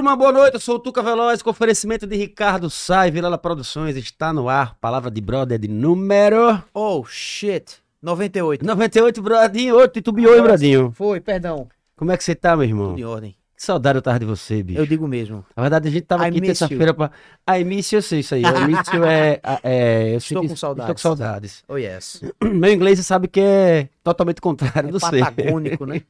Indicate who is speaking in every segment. Speaker 1: uma boa noite. Eu sou o Tuca Veloz, com oferecimento de Ricardo Sai, Vilela Produções. Está no ar, palavra de brother de número
Speaker 2: Oh, shit. 98.
Speaker 1: 98, Bradinho. Ô, titubeou, hein, Bradinho?
Speaker 2: Foi, perdão.
Speaker 1: Como é que você tá, meu irmão?
Speaker 2: Tudo em ordem.
Speaker 1: Que saudade eu tava de você, bicho.
Speaker 2: Eu digo mesmo.
Speaker 1: Na verdade, a gente tava
Speaker 2: I
Speaker 1: aqui
Speaker 2: miss you.
Speaker 1: terça-feira pra. I miss you, eu sei isso aí. I miss you é. é eu
Speaker 2: Estou
Speaker 1: sinto-
Speaker 2: com saudades.
Speaker 1: Estou com saudades.
Speaker 2: Oh, yes.
Speaker 1: Meu inglês, você sabe que é totalmente contrário do
Speaker 2: é
Speaker 1: seu.
Speaker 2: patagônico, né?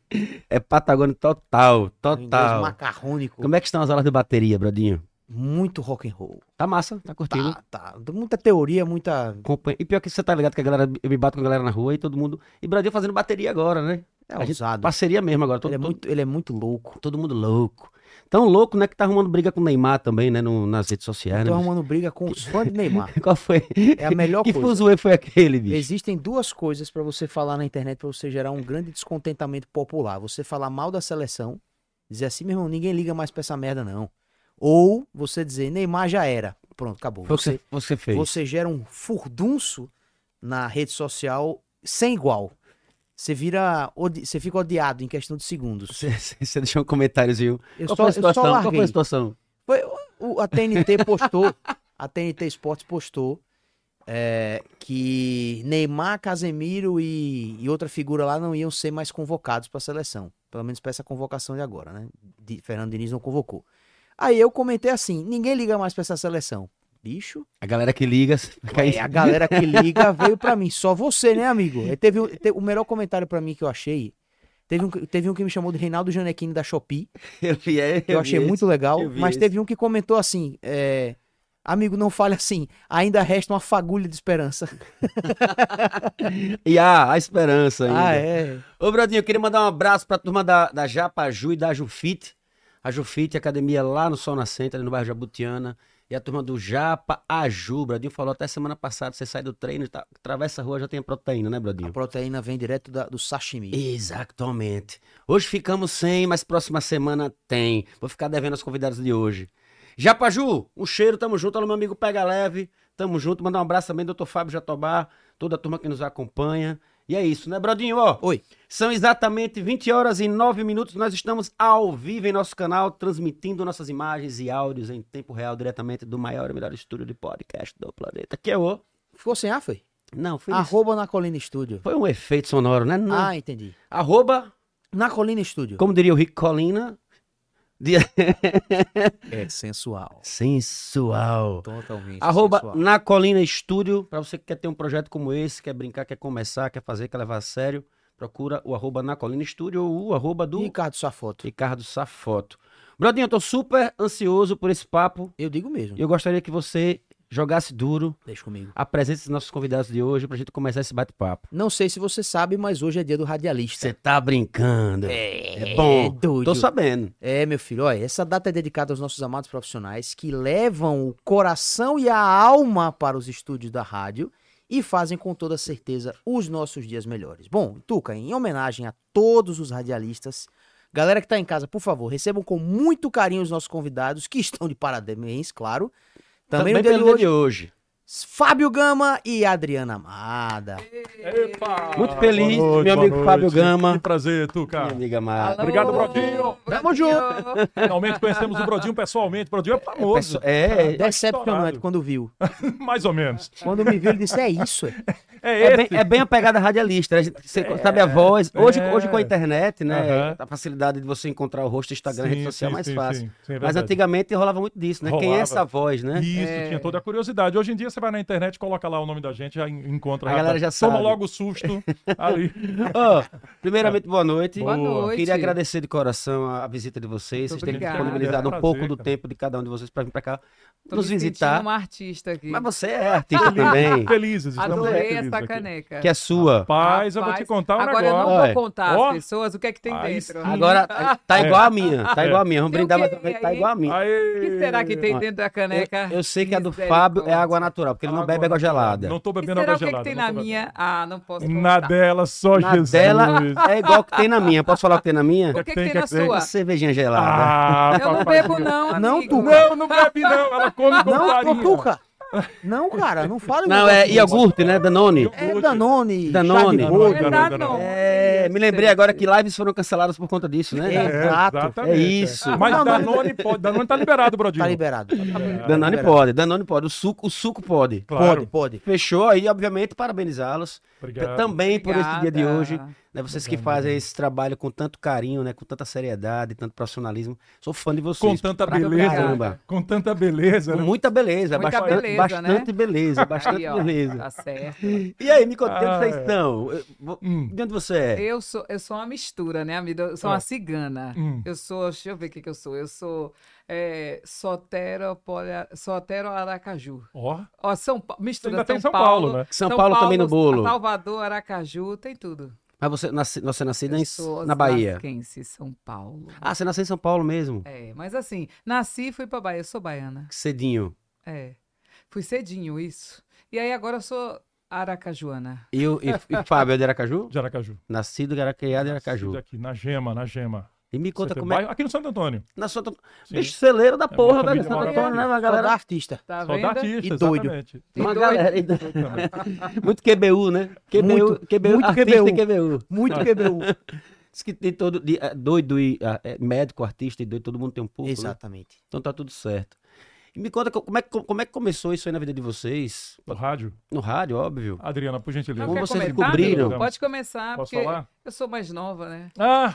Speaker 1: É patagônico total,
Speaker 2: Um Inglês
Speaker 1: total.
Speaker 2: macarrônico.
Speaker 1: Como é que estão as aulas de bateria, Bradinho?
Speaker 2: Muito rock and roll.
Speaker 1: Tá massa, tá curtindo.
Speaker 2: Tá, tá. Muita teoria, muita...
Speaker 1: Acompanha. E pior que você tá ligado que a galera, eu me bato com a galera na rua e todo mundo. E Bradinho fazendo bateria agora, né?
Speaker 2: É
Speaker 1: A gente
Speaker 2: ousado.
Speaker 1: Parceria mesmo agora. Todo,
Speaker 2: Ele é,
Speaker 1: todo-
Speaker 2: muito, ele é muito louco.
Speaker 1: todo mundo louco. Tão louco, né? Que tá arrumando briga com o Neymar também, né? no- nas redes sociais,
Speaker 2: Tô
Speaker 1: né? bicho?
Speaker 2: arrumando Então, é briga com os fãs de Neymar.
Speaker 1: Qual foi?
Speaker 2: É a melhor
Speaker 1: que
Speaker 2: coisa.
Speaker 1: fuzuê foi aquele, bicho?
Speaker 2: Existem duas coisas pra você falar na internet pra você gerar um grande descontentamento popular. Você falar mal da seleção, dizer assim, meu irmão, ninguém liga mais pra essa merda não. Ou você dizer, Neymar já era. Pronto, acabou.
Speaker 1: Foi o que você, você fez.
Speaker 2: você gera um furdunço na rede social sem igual. Você vira, odi- você fica odiado em questão de segundos.
Speaker 1: Você, você- você deixou um comentáriozinho.
Speaker 2: Eu
Speaker 1: Qual
Speaker 2: só,
Speaker 1: foi a
Speaker 2: eu só
Speaker 1: situação? Qual foi
Speaker 2: larguei.
Speaker 1: a situação?
Speaker 2: Foi- o- a TNT postou, a TNT Esportes postou é, que Neymar, Casemiro e, e outra figura lá não iam ser mais convocados para a seleção. Pelo menos para essa convocação de agora, né? De- Fernando Diniz não convocou. Aí eu comentei assim: ninguém liga mais para essa seleção. Bicho,
Speaker 1: A galera que liga. fica aí-
Speaker 2: Ué, "É, a galera que liga veio pra mim. Só você, né, amigo? E teve, um- te- o melhor comentário pra mim que eu achei. Teve um, que- teve um que me chamou de Reinaldo Janequini da Shopee.
Speaker 1: Eu, vi, é,
Speaker 2: que eu achei
Speaker 1: vi
Speaker 2: muito legal.
Speaker 1: eu vi
Speaker 2: Mas
Speaker 1: esse.
Speaker 2: teve um que comentou assim: é, Amigo, não fale assim. Ainda resta uma fagulha de esperança.
Speaker 1: esse. E a, a esperança ainda.
Speaker 2: Ah, é.
Speaker 1: Ô, Bradinho, eu queria mandar um abraço pra turma da, da Japaju e da Jufit. A Jufit, academia lá no Sol Nascente, ali no bairro Jabutiana. E a turma do Japa Aju. Bradinho falou até semana passada, você sai do treino, tá, atravessa a rua, já tem a proteína, né,
Speaker 2: A
Speaker 1: Bradinho?
Speaker 2: proteína vem direto da- do sashimi.
Speaker 1: Exatamente. Hoje ficamos sem, mas próxima semana tem. Vou ficar devendo aos convidados de hoje. Japaju, um cheiro, tamo junto. Alô, meu amigo Pega Leve, tamo junto. Mandar um abraço também, doutor Fábio Jatobá, toda a turma que nos acompanha. E é isso, né, Brodinho? Ó,
Speaker 2: Oi.
Speaker 1: são exatamente 20 horas e 9 minutos. Nós estamos ao vivo em nosso canal, transmitindo nossas imagens e áudios em tempo real, diretamente do maior e melhor estúdio de podcast do planeta, que é o.
Speaker 2: Ficou sem A, foi?
Speaker 1: Não, foi, isso.
Speaker 2: Arroba na Colina Estúdio.
Speaker 1: foi um efeito sonoro, né? Não.
Speaker 2: Ah, entendi.
Speaker 1: Arroba
Speaker 2: Na Colina Estúdio.
Speaker 1: como diria o Rick Colina, de-
Speaker 2: É sensual.
Speaker 1: sensual.
Speaker 2: Totalmente.
Speaker 1: Arroba
Speaker 2: sensual.
Speaker 1: na Colina Estúdio, pra você que quer ter um projeto como esse, quer brincar, quer começar, quer fazer, quer levar a sério, procura o arroba na Colina Estúdio ou o arroba do
Speaker 2: Ricardo Safoto.
Speaker 1: Ricardo Safoto. Brodinho, eu tô super ansioso por esse papo.
Speaker 2: Eu digo mesmo.
Speaker 1: e Eu gostaria que você jogasse duro
Speaker 2: Deixa comigo.
Speaker 1: a presença dos nossos convidados de hoje pra gente começar esse bate-papo.
Speaker 2: Não sei se você sabe, mas hoje é dia do radialista.
Speaker 1: Você tá brincando.
Speaker 2: É,
Speaker 1: é bom.
Speaker 2: doido.
Speaker 1: Tô sabendo.
Speaker 2: É, meu filho, olha, essa data é dedicada aos nossos amados profissionais que levam o coração e a alma para os estúdios da rádio e fazem com toda certeza os nossos dias melhores. Bom, Tuca, em homenagem a todos os radialistas, galera que tá em casa, por favor, recebam com muito carinho os nossos convidados que estão de parabéns, claro. Também, no dia de
Speaker 1: Tá pelo dia de
Speaker 2: hoje,
Speaker 1: hoje.
Speaker 2: Fábio Gama e Adriana Amada.
Speaker 3: Epa!
Speaker 1: Muito feliz,
Speaker 3: Boa noite,
Speaker 1: meu amigo
Speaker 3: boa
Speaker 1: Fábio
Speaker 3: noite.
Speaker 1: Gama.
Speaker 3: Que prazer, Tuca.
Speaker 1: Minha amiga Mara.
Speaker 3: Obrigado, Brodinho.
Speaker 2: Tamo junto.
Speaker 3: Finalmente conhecemos o Brodinho pessoalmente. Brodinho é famoso.
Speaker 1: É, é,
Speaker 2: Decepcionante
Speaker 3: estourado.
Speaker 2: quando viu.
Speaker 3: Mais ou menos.
Speaker 2: Quando me viu, ele disse: É isso, é.
Speaker 3: É
Speaker 1: é
Speaker 3: esse. É,
Speaker 1: bem, é bem a pegada radialista. né? A gente- Você sabe a voz. Hoje, hoje com a internet, né?
Speaker 3: Aham.
Speaker 1: A facilidade de você encontrar o rosto, Instagram,
Speaker 3: Sim,
Speaker 1: rede social é
Speaker 3: sim,
Speaker 1: mais
Speaker 3: sim,
Speaker 1: fácil.
Speaker 3: sim, sim, é
Speaker 1: Mas
Speaker 3: verdade.
Speaker 1: antigamente rolava muito disso, né? Quem é
Speaker 3: Rolava.
Speaker 1: essa voz, né?
Speaker 3: Isso, tinha toda a curiosidade. Hoje em dia você vai na internet, coloca lá o nome da gente, já en- encontra.
Speaker 1: A
Speaker 3: rapaz.
Speaker 1: galera já
Speaker 3: Toma
Speaker 1: sabe.
Speaker 3: logo o susto ali.
Speaker 1: Ó, primeiramente, boa noite.
Speaker 3: Boa Boa.
Speaker 4: noite.
Speaker 1: Queria agradecer de coração a, a visita de vocês. vocês
Speaker 4: Muito
Speaker 1: terem
Speaker 4: obrigada.
Speaker 1: disponibilizado um
Speaker 3: Prazer,
Speaker 1: pouco do
Speaker 3: cara.
Speaker 1: tempo de cada um de vocês para vir para cá
Speaker 4: Tô
Speaker 1: nos
Speaker 4: me sentindo
Speaker 1: visitar.
Speaker 4: uma artista aqui.
Speaker 1: Mas você é artista também,
Speaker 3: Felizes, estamos muito
Speaker 4: Adorei
Speaker 3: felizes
Speaker 4: essa
Speaker 3: aqui.
Speaker 4: caneca.
Speaker 1: que é sua.
Speaker 3: Rapaz, eu vou te
Speaker 4: Rapaz,
Speaker 3: contar um
Speaker 4: Agora
Speaker 3: negócio.
Speaker 4: eu não
Speaker 1: Olha.
Speaker 4: vou contar
Speaker 3: Ó.
Speaker 4: às pessoas o que é que tem
Speaker 3: Aí
Speaker 4: dentro.
Speaker 3: sim.
Speaker 1: Agora tá
Speaker 3: É.
Speaker 1: igual a minha. Tá igual a minha. Vamos
Speaker 4: Tem o
Speaker 1: brindar,
Speaker 4: quê
Speaker 1: mas também tá
Speaker 4: aí?
Speaker 1: igual a minha.
Speaker 3: Aê!
Speaker 4: O que será que tem dentro da caneca?
Speaker 1: Eu, eu sei que a do Fábio é água natural, porque ele não bebe água gelada.
Speaker 3: Não tô
Speaker 4: E
Speaker 3: bebendo
Speaker 4: será
Speaker 3: água
Speaker 4: o que, é
Speaker 3: gelada.
Speaker 4: que tem
Speaker 3: não
Speaker 4: na
Speaker 3: tô bebendo.
Speaker 4: minha? Ah, não posso contar.
Speaker 3: Na dela, só
Speaker 1: Na
Speaker 3: Jesus.
Speaker 1: dela é igual que tem na minha. Posso falar o que tem na minha?
Speaker 4: O que, é que
Speaker 3: Tem
Speaker 4: tem
Speaker 3: que
Speaker 4: na
Speaker 3: tem.
Speaker 4: sua?
Speaker 1: Uma cervejinha gelada.
Speaker 3: Ah,
Speaker 4: Eu não
Speaker 3: papai.
Speaker 4: bebo não,
Speaker 2: Não,
Speaker 4: amigo.
Speaker 2: tu-
Speaker 3: Não, não bebe não. Ela come com
Speaker 2: Não, ô,
Speaker 3: farinha.
Speaker 2: Tuca, Não, cara, não fala. em
Speaker 1: Não,
Speaker 2: negócio
Speaker 1: é
Speaker 2: desse.
Speaker 1: iogurte, né? Danone.
Speaker 3: Ah. Eu-
Speaker 2: É Danone.
Speaker 1: Danone.
Speaker 2: Charlie Gold.
Speaker 3: Danone.
Speaker 4: Verdade,
Speaker 3: não.
Speaker 4: não.
Speaker 1: É, me lembrei agora que lives foram canceladas por conta disso, né?
Speaker 2: É. Exato.
Speaker 1: É isso.
Speaker 3: Mas
Speaker 2: Não, não.
Speaker 3: Danone, pode, Danone tá liberado, Brodinho. É,
Speaker 2: Tá liberado. tá liberado.
Speaker 1: Danone
Speaker 2: Tá liberado.
Speaker 1: pode, Danone pode. O suco, o suco pode.
Speaker 3: Claro.
Speaker 2: Pode, pode.
Speaker 1: Fechou aí, obviamente, parabenizá-los
Speaker 3: Obrigado.
Speaker 1: também por esse dia de
Speaker 4: Obrigada.
Speaker 1: hoje. Né? Vocês que fazem esse trabalho com tanto carinho, né? com tanta seriedade, tanto profissionalismo. Sou fã de vocês.
Speaker 3: Com tanta
Speaker 1: Pra
Speaker 3: beleza. né?
Speaker 1: Caramba.
Speaker 3: Com tanta beleza,
Speaker 1: Com
Speaker 3: né?
Speaker 1: muita beleza,
Speaker 4: Muita
Speaker 1: bastante,
Speaker 4: beleza, né?
Speaker 1: bastante beleza, bastante
Speaker 4: Aí, ó,
Speaker 1: é beleza.
Speaker 4: Tá certo.
Speaker 1: E aí, me conta, de onde
Speaker 3: Ah,
Speaker 1: vocês
Speaker 3: é.
Speaker 1: estão? Eu- vo-
Speaker 3: Hum.
Speaker 1: De onde você é?
Speaker 4: Eu sou, eu sou uma mistura, né, amigo? Eu sou
Speaker 3: Ah.
Speaker 4: uma cigana.
Speaker 3: Hum.
Speaker 4: Eu sou, deixa eu ver o que, que eu sou. Eu sou é, Sotero, Polia- Sotero Aracaju.
Speaker 3: Ó,
Speaker 4: Ó, São Pa- mistura
Speaker 3: ainda
Speaker 4: São,
Speaker 3: tem São
Speaker 4: Paulo.
Speaker 3: Paulo, né?
Speaker 1: São, Paulo, também no bolo.
Speaker 4: Salvador, Aracaju, tem tudo.
Speaker 1: Mas você, nasce, você é nascida em-
Speaker 4: Eu sou
Speaker 1: na Bahia.
Speaker 4: osasquense, São Paulo.
Speaker 1: Ah, você nasceu em São Paulo mesmo.
Speaker 4: É, mas assim, nasci e fui pra Bahia. Eu sou baiana.
Speaker 1: Cedinho.
Speaker 4: É. Fui cedinho, isso. E aí agora eu sou aracajuana.
Speaker 1: E, o- e, e Fábio é de Aracaju?
Speaker 3: de Aracaju.
Speaker 1: Nascido e criado em É,
Speaker 3: Nascido
Speaker 1: Aracaju.
Speaker 3: Aqui, na Gema, na Gema.
Speaker 1: E me conta
Speaker 3: Você
Speaker 1: como
Speaker 3: tem
Speaker 1: é.
Speaker 3: bairro- Aqui no Santo Antônio.
Speaker 1: Na sua...
Speaker 3: Sim. É
Speaker 1: Bicho, celeiro da
Speaker 3: minha
Speaker 1: porra, velho.
Speaker 3: família
Speaker 1: Santo
Speaker 4: mora
Speaker 1: Antônio, né,
Speaker 3: aqui.
Speaker 1: uma
Speaker 2: Só da
Speaker 1: galera.
Speaker 2: artista.
Speaker 4: Tá
Speaker 3: Só
Speaker 4: vendo? Então,
Speaker 3: da artista,
Speaker 2: E doido.
Speaker 3: exatamente.
Speaker 4: E
Speaker 1: Uma
Speaker 4: doido.
Speaker 1: galera. Muito QBU, né? QBU,
Speaker 2: Muito,
Speaker 1: QBU,
Speaker 2: muito
Speaker 1: artista
Speaker 2: QBU.
Speaker 1: e QBU.
Speaker 2: Muito QBU.
Speaker 1: Diz que tem todo. de- é, doido e. ah, é, médico, artista e doido, todo mundo tem um pouco. né?
Speaker 2: Exatamente.
Speaker 1: Então tá tudo certo. E me conta co- como é, que- como é que começou isso aí na vida de vocês?
Speaker 3: No rádio.
Speaker 1: No rádio, óbvio.
Speaker 3: Adriana, por gentileza.
Speaker 4: Não
Speaker 1: Como
Speaker 4: quer
Speaker 1: vocês
Speaker 4: comentar,
Speaker 1: descobriram?
Speaker 4: amigo? Pode começar,
Speaker 3: Posso
Speaker 4: porque
Speaker 3: falar?
Speaker 4: eu sou mais nova, né?
Speaker 3: Ah,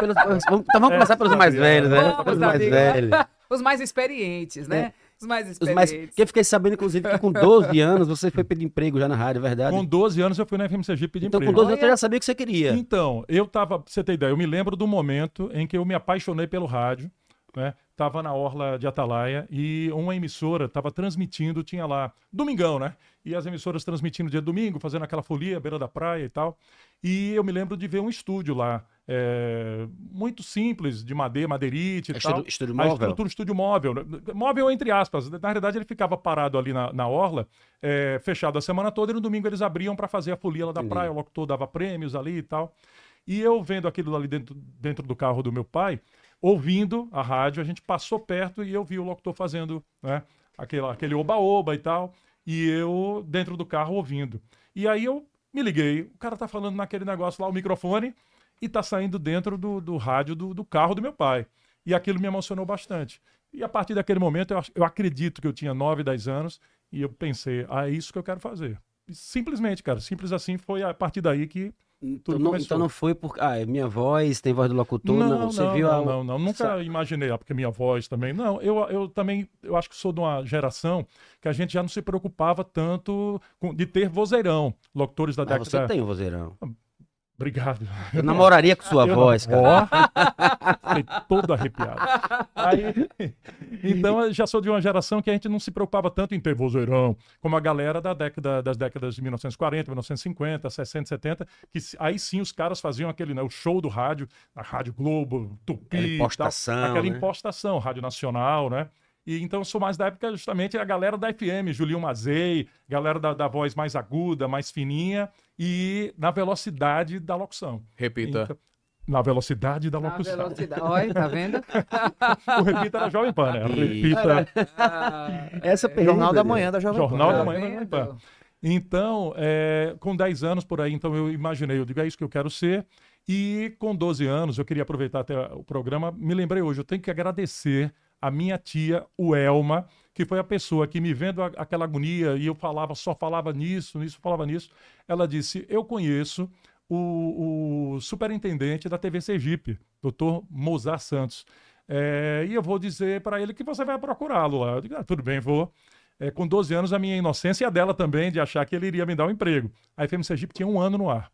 Speaker 1: Pelos- vamos, então vamos
Speaker 3: É,
Speaker 1: começar pelos mais velhos, né?
Speaker 4: Vamos,
Speaker 3: tá
Speaker 1: pelos mais
Speaker 4: amigo.
Speaker 1: velhos. É.
Speaker 4: Os mais experientes, né? Os mais
Speaker 1: Os mais...
Speaker 4: experientes.
Speaker 1: Porque eu fiquei sabendo, inclusive, que com 12 anos você foi pedir emprego já na rádio, é verdade?
Speaker 3: com 12 anos eu fui na FMCG pedir
Speaker 1: Então, com
Speaker 3: emprego.
Speaker 1: 12 anos você
Speaker 4: Olha.
Speaker 1: já sabia o que você queria.
Speaker 3: Então, eu tava, pra você ter ideia, eu me lembro do momento em que eu me apaixonei pelo rádio, né? Tava na orla de Atalaia e uma emissora tava transmitindo, tinha lá domingão, né? E as emissoras transmitindo dia de domingo, fazendo aquela folia à beira da praia e tal. E eu me lembro de ver um estúdio lá, é, muito simples, de madeira, madeirite e
Speaker 1: É
Speaker 3: tal.
Speaker 1: estúdio- estúdio
Speaker 3: A
Speaker 1: móvel?
Speaker 3: estrutura do estúdio móvel. né? Móvel entre aspas. Na realidade, ele ficava parado ali na, na orla, é, fechado a semana toda, e no domingo eles abriam para fazer a folia lá da
Speaker 1: Entendi.
Speaker 3: praia, o locutor dava prêmios ali e tal. E eu vendo aquilo ali dentro, dentro do carro do meu pai, ouvindo a rádio, a gente passou perto e eu vi o locutor fazendo né, aquele, aquele oba-oba e tal, e eu dentro do carro ouvindo. E aí eu me liguei, o cara tá falando naquele negócio lá, o microfone, e tá saindo dentro do, do rádio do, do carro do meu pai. E aquilo me emocionou bastante. E a partir daquele momento, eu, ach- eu acredito que eu tinha 9, 10 anos, e eu pensei, ah, é isso que eu quero fazer. E simplesmente, cara, simples assim, foi a partir daí que
Speaker 1: Então
Speaker 3: tudo
Speaker 1: não,
Speaker 3: começou.
Speaker 1: então não foi por. Ah, é minha voz, tem voz do locutor, não. você viu
Speaker 3: não,
Speaker 1: a. Ah,
Speaker 3: não, não. Nunca imaginei, ah, porque minha voz também. Não, eu, eu também, eu acho que sou de uma geração que a gente já não se preocupava tanto com- de ter vozeirão. Locutores da
Speaker 1: Mas
Speaker 3: década.
Speaker 1: você tem um vozeirão.
Speaker 3: Obrigado.
Speaker 1: Eu namoraria com sua
Speaker 3: Eu não-
Speaker 1: voz, cara.
Speaker 3: Ó, fiquei todo arrepiado. Aí, então, eu já sou de uma geração que a gente não se preocupava tanto em ter vozeirão, como a galera da década, das décadas de 1940, 1950, 60, 70, que se- aí sim os caras faziam aquele, né, o show do rádio, na Rádio Globo, Tupi,
Speaker 1: Aquela
Speaker 3: e tal,
Speaker 1: impostação,
Speaker 3: aquela
Speaker 1: né?
Speaker 3: impostação, Rádio Nacional, né? E então eu sou mais da época justamente a galera da FM, Julinho Mazei, galera da, da voz mais aguda, mais fininha e na velocidade da locução.
Speaker 5: Repita.
Speaker 3: Então, na velocidade da
Speaker 4: Na
Speaker 3: locução.
Speaker 4: velocidade. Olha, tá vendo?
Speaker 3: O Repita era Jovem Pan, né?
Speaker 1: Isso.
Speaker 3: Repita.
Speaker 4: Ah,
Speaker 1: Essa pergunta. é
Speaker 2: Jornal da Manhã da Jovem Pan.
Speaker 3: Jornal da
Speaker 4: tá
Speaker 3: É, Manhã da Jovem
Speaker 4: vendo?
Speaker 3: Pan. Então, é, com 10 anos por aí, então eu imaginei, eu digo, é isso que eu quero ser. E com 12 anos, eu queria aproveitar até o programa, me lembrei hoje, eu tenho que agradecer a minha tia, o Elma, que foi a pessoa que me vendo a- aquela agonia e eu falava, só falava nisso, nisso, falava nisso. Ela disse, eu conheço o, o superintendente da TV Sergipe, doutor Mozar Santos. É, e eu vou dizer para ele que você vai procurá-lo lá. Eu digo, ah, tudo bem, vou. É, com 12 anos, a minha inocência e a dela também, de achar que ele iria me dar um emprego. A FM Sergipe tinha um ano no ar.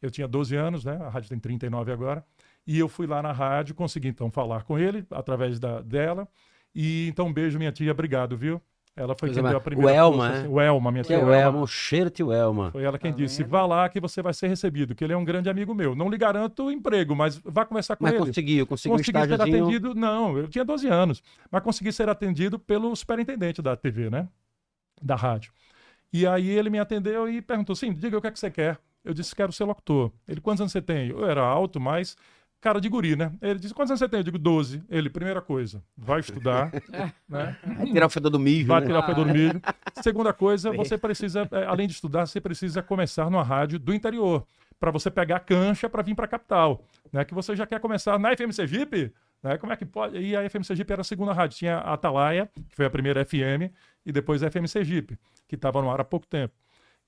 Speaker 3: Eu tinha 12 anos, né? A rádio tem 39 agora. E eu fui lá na rádio, consegui então falar com ele, através da, dela. E então, um beijo, minha tia, obrigado, viu? Ela foi
Speaker 1: Coisa
Speaker 3: quem deu a
Speaker 1: mais-
Speaker 3: primeira.
Speaker 1: o Elma,
Speaker 3: força,
Speaker 1: né?
Speaker 3: assim. O Elma, minha
Speaker 1: Tia
Speaker 3: tia.
Speaker 1: Elma, um cheiro, tio Elma.
Speaker 3: Foi ela quem
Speaker 4: Tá
Speaker 3: disse:
Speaker 4: vendo?
Speaker 3: vá lá que você vai ser recebido, que ele é um grande amigo meu. Não lhe garanto o emprego, mas vá conversar com
Speaker 1: Mas
Speaker 3: ele.
Speaker 1: conseguiu, conseguiu um
Speaker 3: consegui ser
Speaker 1: estágiozinho.
Speaker 3: atendido, não, eu tinha 12 anos, mas consegui ser atendido pelo superintendente da TV, né? Da rádio. E aí ele me atendeu e perguntou: sim, diga o que é que você quer. Eu disse: quero ser locutor. Ele, quantos anos você tem? Eu era alto, mas cara de guri, né? Ele disse, quantos anos você tem? Eu digo, 12. Ele, primeira coisa, vai estudar, né?
Speaker 1: Vai tirar o fedor do milho,
Speaker 3: Vai
Speaker 1: né?
Speaker 3: tirar o pé do
Speaker 4: Ah.
Speaker 3: milho. Segunda coisa, você precisa, eh, além de estudar, você precisa começar numa rádio do interior, para você pegar a cancha para vir para a capital, né? Que você já quer começar na FM Sergipe, né? Como é que pode? E a FM Sergipe era a segunda rádio, tinha a Atalaia, que foi a primeira FM, e depois a FM Sergipe, que estava no ar há pouco tempo.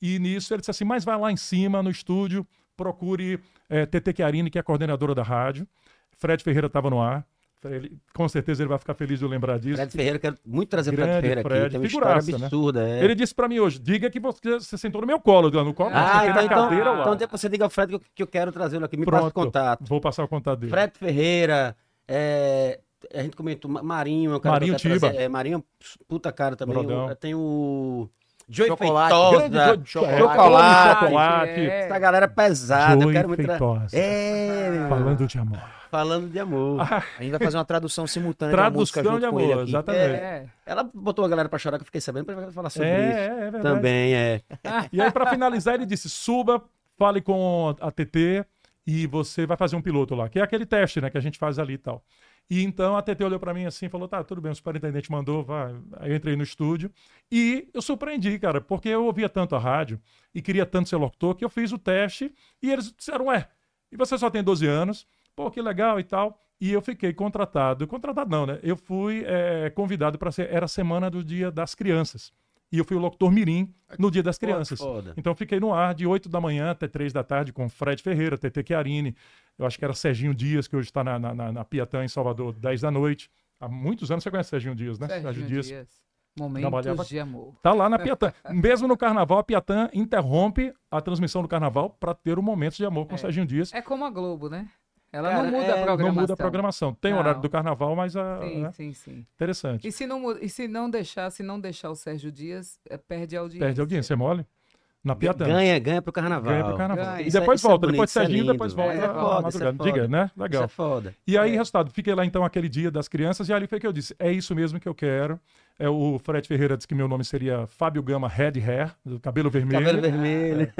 Speaker 3: E nisso ele disse assim: mas vai lá em cima no estúdio, procure eh, TT Chiarini, que é a coordenadora da rádio. Fred Ferreira estava no ar. Ele- com certeza ele vai ficar feliz de eu lembrar disso.
Speaker 1: Fred Ferreira, quero muito trazer Fred
Speaker 3: Grande
Speaker 1: Ferreira aqui.
Speaker 3: Fred,
Speaker 1: Tem uma
Speaker 3: figuraça,
Speaker 1: história
Speaker 3: né?
Speaker 1: absurda. é.
Speaker 3: Ele disse pra mim hoje: diga que você, você sentou no meu colo, lá no colo, não,
Speaker 1: Ah,
Speaker 3: sentei
Speaker 1: então,
Speaker 3: na
Speaker 1: então,
Speaker 3: cadeira lá.
Speaker 1: então depois você liga ao Fred que eu, que eu quero trazê-lo aqui. Me passa o contato.
Speaker 3: Vou passar o contato dele.
Speaker 1: Fred Ferreira, é, a gente comentou, Ma- Marinho, é um cara
Speaker 3: Marinho
Speaker 1: que eu quero
Speaker 3: Tiba.
Speaker 1: trazer. É, Marinho, puta cara também.
Speaker 3: Brodão.
Speaker 1: O- tem o Joey
Speaker 2: Chocolate.
Speaker 1: Feitosa,
Speaker 3: Grande
Speaker 2: Chocolate.
Speaker 1: Chocolate.
Speaker 3: Chocolate.
Speaker 4: É.
Speaker 1: Essa galera é pesada. eu
Speaker 3: Joey
Speaker 1: quero muito tra-
Speaker 3: Feitosa.
Speaker 1: É, meu irmão,
Speaker 3: Falando de amor.
Speaker 1: falando de amor.
Speaker 3: Ah.
Speaker 2: A gente vai fazer uma tradução simultânea da música
Speaker 3: Tradução
Speaker 2: junto
Speaker 3: de
Speaker 2: com ele
Speaker 3: amor,
Speaker 2: aqui.
Speaker 3: exatamente.
Speaker 4: É.
Speaker 1: Ela botou a galera pra chorar, que eu fiquei sabendo, depois vai falar
Speaker 3: É,
Speaker 1: sobre
Speaker 3: é,
Speaker 1: isso.
Speaker 3: é verdade.
Speaker 1: Também, é.
Speaker 3: E aí, pra finalizar, ele disse: suba, fale com a TT e você vai fazer um piloto lá, que é aquele teste né, que a gente faz ali e tal. E então a TT olhou pra mim assim e falou: tá, tudo bem, o superintendente mandou, vai. Aí eu entrei no estúdio e eu surpreendi, cara, porque eu ouvia tanto a rádio e queria tanto ser locutor que eu fiz o teste e eles disseram: ué, e você só tem 12 anos, pô, que legal e tal. E eu fiquei contratado, contratado não, né? Eu fui eh, convidado para ser, era a semana do Dia das Crianças. E eu fui o locutor Mirim no Dia das Crianças.
Speaker 1: Foda.
Speaker 3: Então fiquei no ar de 8 da manhã até 3 da tarde com Fred Ferreira, TT Chiarini, eu acho que era Serginho Dias, que hoje está na, na, na- na Piatã, em Salvador, 10 da noite. Há muitos anos você conhece Serginho Dias, né?
Speaker 4: Sérgio Dias.
Speaker 3: Trabalhava-
Speaker 4: Momentos de amor.
Speaker 3: Tá lá na Piatã. Mesmo no carnaval, a Piatã interrompe a transmissão do carnaval para ter um momento de amor com
Speaker 4: É.
Speaker 3: Serginho Dias.
Speaker 4: É como a Globo, né? Ela
Speaker 1: Cara,
Speaker 4: não
Speaker 1: é,
Speaker 4: muda a
Speaker 1: não
Speaker 4: programação.
Speaker 3: Não muda a programação. Tem o horário
Speaker 4: Não.
Speaker 3: do carnaval, mas a,
Speaker 4: Sim,
Speaker 3: né?
Speaker 4: sim, sim.
Speaker 3: interessante.
Speaker 4: E se não, mu- e se não deixar, se não deixar o Sérgio Dias, eh, perde a audiência.
Speaker 3: Perde a audiência, é mole? Na Piatã.
Speaker 1: Ganha, ganha pro carnaval.
Speaker 3: Ganha pro carnaval.
Speaker 4: Ganha.
Speaker 3: E
Speaker 1: Isso é-
Speaker 3: depois
Speaker 1: isso é
Speaker 3: volta,
Speaker 1: bonito,
Speaker 3: depois
Speaker 1: isso é
Speaker 3: Serginho,
Speaker 1: lindo,
Speaker 3: depois
Speaker 1: velho.
Speaker 3: volta
Speaker 4: É
Speaker 3: à
Speaker 4: foda, isso é
Speaker 3: madrugada.
Speaker 1: foda.
Speaker 3: Diga, né?
Speaker 1: Isso
Speaker 3: Legal.
Speaker 1: é foda.
Speaker 3: E aí,
Speaker 4: É.
Speaker 3: resultado, fiquei lá então aquele dia das crianças, e ali foi que eu disse: é isso mesmo que eu quero. É, o Fred Ferreira disse que meu nome seria Fábio Gama Red Hair, do cabelo vermelho.
Speaker 1: Cabelo vermelho.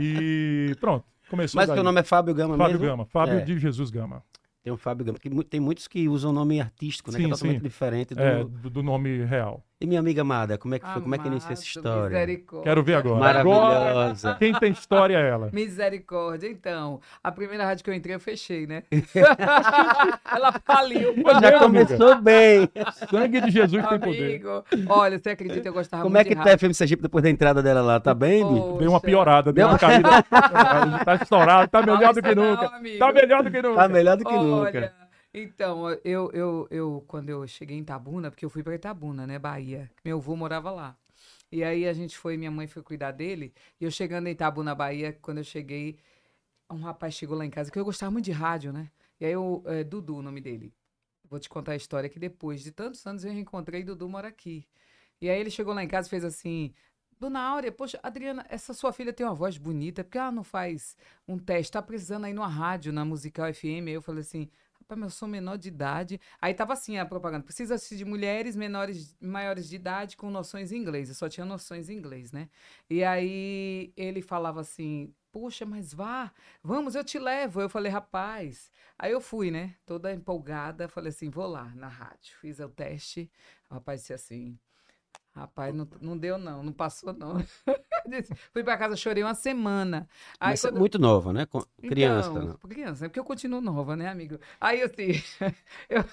Speaker 3: E pronto, começou.
Speaker 1: Mas
Speaker 3: daí.
Speaker 1: teu nome é Fábio Gama
Speaker 3: Fábio
Speaker 1: mesmo?
Speaker 3: Gama, Fábio
Speaker 1: É.
Speaker 3: de Jesus Gama.
Speaker 1: Tem o Fábio Gama. que mu- Tem muitos que usam nome artístico, né? que
Speaker 3: Sim,
Speaker 1: é totalmente
Speaker 3: sim.
Speaker 1: diferente do...
Speaker 3: É, do, do nome real.
Speaker 1: E minha amiga amada, como é que foi? Como é que iniciou essa
Speaker 4: Amado,
Speaker 1: história?
Speaker 4: Misericórdia.
Speaker 3: Quero ver agora. Agora,
Speaker 1: Maravilhosa.
Speaker 3: quem tem história é ela.
Speaker 4: Misericórdia. Então, a primeira rádio que eu entrei, eu fechei, né? Ela faliu.
Speaker 3: Pois é,
Speaker 1: Já
Speaker 3: amiga.
Speaker 1: começou bem.
Speaker 3: Sangue de Jesus tem poder.
Speaker 4: Amigo. Olha, você acredita, eu gostava
Speaker 1: Como é
Speaker 4: muito
Speaker 1: que
Speaker 4: de
Speaker 1: tá a
Speaker 4: rádio.
Speaker 1: FM Sergipe depois da entrada dela lá? Tá bem, Bi?
Speaker 3: Deu uma
Speaker 4: Poxa.
Speaker 3: piorada, deu
Speaker 1: Deu
Speaker 3: uma caída. tá estourado, tá melhor do que
Speaker 4: Fala isso Ah, não, é
Speaker 3: nunca.
Speaker 4: amigo.
Speaker 3: Tá melhor do que nunca.
Speaker 1: Tá melhor do que
Speaker 4: Olha,
Speaker 1: nunca.
Speaker 4: Então, eu, eu, eu, quando eu cheguei em Itabuna, porque eu fui pra Itabuna, né, Bahia. Meu avô morava lá. E aí a gente foi, minha mãe foi cuidar dele. E eu chegando em Itabuna, Bahia, quando eu cheguei, um rapaz chegou lá em casa, que eu gostava muito de rádio, né? E aí eu, é, Dudu, o nome dele. Vou te contar a história que depois de tantos anos eu reencontrei Dudu mora aqui. E aí ele chegou lá em casa e fez assim: Dona Áurea, poxa, Adriana, essa sua filha tem uma voz bonita, porque ela não faz um teste, tá precisando aí numa rádio, na musical FM. Aí eu falei assim. Rapaz, mas eu sou menor de idade. Aí tava assim a propaganda. Precisa assistir de mulheres menores, maiores de idade com noções em inglês. Eu só tinha noções em inglês, né? E aí ele falava assim: Poxa, mas vá, vamos, eu te levo. Eu falei, rapaz. Aí eu fui, né? Toda empolgada, falei assim: vou lá na rádio. Fiz o teste. O rapaz disse assim: Rapaz, não, não deu, não, não passou, não. Disse, fui pra casa, chorei uma semana. Aí
Speaker 1: Mas é
Speaker 4: quando-
Speaker 1: muito nova, né? Com- Criança, né?
Speaker 4: então,
Speaker 1: não.
Speaker 4: Criança, é porque eu continuo nova, né, amigo? Aí assim, eu,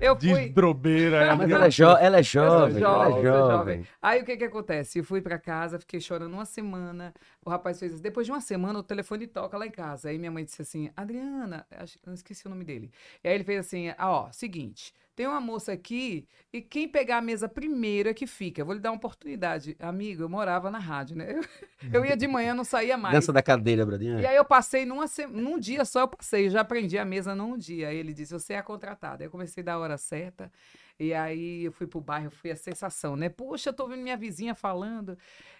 Speaker 4: eu fui.
Speaker 3: Desdrobeira. Ah, ela
Speaker 1: Mas
Speaker 3: deu-
Speaker 1: ela é, jo- ela é
Speaker 4: Eu sou
Speaker 1: jovem, ela é
Speaker 4: jovem, sou
Speaker 1: jovem.
Speaker 4: Aí o que que acontece? Eu fui pra casa, fiquei chorando uma semana. O rapaz fez isso. Depois de uma semana, o telefone toca lá em casa. Aí minha mãe disse assim: Adriana, acho- eu esqueci o nome dele. E aí ele fez assim: ah, ó, seguinte. Tem uma moça aqui e quem pegar a mesa primeiro é que fica. Eu vou lhe dar uma oportunidade. Amigo, eu morava na rádio, né? Eu, eu ia de manhã, não saía mais.
Speaker 1: Dança da cadeira,
Speaker 4: E
Speaker 1: Bradinha.
Speaker 4: aí eu passei numa se- num dia só, eu passei, eu já aprendi a mesa num dia. Aí ele disse, você é a contratada. Aí eu comecei da hora certa, e aí eu fui pro bairro, fui a sensação, né? Poxa, eu tô vendo minha vizinha falando.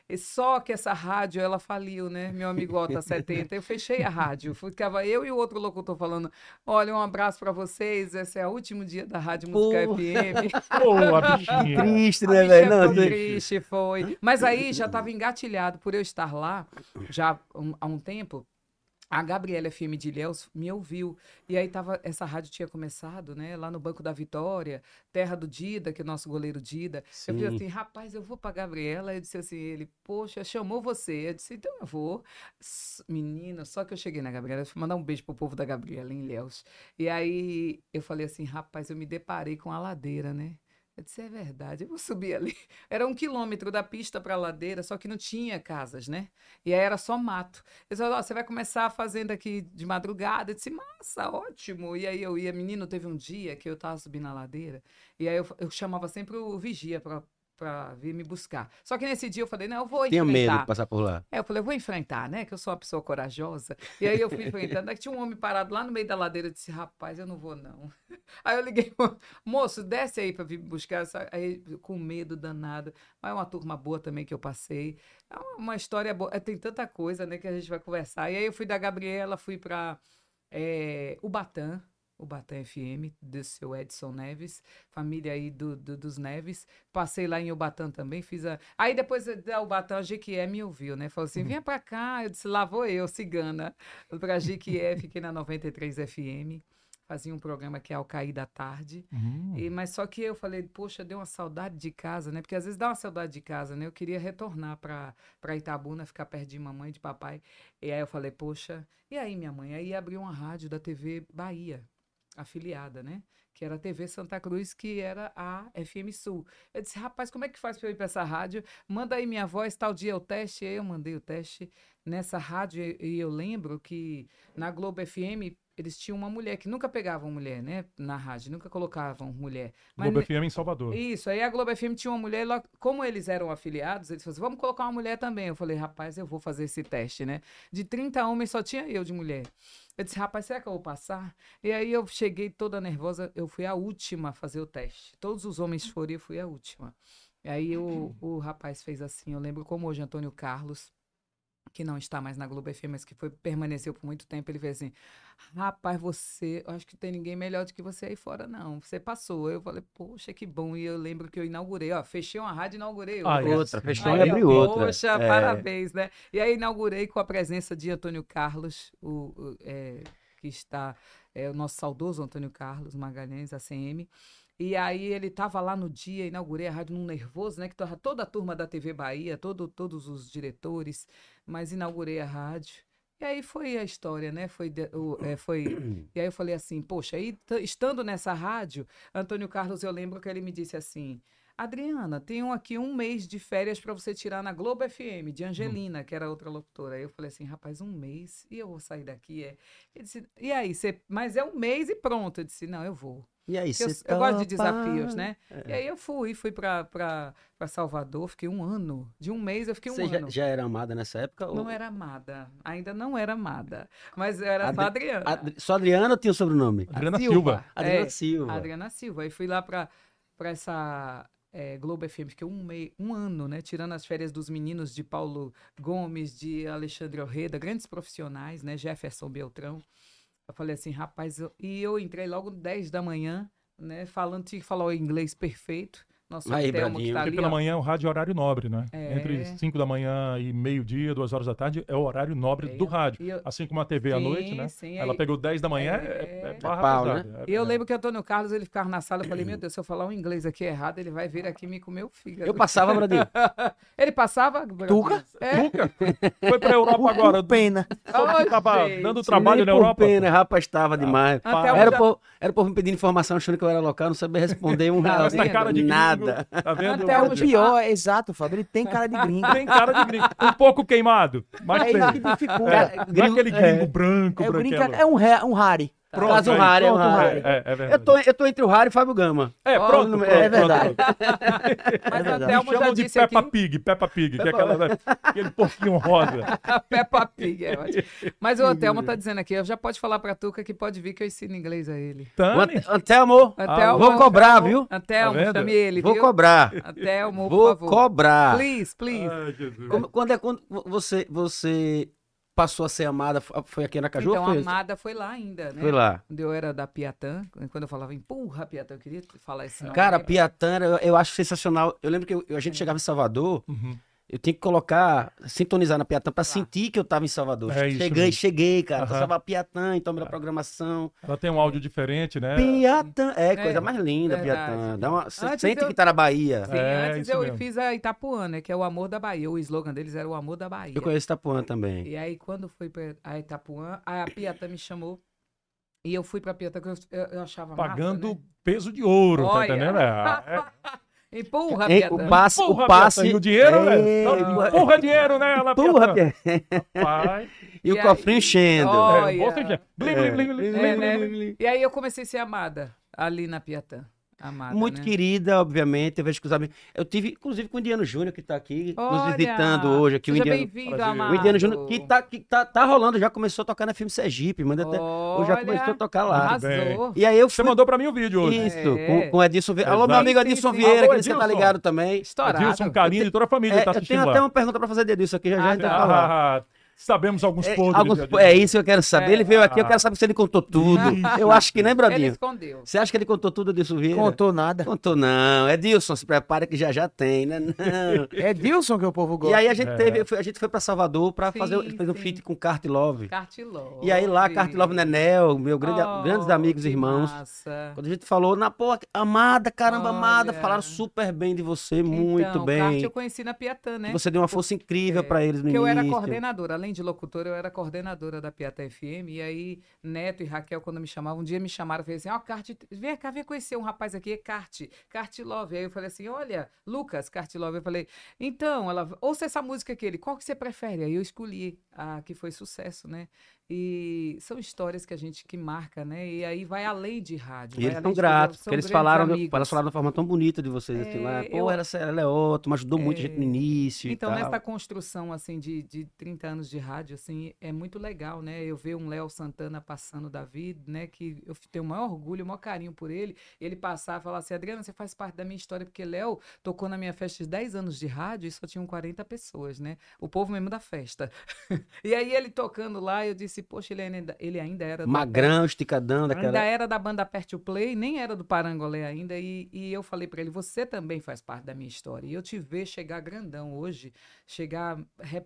Speaker 4: E só que essa rádio, ela faliu, né? Meu amigo Ota 70, eu fechei a rádio. Ficava eu e o outro locutor falando, olha, um abraço pra vocês, esse é o último dia da Rádio Música
Speaker 1: Pô.
Speaker 4: FM.
Speaker 3: Boa, bichinha.
Speaker 1: Triste,
Speaker 4: A
Speaker 1: né,
Speaker 4: bicha
Speaker 1: velho? Não,
Speaker 4: ficou
Speaker 1: você-
Speaker 4: é triste, foi. Mas aí já estava engatilhado por eu estar lá já há um- há um tempo. A Gabriela FM de Ilhéus me ouviu. E aí tava, essa rádio tinha começado, né? Lá no Banco da Vitória, terra do Dida, que é o nosso goleiro Dida. Eu falei
Speaker 1: Sim.
Speaker 4: assim, rapaz, eu vou pra Gabriela. Eu disse assim, ele, poxa, chamou você. Eu disse, então eu vou. S- Menina, só que eu cheguei na Gabriela, fui mandar um beijo pro povo da Gabriela em Ilhéus. E aí eu falei assim, rapaz, eu me deparei com a ladeira, né? Eu disse, é verdade, eu vou subir ali. Era um quilômetro da pista para a ladeira, só que não tinha casas, né? E aí era só mato. Eu disse, ó, você vai começar a fazenda aqui de madrugada. Eu disse, massa, ótimo. E aí eu ia, menino, teve um dia que eu tava subindo a ladeira, e aí eu, eu chamava sempre o vigia pra, pra vir me buscar. Só que nesse dia eu falei, não, eu vou
Speaker 1: Tenha medo
Speaker 4: enfrentar.
Speaker 1: de passar por lá.
Speaker 4: É, eu falei, eu vou enfrentar, né? Que eu sou uma pessoa corajosa. E aí eu fui enfrentando. Aí tinha um homem parado lá no meio da ladeira. Eu disse, rapaz, eu não vou, não. Aí eu liguei, pro- moço, desce aí pra vir me buscar. Só- Aí, com medo danado. Mas é uma turma boa também que eu passei. É uma- uma história boa. É, Tem tanta coisa, né? Que a gente vai conversar. E aí eu fui da Gabriela, fui pra é, Ubatã. Ubatã FM, do seu Edson Neves, família aí do, do- dos Neves. Passei lá em Ubatã também, fiz a. Aí depois da Ubatã, a Jequié me ouviu, né? Falou assim: vinha pra cá. Eu disse: lá vou eu, cigana, pra Jequié. Fiquei na 93 FM, fazia um programa que é Ao Cair da Tarde.
Speaker 3: Hum.
Speaker 4: E, mas só que eu falei, poxa, deu uma saudade de casa, né? Porque às vezes dá uma saudade de casa, né? Eu queria retornar pra pra Itabuna, ficar perto de mamãe e de papai. E aí eu falei, poxa, e aí minha mãe? Aí abriu uma rádio da TV Bahia, afiliada, né? Que era a TV Santa Cruz, que era a FM Sul. Eu disse, rapaz, como é que faz pra eu ir pra essa rádio? Manda aí minha voz, tal dia é o teste. E aí eu mandei o teste nessa rádio e- e eu lembro que na Globo FM eles tinham uma mulher que nunca pegavam mulher, né? Na rádio, nunca colocavam mulher. Mas
Speaker 3: Globo
Speaker 4: ne-
Speaker 3: FM em Salvador.
Speaker 4: isso, aí a Globo FM tinha uma mulher, lá- como eles eram afiliados, eles falaram assim, vamos colocar uma mulher também. Eu falei, rapaz, eu vou fazer esse teste, né? De 30 homens, só tinha eu de mulher. Eu disse, rapaz, será que eu vou passar? E aí eu cheguei toda nervosa, eu fui a última a fazer o teste. Todos os homens foram e eu fui a última. E aí o, o rapaz fez assim, eu lembro como hoje Antônio Carlos, que não está mais na Globo FM, mas que foi, permaneceu por muito tempo, ele fez assim, Rapaz, você, eu acho que tem ninguém melhor do que você aí fora, não. Você passou. Eu falei, poxa, que bom. E eu lembro que eu inaugurei, ó, fechei uma rádio e inaugurei outra.
Speaker 3: Ai, Olha
Speaker 1: Ah, Outra,
Speaker 3: assim.
Speaker 1: fechou
Speaker 4: Aí,
Speaker 1: e
Speaker 4: ó,
Speaker 1: abriu outra.
Speaker 4: Poxa,
Speaker 1: É.
Speaker 4: parabéns, né? E aí inaugurei com a presença de Antônio Carlos, o, o- é, que está, é, o nosso saudoso Antônio Carlos Magalhães, ACM. E aí ele estava lá no dia, inaugurei a rádio num nervoso, né? Que tava toda a turma da TV Bahia, todo, todos os diretores, mas inaugurei a rádio. E aí foi a história, né? Foi, de- o- é, foi... E aí eu falei assim, poxa, aí t- estando nessa rádio, Antônio Carlos, eu lembro que ele me disse assim, Adriana, tenho aqui um mês de férias para você tirar na Globo FM,
Speaker 1: Hum.
Speaker 4: de Angelina, que era outra locutora. Aí eu falei assim, rapaz, um mês? E eu vou sair daqui? É. Ele disse, e aí, você... mas é um mês e pronto. Eu disse, não, eu vou.
Speaker 1: E aí,
Speaker 4: Porque eu,
Speaker 1: você
Speaker 4: eu gosto de
Speaker 1: topa? É.
Speaker 4: desafios, né? E aí eu fui, fui pra, pra, pra Salvador, fiquei um ano. De um mês eu fiquei um
Speaker 1: Você já,
Speaker 4: ano.
Speaker 1: já era amada nessa época? ou-
Speaker 4: Não era amada, ainda não era amada. Mas eu era só
Speaker 1: Adri-
Speaker 4: Adriana.
Speaker 1: Adri- Só Adriana ou tinha o sobrenome?
Speaker 3: Adriana Silva.
Speaker 1: Adriana
Speaker 4: É,
Speaker 1: Silva.
Speaker 4: Adriana Silva. E fui lá pra, pra essa é, Globo FM, fiquei um, mei, um ano, né? Tirando as férias dos meninos de Paulo Gomes, de Alexandre Orreda, grandes profissionais, né? Jefferson Beltrão. Eu falei assim, rapaz, eu- e eu entrei logo 10 da manhã, né? Falando, tinha que falar o inglês perfeito. Nosso
Speaker 1: Aí,
Speaker 4: Telmo que
Speaker 1: Bradinho.
Speaker 4: tá
Speaker 1: Porque
Speaker 3: Porque
Speaker 4: ali,
Speaker 3: pela
Speaker 4: ó.
Speaker 3: manhã é o rádio é horário nobre, né?
Speaker 4: É.
Speaker 3: Entre 5 da manhã e meio-dia, 2 horas da tarde, é o horário nobre
Speaker 4: É,
Speaker 3: do rádio.
Speaker 4: e eu-
Speaker 3: Assim como a TV à
Speaker 4: Sim,
Speaker 3: noite, né?
Speaker 4: sim,
Speaker 3: Ela
Speaker 4: aí-
Speaker 3: pegou 10 da manhã,
Speaker 4: É.
Speaker 3: é, é barra
Speaker 1: Pau, né?
Speaker 3: pesada. É-
Speaker 4: E eu
Speaker 3: é.
Speaker 4: lembro que Antônio Carlos, ele ficava na sala, eu falei, meu Deus, se eu falar um inglês aqui errado, ele vai vir aqui e me comer o fígado.
Speaker 1: Eu passava, Bradinho.
Speaker 4: Ele passava...
Speaker 2: Tuca?
Speaker 4: É.
Speaker 3: Foi pra Europa agora.
Speaker 2: Pena.
Speaker 3: Só que
Speaker 4: Oh,
Speaker 3: tava
Speaker 4: gente.
Speaker 3: dando
Speaker 1: Nem
Speaker 3: trabalho na
Speaker 1: por
Speaker 3: Europa.
Speaker 1: Pena, rapaz, tava demais.
Speaker 4: Até
Speaker 1: Era
Speaker 4: o
Speaker 1: o, povo, era o povo me pedindo informação, achando que eu era local, não sabia responder um real.
Speaker 3: Essa Tá cara de gringo,
Speaker 1: nada.
Speaker 3: Tá vendo?
Speaker 4: Até
Speaker 2: É o
Speaker 4: hoje.
Speaker 2: pior, é exato, Fábio. Ele tem cara de gringo.
Speaker 3: Tem cara de gringo. Um pouco queimado, mas
Speaker 2: É
Speaker 3: tem.
Speaker 2: isso que dificulta.
Speaker 1: Cara,
Speaker 3: Não é aquele gringo
Speaker 1: é.
Speaker 3: branco,
Speaker 2: É, o gringo
Speaker 3: branquelo.
Speaker 2: é um, ré- um Harry.
Speaker 3: Pronto,
Speaker 1: Caso
Speaker 3: aí,
Speaker 1: raro, é um
Speaker 3: pronto,
Speaker 1: raro.
Speaker 3: É, é verdade.
Speaker 1: Eu tô, eu tô entre o Raro e o Fábio Gama.
Speaker 3: É,
Speaker 4: Ó,
Speaker 3: pronto, pronto,
Speaker 2: É
Speaker 3: pronto,
Speaker 2: verdade.
Speaker 3: pronto.
Speaker 4: Mas a
Speaker 2: verdade.
Speaker 4: Thelma já
Speaker 3: Chamam de
Speaker 4: disse
Speaker 3: Peppa
Speaker 4: aqui...
Speaker 3: Pig, Peppa Pig, que é aquela, aquele porquinho rosa.
Speaker 4: A Peppa Pig, é ótimo. Mas o Antelmo tá dizendo aqui, eu já pode falar pra Tuca que pode vir que eu ensino inglês a ele.
Speaker 3: Tane,
Speaker 1: Ant- Antelmo,
Speaker 4: Antelmo,
Speaker 1: Ah, vou cobrar, viu?
Speaker 4: Antelmo,
Speaker 3: Tá vendo?
Speaker 4: chame ele,
Speaker 1: Vou
Speaker 4: viu?
Speaker 1: cobrar.
Speaker 4: Antelmo, por
Speaker 1: Vou
Speaker 4: favor.
Speaker 1: cobrar. Ah,
Speaker 4: Please, please.
Speaker 3: Ai, Jesus.
Speaker 1: Como- quando é quando vo- você, você passou a ser amada? f- Foi aqui na Caju
Speaker 4: então,
Speaker 1: ou
Speaker 4: a
Speaker 1: foi?
Speaker 4: Amada foi lá ainda, né?
Speaker 1: Foi lá.
Speaker 4: Quando eu era da Piatã, quando eu falava empurra Piatã, eu queria falar esse nome.
Speaker 1: Cara,
Speaker 4: né? É.
Speaker 1: Piatã, eu, eu acho sensacional. Eu lembro que eu- eu- a gente chegava em Salvador,
Speaker 3: Uhum.
Speaker 1: Eu tinha que colocar, sintonizar na Piatã
Speaker 4: Tá.
Speaker 1: pra sentir que eu tava em Salvador.
Speaker 3: É isso
Speaker 1: cheguei,
Speaker 3: mesmo.
Speaker 1: cheguei, cara.
Speaker 3: Aham. É.
Speaker 1: Passava a Piatã, então era programação.
Speaker 3: Ela tem um áudio diferente, né?
Speaker 1: Piatã. É, coisa
Speaker 4: É,
Speaker 1: mais linda,
Speaker 4: verdade.
Speaker 1: Piatã. Dá uma, cê
Speaker 4: Antes
Speaker 1: sente
Speaker 4: eu-
Speaker 1: que tá na Bahia.
Speaker 4: Sim,
Speaker 3: É,
Speaker 4: antes
Speaker 3: isso
Speaker 4: eu
Speaker 3: mesmo.
Speaker 4: fiz a Itapuana, que é o amor da Bahia. O slogan deles era o amor da Bahia.
Speaker 1: Eu conheço Itapuã também.
Speaker 4: E aí, quando fui pra a Itapuã, a Piatã me chamou. E eu fui pra Piatã, que eu, eu- eu achava massa,
Speaker 3: Pagando
Speaker 4: né?
Speaker 3: peso de ouro,
Speaker 4: Olha.
Speaker 3: tá entendendo? É, é-
Speaker 4: Empurra,
Speaker 1: Hein,
Speaker 4: Piatã.
Speaker 1: É, o passe,
Speaker 3: Porra,
Speaker 1: o passe.
Speaker 3: Piatã, E o dinheiro,
Speaker 1: É,
Speaker 3: velho? Não,
Speaker 1: empurra-
Speaker 3: Porra, dinheiro, né? Ela
Speaker 1: Porra,
Speaker 3: Piatã.
Speaker 1: Piatã.
Speaker 3: Pai.
Speaker 1: E
Speaker 4: E
Speaker 1: o
Speaker 4: aí-
Speaker 1: cofrinho enchendo.
Speaker 4: Ó,
Speaker 3: É,
Speaker 4: Olha.
Speaker 3: bolsa de dinheiro. Blim, blim, blim, blim,
Speaker 4: É,
Speaker 3: blim,
Speaker 4: né?
Speaker 3: blim, blim.
Speaker 4: E aí eu comecei a ser amada ali na Piatã. Amada,
Speaker 1: Muito
Speaker 4: né?
Speaker 1: querida, obviamente. Eu vejo que os amigos. Eu tive, inclusive, com o Indiano Júnior, que tá aqui nos
Speaker 4: Olha,
Speaker 1: visitando hoje aqui. O
Speaker 4: Seja
Speaker 1: Indiano,
Speaker 4: bem-vindo,
Speaker 3: Prazer. O
Speaker 4: amado.
Speaker 1: o Indiano Júnior, que, tá, que tá, tá rolando, já começou a tocar na Filme Sergipe. Manda até, ou né? já começou a
Speaker 4: Olha,
Speaker 1: tocar lá.
Speaker 3: Muito bem.
Speaker 4: Arrasou.
Speaker 1: E aí eu
Speaker 3: Você
Speaker 1: fui.
Speaker 3: mandou pra mim o vídeo hoje.
Speaker 1: Isso,
Speaker 4: É.
Speaker 1: com, com o Edilson Vieira. Alô,
Speaker 3: Exato.
Speaker 1: meu amigo
Speaker 4: Sim, sim,
Speaker 1: Edilson
Speaker 4: sim.
Speaker 1: Vieira,
Speaker 3: Alô,
Speaker 1: que você tá
Speaker 3: Edilson.
Speaker 1: ligado também.
Speaker 4: Estourado.
Speaker 3: Dilson, carinho de toda a família
Speaker 1: É,
Speaker 3: tá
Speaker 1: eu
Speaker 3: assistindo
Speaker 1: tenho
Speaker 3: lá.
Speaker 1: até uma pergunta pra fazer Edilson aqui, já, já a gente vai falar.
Speaker 3: Ah, sabemos alguns
Speaker 1: É,
Speaker 3: podres.
Speaker 1: alguns-
Speaker 3: de- de-
Speaker 1: é isso que eu quero saber.
Speaker 4: É.
Speaker 1: Ele veio aqui, eu quero saber se ele contou tudo. eu acho que, né,
Speaker 4: Ele
Speaker 1: Bradinho?
Speaker 4: escondeu.
Speaker 1: Você acha que ele contou tudo, Edilson
Speaker 3: É.
Speaker 1: Vieira?
Speaker 2: Contou nada.
Speaker 1: Contou não. Edilson, se prepara que já já tem, né? Não.
Speaker 2: É Dilson que o povo
Speaker 1: e
Speaker 2: gosta.
Speaker 1: aí a gente
Speaker 3: É.
Speaker 1: teve, foi- a gente foi pra Salvador pra
Speaker 4: Sim,
Speaker 1: fazer, ele fez um
Speaker 4: sim.
Speaker 1: feat com Cart Love.
Speaker 4: Cartilove.
Speaker 1: E aí lá, Cart Love Nenel, meu grande,
Speaker 4: Oh,
Speaker 1: grandes amigos e
Speaker 4: que
Speaker 1: irmãos.
Speaker 4: Massa.
Speaker 1: Quando a gente falou, na pô, amada, caramba, amada,
Speaker 4: Olha.
Speaker 1: falaram super bem de você, muito
Speaker 4: Então,
Speaker 1: bem.
Speaker 4: Carte eu conheci na Piatã, né? é,
Speaker 1: Que Você deu uma força incrível pra eles no
Speaker 4: Porque eu
Speaker 1: início.
Speaker 4: era coordenadora, além de locutora, eu era coordenadora da Piatã FM. E aí, Neto e Raquel, quando me chamavam, um dia me chamaram e falaram assim: Ó, Carte, vem cá, vem conhecer um rapaz aqui, é Carte, Carte Love. Aí eu falei assim: Olha, Lucas, Carte Love. Eu falei: Então, ela, ouça essa música aqui, ele, qual que você prefere? Aí eu escolhi a que foi sucesso, né? E são histórias que a gente que marca, né? E aí vai além de
Speaker 1: E
Speaker 4: rádio. vai
Speaker 1: eles
Speaker 4: além
Speaker 1: estão
Speaker 4: de-
Speaker 1: gratos,
Speaker 4: né, são
Speaker 1: porque eles
Speaker 4: grandes
Speaker 1: falaram, de-
Speaker 4: amigos.
Speaker 1: elas falaram de uma forma tão bonita de vocês, assim,
Speaker 4: É,
Speaker 1: lá, pô,
Speaker 4: eu-
Speaker 1: era sério, ela é ótima, ajudou muito a gente no
Speaker 4: É,
Speaker 1: início
Speaker 4: Então,
Speaker 1: e tal.
Speaker 4: nessa construção, assim, de, de 30 anos de rádio, assim, é muito legal, né? Eu ver um Léo Santana passando da vida, né? Que eu f- tenho o maior orgulho, o maior carinho por ele. Ele passar e falar assim, Adriana, você faz parte da minha história, porque Léo tocou na minha festa de 10 anos de rádio e só tinham 40 pessoas, né? O povo mesmo da festa. e aí, ele tocando lá, eu disse, poxa, ele ainda, ele ainda era... do-
Speaker 1: Magrão, esticadão, daquela...
Speaker 4: Ainda era da banda Aperte o Play, nem era do Parangolé ainda, e, e eu falei pra ele, você também faz parte da minha história, e eu te ver chegar grandão hoje, chegar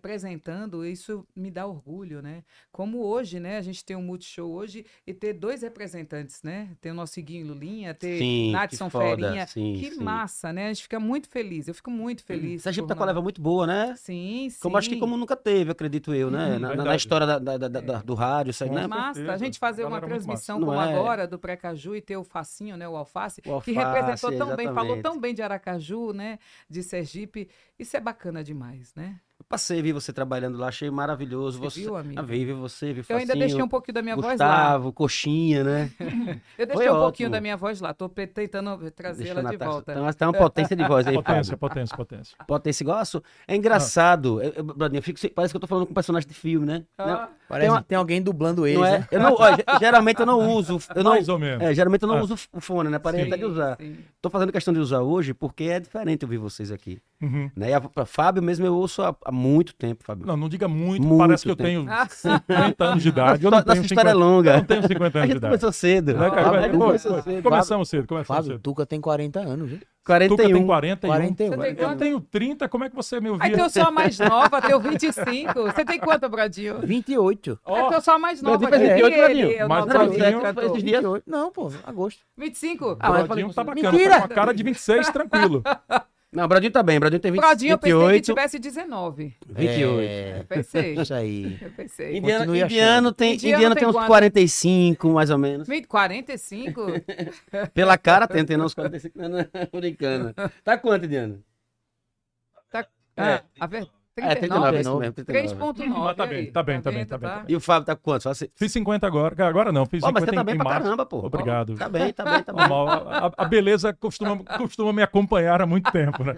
Speaker 4: representando, isso me dá orgulho, né? Como hoje, né, a gente tem um Multishow hoje, e ter dois representantes, né? Ter o nosso Iguinho Lulinha, ter
Speaker 1: Sim,
Speaker 4: Nath
Speaker 1: que
Speaker 4: São
Speaker 1: foda,
Speaker 4: Ferinha,
Speaker 1: sim,
Speaker 4: que
Speaker 1: sim.
Speaker 4: massa, né? A gente fica muito feliz, eu fico muito feliz.
Speaker 1: Essa gente
Speaker 4: por
Speaker 1: tá com uma
Speaker 4: nós.
Speaker 1: leva muito boa, né?
Speaker 4: Sim, sim. Uhum.
Speaker 1: Como acho que como nunca teve, acredito eu, né? Na- na- na,
Speaker 3: verdade.
Speaker 1: história da- da- da-
Speaker 4: É.
Speaker 1: da- do rádio, isso aí, né?
Speaker 3: Com
Speaker 4: Massa, a
Speaker 3: certeza.
Speaker 4: gente fazer uma
Speaker 3: Galera, muito
Speaker 4: transmissão
Speaker 1: massa.
Speaker 4: como
Speaker 1: Não é?
Speaker 4: agora do Precaju e ter o facinho, né, o alface,
Speaker 1: O
Speaker 4: que representou
Speaker 1: alface,
Speaker 4: tão bem, falou
Speaker 1: exatamente.
Speaker 4: tão bem de Aracaju, né, de Sergipe, isso é bacana demais, né?
Speaker 1: Eu passei, vi você trabalhando lá, achei maravilhoso. Você,
Speaker 4: Você viu, amigo?
Speaker 1: Ah, vi, vi você, vi
Speaker 4: Eu ainda deixei um
Speaker 1: Facinho,
Speaker 4: pouquinho da minha voz lá.
Speaker 1: Gustavo, Coxinha, né?
Speaker 4: Eu deixei
Speaker 1: Foi
Speaker 4: um pouquinho
Speaker 1: ótimo.
Speaker 4: da minha voz lá, tô pe- tentando
Speaker 1: Deixando
Speaker 4: trazê-la
Speaker 1: a
Speaker 4: de
Speaker 1: taça.
Speaker 4: volta.
Speaker 1: Então, ela tá uma potência de voz aí, Fábio.
Speaker 3: Potência, Ah. potência, potência.
Speaker 1: Potência igual a sua. É engraçado. Eu, eu, Bradinho, eu fico sem- parece que eu tô falando com um personagem de filme, né?
Speaker 4: Ah,
Speaker 2: Parece
Speaker 1: Tem uma-
Speaker 2: que tem alguém dublando
Speaker 1: Não,
Speaker 2: eles,
Speaker 1: não é?
Speaker 2: né?
Speaker 1: Eu não, ó, ge- geralmente eu não uso. Eu não,
Speaker 3: Mais ou menos.
Speaker 1: é, geralmente eu não
Speaker 3: Ah.
Speaker 1: uso o fone, né? Parei
Speaker 3: Sim.
Speaker 1: até de usar.
Speaker 4: sim.
Speaker 1: Tô fazendo questão de usar hoje porque é diferente ouvir vocês aqui.
Speaker 3: Uhum.
Speaker 1: Né? E a, pra Fábio mesmo eu ouço há, há muito tempo, Fábio.
Speaker 3: Não, não diga muito,
Speaker 1: Muito
Speaker 3: parece que eu
Speaker 1: tempo.
Speaker 3: tenho
Speaker 4: Ah,
Speaker 3: 50 anos de idade. Eu não
Speaker 1: nossa
Speaker 3: tenho
Speaker 1: história
Speaker 3: 50,
Speaker 1: é longa.
Speaker 3: eu não tenho 50
Speaker 1: A
Speaker 3: anos de
Speaker 1: gente
Speaker 3: idade.
Speaker 1: começou cedo.
Speaker 3: Né, cara?
Speaker 1: Fábio
Speaker 4: Mas-
Speaker 1: começou
Speaker 4: mas-
Speaker 1: cedo.
Speaker 3: Começamos cedo, começamos
Speaker 2: Fábio,
Speaker 3: cedo.
Speaker 2: Tuca tem 40 anos, viu?
Speaker 3: Tuca tem
Speaker 1: 41.
Speaker 3: 41.
Speaker 2: 41.
Speaker 4: Você tem
Speaker 3: Eu
Speaker 4: quanto?
Speaker 3: tenho 30, como é que você me
Speaker 4: Aí
Speaker 3: ouvia?
Speaker 4: eu sou a mais nova, tenho 25. Você tem quanto, Bradinho?
Speaker 2: 28.
Speaker 3: Ó,
Speaker 4: É que eu sou a mais nova.
Speaker 1: Bradinho fez
Speaker 4: aqui,
Speaker 1: 28,
Speaker 4: ele,
Speaker 1: Bradinho.
Speaker 4: é o
Speaker 3: Mas
Speaker 4: nosso
Speaker 3: Bradinho
Speaker 4: líder
Speaker 1: fez
Speaker 4: cantor.
Speaker 1: esses dias.
Speaker 2: 28. Não, pô, agosto.
Speaker 4: 25?
Speaker 1: Ah,
Speaker 3: o
Speaker 1: mas
Speaker 3: Bradinho tá
Speaker 1: falei-
Speaker 3: bacana,
Speaker 2: Mentira!
Speaker 3: tá com a cara de 26, tranquilo.
Speaker 1: Não, o Bradinho tá bem. O Bradinho tem 20,
Speaker 4: Bradinho, eu pensei que
Speaker 1: 28.
Speaker 4: tivesse 19.
Speaker 1: 28.
Speaker 2: É,
Speaker 4: Eu pensei.
Speaker 2: isso aí.
Speaker 4: Eu pensei.
Speaker 1: Indiana-
Speaker 2: Continue achando.
Speaker 1: indiano tem,
Speaker 4: Indiano
Speaker 1: indiano
Speaker 4: tem
Speaker 1: tem uns
Speaker 4: quanto?
Speaker 1: 45, mais ou menos.
Speaker 4: Me- 45?
Speaker 1: É. Pela cara tem, tem não, uns 45, não, não, brincando. Tá quanto, Indiano?
Speaker 4: Ah, a ver...
Speaker 1: É, 39, é
Speaker 4: 39?
Speaker 1: isso mesmo, 39.
Speaker 4: 3.9.
Speaker 3: Mas tá bem, tá bem, tá bem, tá bem, tá
Speaker 1: E o Fábio tá com quanto? Fala assim.
Speaker 3: Fiz 50 agora. Cara, Agora não, fiz
Speaker 1: Ó,
Speaker 3: 50
Speaker 1: mas você tá
Speaker 3: em-
Speaker 1: bem
Speaker 3: em
Speaker 1: pra
Speaker 3: março.
Speaker 1: caramba, pô.
Speaker 3: Obrigado.
Speaker 1: Tá bem, tá bem, tá bem.
Speaker 3: Normal, a, a beleza costuma, costuma me acompanhar há muito tempo, né?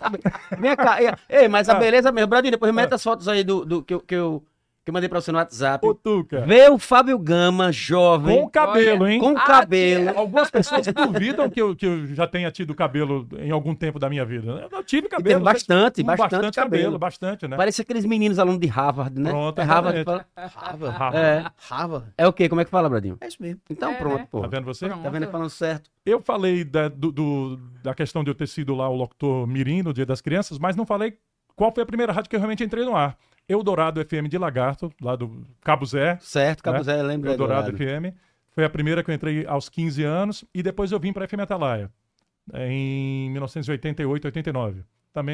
Speaker 1: Vem cá. e- Ei, mas a
Speaker 3: Ah.
Speaker 1: beleza mesmo. Bradinho, depois mete as fotos aí do, do que, eu, que, eu, que eu mandei pra você no WhatsApp.
Speaker 3: Ô, Tuca,
Speaker 1: Vê o Fábio Gama, jovem,
Speaker 3: com cabelo, hein?
Speaker 1: com
Speaker 4: Ah,
Speaker 1: cabelo.
Speaker 3: Algumas pessoas duvidam que eu, que eu já tenha tido cabelo em algum tempo da minha vida. né? Eu tive
Speaker 1: E teve
Speaker 3: cabelo.
Speaker 1: bastante,
Speaker 3: um
Speaker 1: bastante, cabelo.
Speaker 3: Bastante, né?
Speaker 1: Parece aqueles meninos alunos de Harvard, né?
Speaker 3: Pronto,
Speaker 1: é Harvard. que
Speaker 3: exatamente.
Speaker 1: fala-
Speaker 2: Rava.
Speaker 3: Rafa,
Speaker 1: É,
Speaker 2: Rava.
Speaker 1: é o quê? Como é que fala, Bradinho?
Speaker 2: É isso mesmo.
Speaker 1: Então
Speaker 4: É,
Speaker 1: pronto,
Speaker 4: né?
Speaker 1: pô.
Speaker 3: Tá vendo você?
Speaker 4: Pronto.
Speaker 1: Tá vendo? Ele Falando certo.
Speaker 3: Eu falei da- do, do- da questão de eu ter sido lá o locutor Mirim no Dia das Crianças, mas não falei Qual foi a primeira rádio que eu realmente entrei no ar? Eldorado FM de Lagarto, lá do Cabo Zé,
Speaker 1: Certo, Cabo
Speaker 3: Né?
Speaker 1: Zé, lembra
Speaker 3: Eldorado
Speaker 1: Eldorado.
Speaker 3: FM. Foi a primeira que eu entrei aos 15 anos e depois eu vim para FM Atalaia é, em 1988, 89. Também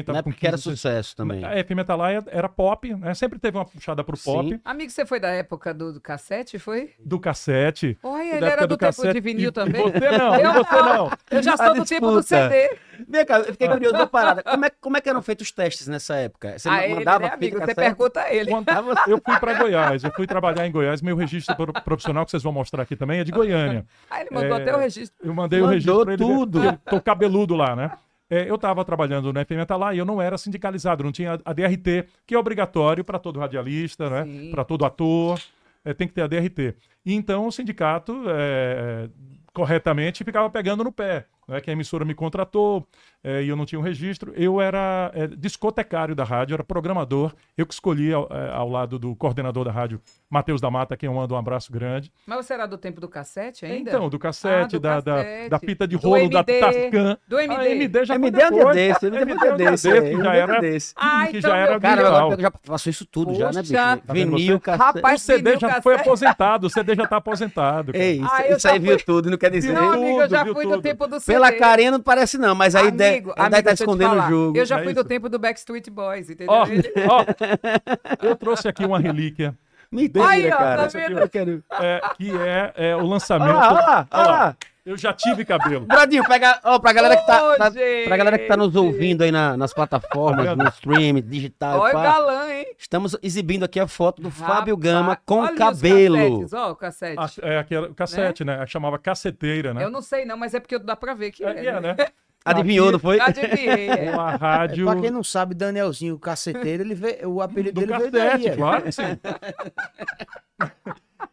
Speaker 1: Na
Speaker 3: estava tá com
Speaker 1: época que era
Speaker 3: 15,
Speaker 1: sucesso também.
Speaker 3: A FM Atalaia era pop, né? Sempre teve uma puxada pro pop.
Speaker 1: Sim.
Speaker 4: Amigo, você foi da época do, do cassete, foi?
Speaker 3: Do cassete.
Speaker 4: Olha,
Speaker 3: da
Speaker 4: ele
Speaker 3: época
Speaker 4: era do, tempo de
Speaker 3: cassete.
Speaker 4: vinil
Speaker 3: E-
Speaker 4: também.
Speaker 3: E você não,
Speaker 4: Eu
Speaker 3: e você
Speaker 4: não.
Speaker 3: não.
Speaker 4: Eu já
Speaker 1: A
Speaker 4: sou do tempo do
Speaker 1: disputa.
Speaker 4: CD.
Speaker 1: Vem cá, eu
Speaker 3: Ah.
Speaker 1: fiquei curioso da parada. Como é, como é que eram feitos os testes nessa época? Você
Speaker 4: Ah, ele,
Speaker 1: mandava
Speaker 4: né, amigo?
Speaker 1: fita
Speaker 4: Você
Speaker 1: cassete?
Speaker 4: pergunta a ele.
Speaker 3: Quando eu fui para Goiás, eu fui trabalhar em Goiás. Meu registro pro- profissional que vocês vão mostrar aqui também é de Goiânia.
Speaker 4: Ah, ele mandou
Speaker 3: É,
Speaker 4: até o registro.
Speaker 3: Eu mandei o
Speaker 1: Mandou
Speaker 3: registro pra ele. ver,
Speaker 1: tudo.
Speaker 3: porque eu Tô cabeludo lá, né? É, eu estava trabalhando no FM Atalá e eu não era sindicalizado, não tinha a DRT, que é obrigatório para todo radialista, né?
Speaker 4: Sim.
Speaker 3: Para todo ator, é, tem que ter a DRT. E então o sindicato, é, corretamente, ficava pegando no pé. Né, que a emissora me contratou é, e eu não tinha um registro. Eu era é, discotecário da rádio, era programador. Eu que escolhi ao, é, ao lado do coordenador da rádio, Matheus da Mata, a quem eu mando um abraço grande.
Speaker 4: Mas você era do tempo do cassete ainda?
Speaker 3: Então, do cassete,
Speaker 4: Ah, do
Speaker 3: da, da-
Speaker 4: cassete.
Speaker 3: Da, fita de
Speaker 4: Do
Speaker 3: rolo, da
Speaker 4: MD,
Speaker 3: Tascam.
Speaker 4: do MD.
Speaker 3: A MD já
Speaker 1: me
Speaker 3: foi
Speaker 1: deu um dia
Speaker 3: depois.
Speaker 1: desse, me deu um dia desse. é, me deu um
Speaker 3: já
Speaker 1: dia
Speaker 3: era...
Speaker 1: desse.
Speaker 4: Ah,
Speaker 3: que
Speaker 4: então
Speaker 3: já era
Speaker 4: meu
Speaker 1: Cara,
Speaker 3: digital.
Speaker 1: agora eu já passou isso tudo já, né, bicho?
Speaker 4: Poxa,
Speaker 3: tá vendo
Speaker 1: Vinil,
Speaker 3: você?
Speaker 1: cassete.
Speaker 4: Rapaz,
Speaker 3: O CD
Speaker 4: vinil,
Speaker 3: já foi
Speaker 4: cassete.
Speaker 3: aposentado, o CD já tá aposentado. cara.
Speaker 1: Ei, É isso,
Speaker 4: Ah, eu
Speaker 1: isso aí
Speaker 4: já
Speaker 1: viu
Speaker 4: fui-
Speaker 1: tudo, não quer dizer.
Speaker 4: Não, amigo, eu
Speaker 3: tudo,
Speaker 4: já
Speaker 3: viu
Speaker 4: fui
Speaker 3: tudo.
Speaker 4: do tempo do CD.
Speaker 1: Pela carinha não parece, não, mas aí deve
Speaker 4: Amigo,
Speaker 1: estar
Speaker 4: amigo, deixa eu te
Speaker 1: tá escondendo o
Speaker 4: falar.
Speaker 1: jogo.
Speaker 4: Eu
Speaker 3: É
Speaker 4: já fui
Speaker 3: isso.
Speaker 4: do tempo do Backstreet Boys, entendeu?
Speaker 3: Ó,
Speaker 4: Ele- é
Speaker 3: ó, eu trouxe aqui uma relíquia,
Speaker 1: Mentira,
Speaker 4: Aí, ó, tá
Speaker 1: cara.
Speaker 4: vendo? Ah,
Speaker 1: Eu quero-
Speaker 3: é, que é, é o
Speaker 1: Olha
Speaker 3: lançamento...
Speaker 1: lá, Ah, olha lá, olha
Speaker 3: Olha lá,
Speaker 1: lá.
Speaker 3: Eu já tive cabelo.
Speaker 1: Bradinho, pega, ó, pra galera que tá,
Speaker 4: Ô,
Speaker 1: tá- pra galera que tá nos
Speaker 4: gente.
Speaker 1: ouvindo aí na- nas
Speaker 3: Tá
Speaker 1: plataformas,
Speaker 3: vendo?
Speaker 1: no stream, digital,
Speaker 4: Olha o
Speaker 1: pá,
Speaker 4: é galã, hein?
Speaker 1: estamos exibindo aqui a foto do Fábio
Speaker 4: Rapaz,
Speaker 1: Gama com
Speaker 4: olha os
Speaker 1: cabelo.
Speaker 4: cassetes, Ó, o cassete.
Speaker 3: A- é, aqui era o cassete, né? Chamava casseteira, né?
Speaker 4: Eu não sei, não, mas é porque dá pra ver que
Speaker 3: É,
Speaker 4: é.
Speaker 3: é,
Speaker 4: né?
Speaker 3: né?
Speaker 1: Adivinhou, não foi?
Speaker 4: Adivinhei. é.
Speaker 3: Uma rádio...
Speaker 2: Pra quem não sabe, Danielzinho, o caceteiro, ele veio, o apelido
Speaker 3: do
Speaker 2: dele veio daí.
Speaker 3: cassete,
Speaker 2: é.
Speaker 3: claro que sim.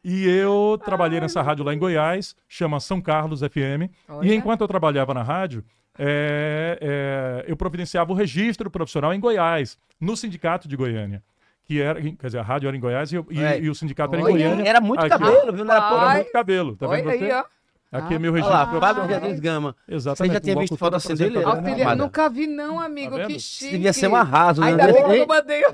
Speaker 3: E eu trabalhei nessa rádio lá em Goiás, chama São Carlos FM.
Speaker 4: Olha.
Speaker 3: E enquanto eu trabalhava na rádio, é, é, eu providenciava o registro profissional em Goiás, no sindicato de Goiânia. Que era, quer dizer, a rádio era em Goiás e, eu- e-
Speaker 1: É.
Speaker 3: e o sindicato era em
Speaker 4: Olha.
Speaker 3: Goiânia.
Speaker 1: Era muito
Speaker 3: Aqui, ó.
Speaker 1: cabelo, viu? Não era porra.
Speaker 3: Era
Speaker 4: Ai.
Speaker 3: muito cabelo, tá vendo
Speaker 4: Olha
Speaker 3: você?
Speaker 4: aí, ó.
Speaker 3: Aqui é meu
Speaker 1: Ah. Olha
Speaker 3: registro
Speaker 1: lá, Fábio
Speaker 3: profissional.
Speaker 1: Jesus Gama.
Speaker 3: Exatamente.
Speaker 1: Você já tinha
Speaker 3: um
Speaker 1: visto
Speaker 3: locutor
Speaker 1: foto assim dele?
Speaker 3: apresentador,
Speaker 1: Auxiliar
Speaker 3: né,
Speaker 4: Auxilia-
Speaker 1: Amada?
Speaker 3: Amada?
Speaker 4: nunca vi, não, amigo.
Speaker 3: Tá vendo?
Speaker 4: que
Speaker 1: Isso
Speaker 4: chique.
Speaker 1: devia ser um arraso, né?
Speaker 4: Ainda bem que eu mandei.
Speaker 3: É?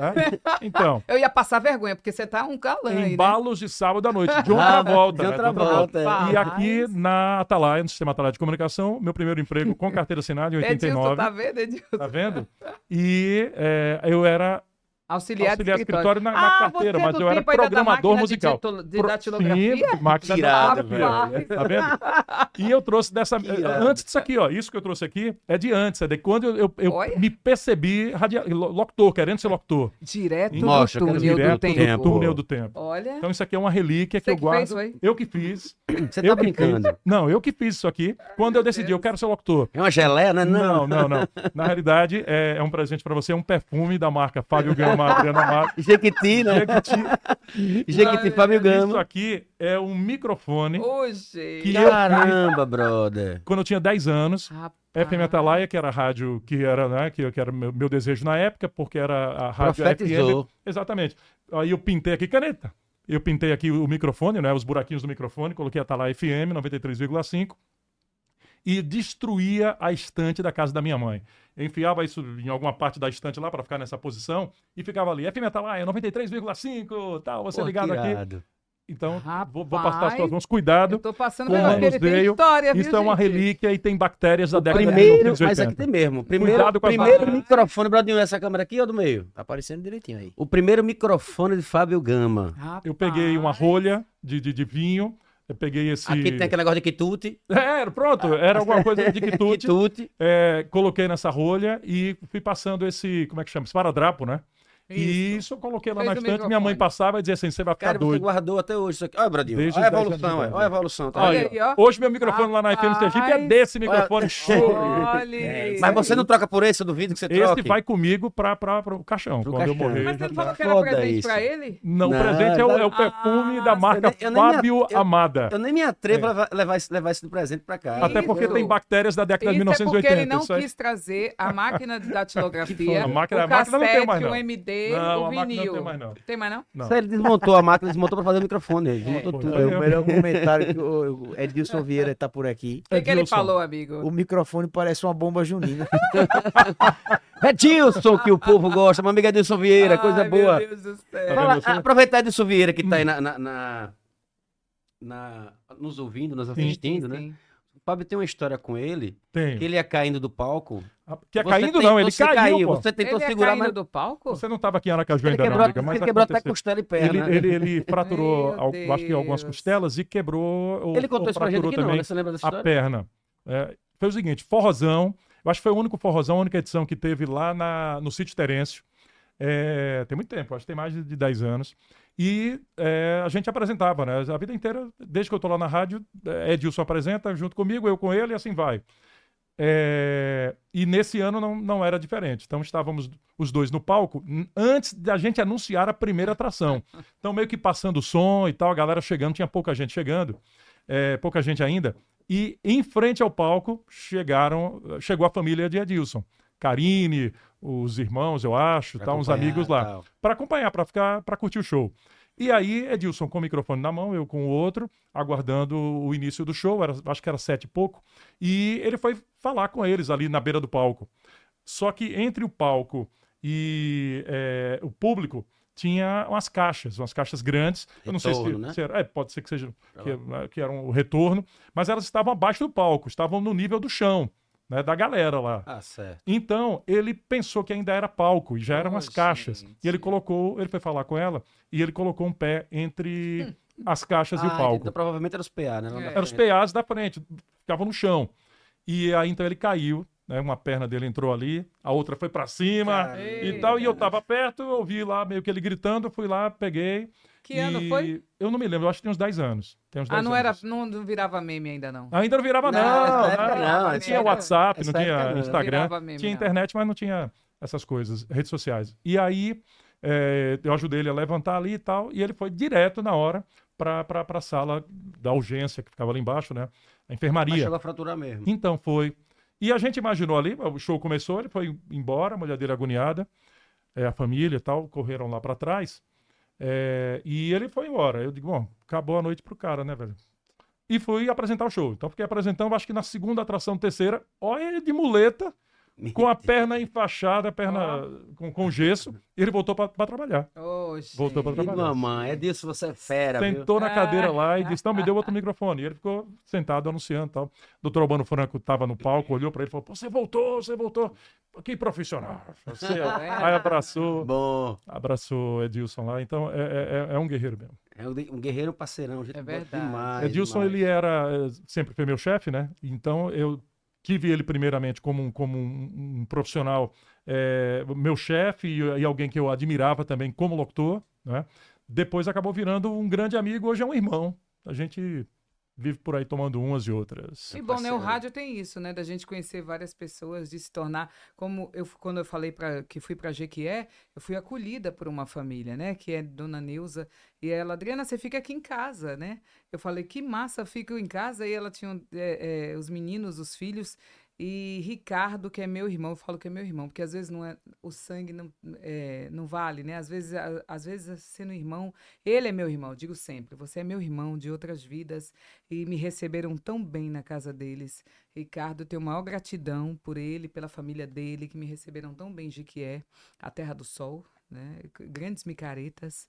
Speaker 3: Então,
Speaker 4: Eu ia passar vergonha, porque você tá um galã aí, né?
Speaker 3: embalos de sábado à noite, de
Speaker 1: Ah,
Speaker 3: outra volta.
Speaker 1: de
Speaker 3: né?
Speaker 1: outra volta, é.
Speaker 3: E
Speaker 4: Ah,
Speaker 3: aqui na Atalaia, no Sistema Atalaia de Comunicação, meu primeiro emprego com carteira assinada em
Speaker 4: Edilson,
Speaker 3: 89.
Speaker 4: tá vendo, Edilson?
Speaker 3: Tá vendo? E é, eu era
Speaker 4: Auxiliar,
Speaker 3: auxiliar de escritório na, na
Speaker 4: Ah,
Speaker 3: carteira,
Speaker 4: você é
Speaker 3: mas
Speaker 4: do
Speaker 3: eu era
Speaker 4: tempo ainda da
Speaker 3: programador
Speaker 4: máquina de
Speaker 3: musical.
Speaker 4: dito- de
Speaker 3: Pro-
Speaker 4: datilografia?
Speaker 3: Sim, máquina de
Speaker 1: Tirado,
Speaker 3: datilografia.
Speaker 4: velho.
Speaker 3: Tá vendo? E eu trouxe dessa.
Speaker 1: Tirado.
Speaker 3: Antes disso aqui, ó. Isso que eu trouxe aqui é de antes, é de quando eu, eu- eu
Speaker 4: Olha.
Speaker 3: me percebi radia... lo- locutor, querendo ser locutor.
Speaker 4: Direto
Speaker 1: Mostra,
Speaker 4: do
Speaker 1: quero
Speaker 4: túnel
Speaker 3: direto
Speaker 4: do tempo.
Speaker 3: do túnel do tempo.
Speaker 4: Olha,
Speaker 3: Então isso aqui é uma relíquia
Speaker 4: Você
Speaker 3: que eu
Speaker 4: que fez
Speaker 3: guardo.
Speaker 4: isso aí?
Speaker 3: eu que fiz.
Speaker 1: Você
Speaker 3: eu
Speaker 1: tá
Speaker 3: que fiz.
Speaker 1: brincando.
Speaker 3: Não, eu que fiz isso aqui. Quando eu decidi, eu quero ser locutor.
Speaker 1: É uma geleia, né? Não.
Speaker 3: Não, não, não. Na realidade, é, é um presente pra você, é um perfume da marca Fábio Gama, Adriana Mato.
Speaker 1: Jequiti, né? Jequiti, Fábio
Speaker 3: Isso
Speaker 1: Gama.
Speaker 3: aqui é um microfone.
Speaker 4: hoje.
Speaker 3: Que-
Speaker 1: Caramba, brother.
Speaker 3: Quando eu tinha 10 anos,
Speaker 4: Rapaz.
Speaker 1: Ah.
Speaker 3: FM Atalaia, que era a rádio que era, né, que, que era meu, meu desejo na época, porque era a rádio
Speaker 1: Profetizou.
Speaker 3: FM. Exatamente. Aí eu pintei aqui caneta. Eu pintei aqui o microfone, né, os buraquinhos do microfone, coloquei Atalaia FM 93,5 e destruía a estante da casa da minha mãe. Eu enfiava isso em alguma parte da estante lá para ficar nessa posição e ficava ali, FM Atalaia 93,5, tal, você
Speaker 1: Pô,
Speaker 3: ligado aqui.
Speaker 1: tirado.
Speaker 3: Então, vou, vou
Speaker 4: Rapaz, um
Speaker 3: passar as suas mãos, cuidado.
Speaker 4: Eu tô passando
Speaker 3: Com
Speaker 4: vergonha,
Speaker 3: anos
Speaker 4: ele tem
Speaker 3: veio,
Speaker 4: história, viu,
Speaker 3: Isso é uma
Speaker 4: gente?
Speaker 3: relíquia e tem bactérias da década
Speaker 1: Primeiro,
Speaker 3: de 1980.
Speaker 1: mas aqui tem mesmo. Primeiro,
Speaker 3: Cuidado com as
Speaker 1: primeiro
Speaker 3: palavras.
Speaker 1: microfone, Bradinho, essa câmera aqui ou do meio?
Speaker 2: Tá aparecendo direitinho aí.
Speaker 1: O primeiro microfone de Fábio Gama.
Speaker 4: Rapaz.
Speaker 3: Eu peguei uma rolha de, de, de vinho, eu peguei esse...
Speaker 1: Aqui tem aquele negócio de quitute.
Speaker 3: É, pronto, era alguma coisa de quitute.
Speaker 1: Quitute.
Speaker 3: É, coloquei nessa rolha e fui passando esse, como é que chama? Esse paradrapo, né? E isso eu coloquei lá
Speaker 4: Fez
Speaker 3: na
Speaker 4: o
Speaker 3: estante, minha mãe
Speaker 4: microfone.
Speaker 3: passava e dizia assim, você vai ficar
Speaker 1: Cara, você
Speaker 3: doido.
Speaker 1: guardou até hoje isso aqui. Olha, Bradinho.
Speaker 3: Desde
Speaker 1: olha a
Speaker 3: os dez
Speaker 1: evolução,
Speaker 3: anos de
Speaker 1: olha.
Speaker 3: idade.
Speaker 1: olha a evolução. Tá
Speaker 3: Olha,
Speaker 1: vendo?
Speaker 4: aí, ó.
Speaker 3: hoje meu microfone lá na FM Sergipe é
Speaker 4: Rapaz.
Speaker 3: desse microfone.
Speaker 1: É,
Speaker 4: Olha.
Speaker 1: Mas você não troca por esse, eu duvido que você troque.
Speaker 3: Esse vai comigo para o caixão.
Speaker 1: Pro
Speaker 3: Quando eu
Speaker 1: caixão.
Speaker 3: morrer,
Speaker 4: Mas
Speaker 3: já
Speaker 4: ele falou que
Speaker 1: Foda
Speaker 4: era presente
Speaker 1: isso.
Speaker 4: pra ele?
Speaker 3: Não, o
Speaker 1: Não,
Speaker 3: presente é o,
Speaker 1: tá-
Speaker 3: é o perfume da
Speaker 4: Ah,
Speaker 3: marca
Speaker 1: eu nem- eu nem me-
Speaker 3: Fábio
Speaker 1: eu-
Speaker 3: Amada.
Speaker 1: Eu nem me atrevo
Speaker 3: É.
Speaker 1: a levar, levar esse, levar esse presente pra cá.
Speaker 3: Até porque
Speaker 4: Isso.
Speaker 3: tem bactérias da década de
Speaker 4: Isso é porque
Speaker 3: 1980.
Speaker 4: ele não
Speaker 3: isso aí-
Speaker 4: quis trazer a máquina
Speaker 3: Que
Speaker 4: de
Speaker 3: foda.
Speaker 4: datilografia,
Speaker 3: A máquina-
Speaker 4: o
Speaker 3: a máquina não tem
Speaker 4: cassete,
Speaker 3: mais, não.
Speaker 4: o MD, fazer
Speaker 3: Não,
Speaker 4: o
Speaker 3: a máquina não
Speaker 4: vinil.
Speaker 3: tem mais, não. É
Speaker 4: Tem mais, não?
Speaker 3: Não.
Speaker 1: Isso aí, Ele desmontou a máquina, desmontou pra fazer o microfone. Ele desmontou
Speaker 3: Pô,
Speaker 1: tudo.
Speaker 3: tá
Speaker 2: Foi
Speaker 3: aí,
Speaker 2: o melhor comentário que o o Edilson Vieira tá por aqui.
Speaker 4: O que, que ele
Speaker 3: Edilson.
Speaker 4: falou, amigo?
Speaker 2: O microfone parece uma bomba junina.
Speaker 1: É Dilson que o povo gosta, meu amigo Edilson Vieira, coisa
Speaker 4: Ai,
Speaker 1: boa.
Speaker 4: Meu Deus do céu.
Speaker 3: Tá
Speaker 1: Fala,
Speaker 3: vendo, Edilson?
Speaker 1: aproveitar Edilson Vieira que tá aí na, na- na- na- nos ouvindo, nos assistindo, né?
Speaker 4: Sim.
Speaker 1: O Fábio tem uma história com ele,
Speaker 3: Tem.
Speaker 1: que ele ia caindo do palco.
Speaker 3: Ah, Que é
Speaker 1: Você
Speaker 3: caindo,
Speaker 1: tem-
Speaker 3: não, ele
Speaker 1: você
Speaker 3: caiu. pô.
Speaker 1: Você tentou
Speaker 4: Ele é
Speaker 1: segurar,
Speaker 4: caindo
Speaker 1: mas
Speaker 4: do palco?
Speaker 3: Você não estava aqui em Aracaju
Speaker 1: ele
Speaker 3: ainda,
Speaker 1: quebrou,
Speaker 3: não, amiga, mas tá
Speaker 1: ele quebrou até
Speaker 3: aconteceu.
Speaker 1: costela e
Speaker 3: Ele,
Speaker 1: perna. né?
Speaker 3: ele, ele fraturou,
Speaker 4: Meu
Speaker 3: al- eu acho que algumas
Speaker 4: Deus.
Speaker 3: costelas e quebrou. Ou,
Speaker 1: Ele contou
Speaker 3: ou
Speaker 1: isso pra gente
Speaker 3: fraturou
Speaker 1: aqui, não,
Speaker 3: também
Speaker 1: né? Você lembra dessa
Speaker 3: a
Speaker 1: história?
Speaker 3: perna. É, foi o seguinte: forrozão. Eu acho que foi o único forrozão, a única edição que teve lá na, no Sítio Terêncio. É, tem muito tempo, acho que tem mais de 10 anos. E é, a gente apresentava, né? A vida inteira, desde que eu tô lá na rádio, é, Edilson apresenta junto comigo, eu com ele, e assim vai. É, e nesse ano não, não era diferente. Então estávamos os dois no palco n- antes da gente anunciar a primeira atração. Então, meio que passando o som e tal, a galera chegando, tinha pouca gente chegando, é, pouca gente ainda. E em frente ao palco chegaram, eh, chegou a família de Edilson. Karine, os irmãos, eu acho,
Speaker 1: Pra
Speaker 3: tá, uns
Speaker 1: acompanhar,
Speaker 3: amigos lá
Speaker 1: tal.
Speaker 3: para acompanhar, para ficar, para curtir o show. E aí, Edilson com o microfone na mão, eu com o outro, aguardando o início do show, era- acho que era sete e pouco, e ele foi falar com eles ali na beira do palco. Só que entre o palco e é, o público tinha umas caixas, umas caixas grandes. eu não sei se,
Speaker 1: Retorno, né?
Speaker 3: se era, é, pode ser que seja que, né, que eram o retorno, mas elas estavam abaixo do palco, estavam no nível do chão, né, da galera lá.
Speaker 1: Ah, certo.
Speaker 3: Então, ele pensou que ainda era palco e já eram
Speaker 4: Oh,
Speaker 3: as caixas.
Speaker 4: gente.
Speaker 3: E ele colocou, ele foi falar com ela e ele colocou um pé entre
Speaker 4: Hum.
Speaker 3: as caixas e o
Speaker 1: Ah,
Speaker 3: palco.
Speaker 1: Então, provavelmente era os PA, né? Lá
Speaker 4: É.
Speaker 1: na
Speaker 3: Eram os
Speaker 1: frente.
Speaker 3: PAs da frente, ficavam no chão. E aí então ele caiu, né? Uma perna dele entrou ali, a outra foi pra cima
Speaker 1: Cara,
Speaker 4: É.
Speaker 3: e tal. E eu tava perto, eu ouvi lá meio que ele gritando, eu fui lá, peguei.
Speaker 4: Que
Speaker 3: e-
Speaker 4: ano foi?
Speaker 3: Eu não me lembro, eu acho que tem uns 10 anos. Tem uns
Speaker 4: Ah,
Speaker 3: 10
Speaker 4: não, era,
Speaker 3: anos.
Speaker 4: não, não virava meme ainda, não.
Speaker 3: Ainda não virava, não.
Speaker 1: nessa
Speaker 3: né?
Speaker 1: época não,
Speaker 3: Não
Speaker 1: essa
Speaker 3: tinha
Speaker 1: época-
Speaker 3: WhatsApp,
Speaker 1: essa
Speaker 3: não tinha
Speaker 1: época não.
Speaker 3: Instagram.
Speaker 4: Virava meme,
Speaker 3: tinha
Speaker 4: não.
Speaker 3: internet, mas não tinha essas coisas, redes sociais. E aí eh, eu ajudei ele a levantar ali e tal, e ele foi direto na hora para a sala da urgência, que ficava ali embaixo, né? A
Speaker 1: Mas
Speaker 3: enfermaria.
Speaker 1: chegou a fraturar mesmo.
Speaker 3: Então foi. E a gente imaginou ali, o show começou, ele foi embora, a mulher dele agoniada, eh, a família e tal, correram lá para trás. eh, e ele foi embora. Eu digo, bom, acabou a noite pro cara, né, velho? E fui apresentar o show. Então fiquei apresentando, acho que na segunda atração, terceira, olha ele de muleta, com a perna enfaixada, a perna com, com gesso, e ele voltou para trabalhar.
Speaker 4: Ô, gente.
Speaker 3: Voltou pra
Speaker 1: Filho de
Speaker 3: trabalhar.
Speaker 1: mamãe, é disso você é fera, viu?
Speaker 3: Sentou na cadeira lá e disse: Não, me deu outro microfone. E ele ficou sentado anunciando e tal. Doutor Albano Franco estava no palco, olhou para ele e falou: Pô, você voltou, você voltou. Pô, Que profissional. Você... Aí abraçou,
Speaker 1: Bom,
Speaker 3: abraçou Edilson lá. Então é, é- é um guerreiro mesmo.
Speaker 1: é um de- um guerreiro parceirão, gente
Speaker 4: É
Speaker 1: boa
Speaker 4: verdade.
Speaker 1: demais,
Speaker 3: Edilson,
Speaker 1: demais.
Speaker 3: ele era, eh, sempre foi meu chefe, né? Então eu tive ele primeiramente como um, como um, um profissional, eh, meu chefe e, e alguém que eu admirava também como locutor, né? Depois acabou virando um grande amigo, hoje é um irmão. A gente vive por aí tomando umas e outras.
Speaker 4: E bom, né? O
Speaker 1: parceiro.
Speaker 4: rádio tem isso, né? Da gente conhecer várias pessoas, de se tornar. Como eu, quando eu falei pra, que fui pra Jequié, eu fui acolhida por uma família, né? Que é Dona Neuza. E ela, Adriana, você fica aqui em casa, né? Eu falei, que massa, fico em casa. E ela tinha é, é, os meninos, os filhos. E Ricardo, que é meu irmão, eu falo que é meu irmão, porque às vezes não é, o sangue não, é, não vale, né? Às vezes, a- às vezes, sendo irmão, ele é meu irmão, digo sempre, você é meu irmão de outras vidas e me receberam tão bem na casa deles. Ricardo, eu tenho maior gratidão por ele, pela família dele, que me receberam tão bem em Jequié, a Terra do Sol, né? C- Grandes micaretas.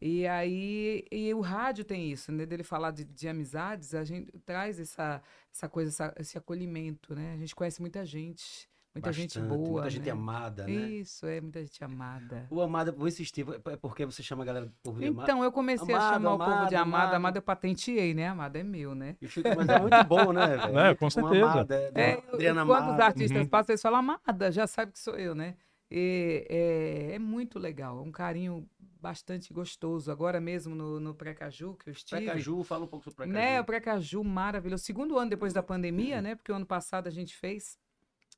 Speaker 4: E aí, e o rádio tem isso, né? Dele falar de, de amizades, a gente traz essa, essa coisa, essa- esse acolhimento, né? A gente conhece muita gente, muita gente
Speaker 1: Bastante,
Speaker 4: boa.
Speaker 1: Muita gente
Speaker 4: né?
Speaker 1: amada, né?
Speaker 4: Isso, é, muita gente amada.
Speaker 1: O amado, vou insistir, é porque você chama a galera do povo de amado.
Speaker 4: Então, eu comecei
Speaker 1: Amado,
Speaker 4: a chamar o povo de
Speaker 1: amado,
Speaker 4: amada,
Speaker 1: amado.
Speaker 4: amada eu patenteei, né? Amada é meu, né?
Speaker 1: E fica, mas é muito bom, né, velho?
Speaker 3: Né, com
Speaker 1: Um
Speaker 3: certeza.
Speaker 1: amado, é,
Speaker 4: É,
Speaker 1: é, Adriana
Speaker 4: e quando os
Speaker 1: Amado.
Speaker 4: artistas
Speaker 3: Uhum.
Speaker 4: passam, eles falam, amada, já sabe que sou eu, né? E, é, é muito legal, é um carinho bastante gostoso. Agora mesmo no, no Precaju, que eu estive.
Speaker 1: Precaju, fala um pouco sobre Precaju.
Speaker 4: Né, o Precaju maravilhoso. Segundo ano depois da pandemia, né? Porque o ano passado a gente fez.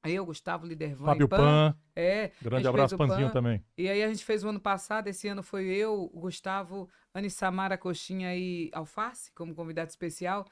Speaker 4: Eu, Gustavo Lidervan
Speaker 3: Fábio
Speaker 4: e Pan.
Speaker 3: Pan,
Speaker 4: É,
Speaker 3: grande
Speaker 4: a gente
Speaker 3: abraço,
Speaker 4: fez o
Speaker 3: Panzinho
Speaker 4: Pan.
Speaker 3: também.
Speaker 4: E aí a gente fez o ano passado, esse ano foi eu, o Gustavo, Anne Samara Coxinha e Alface como convidado especial.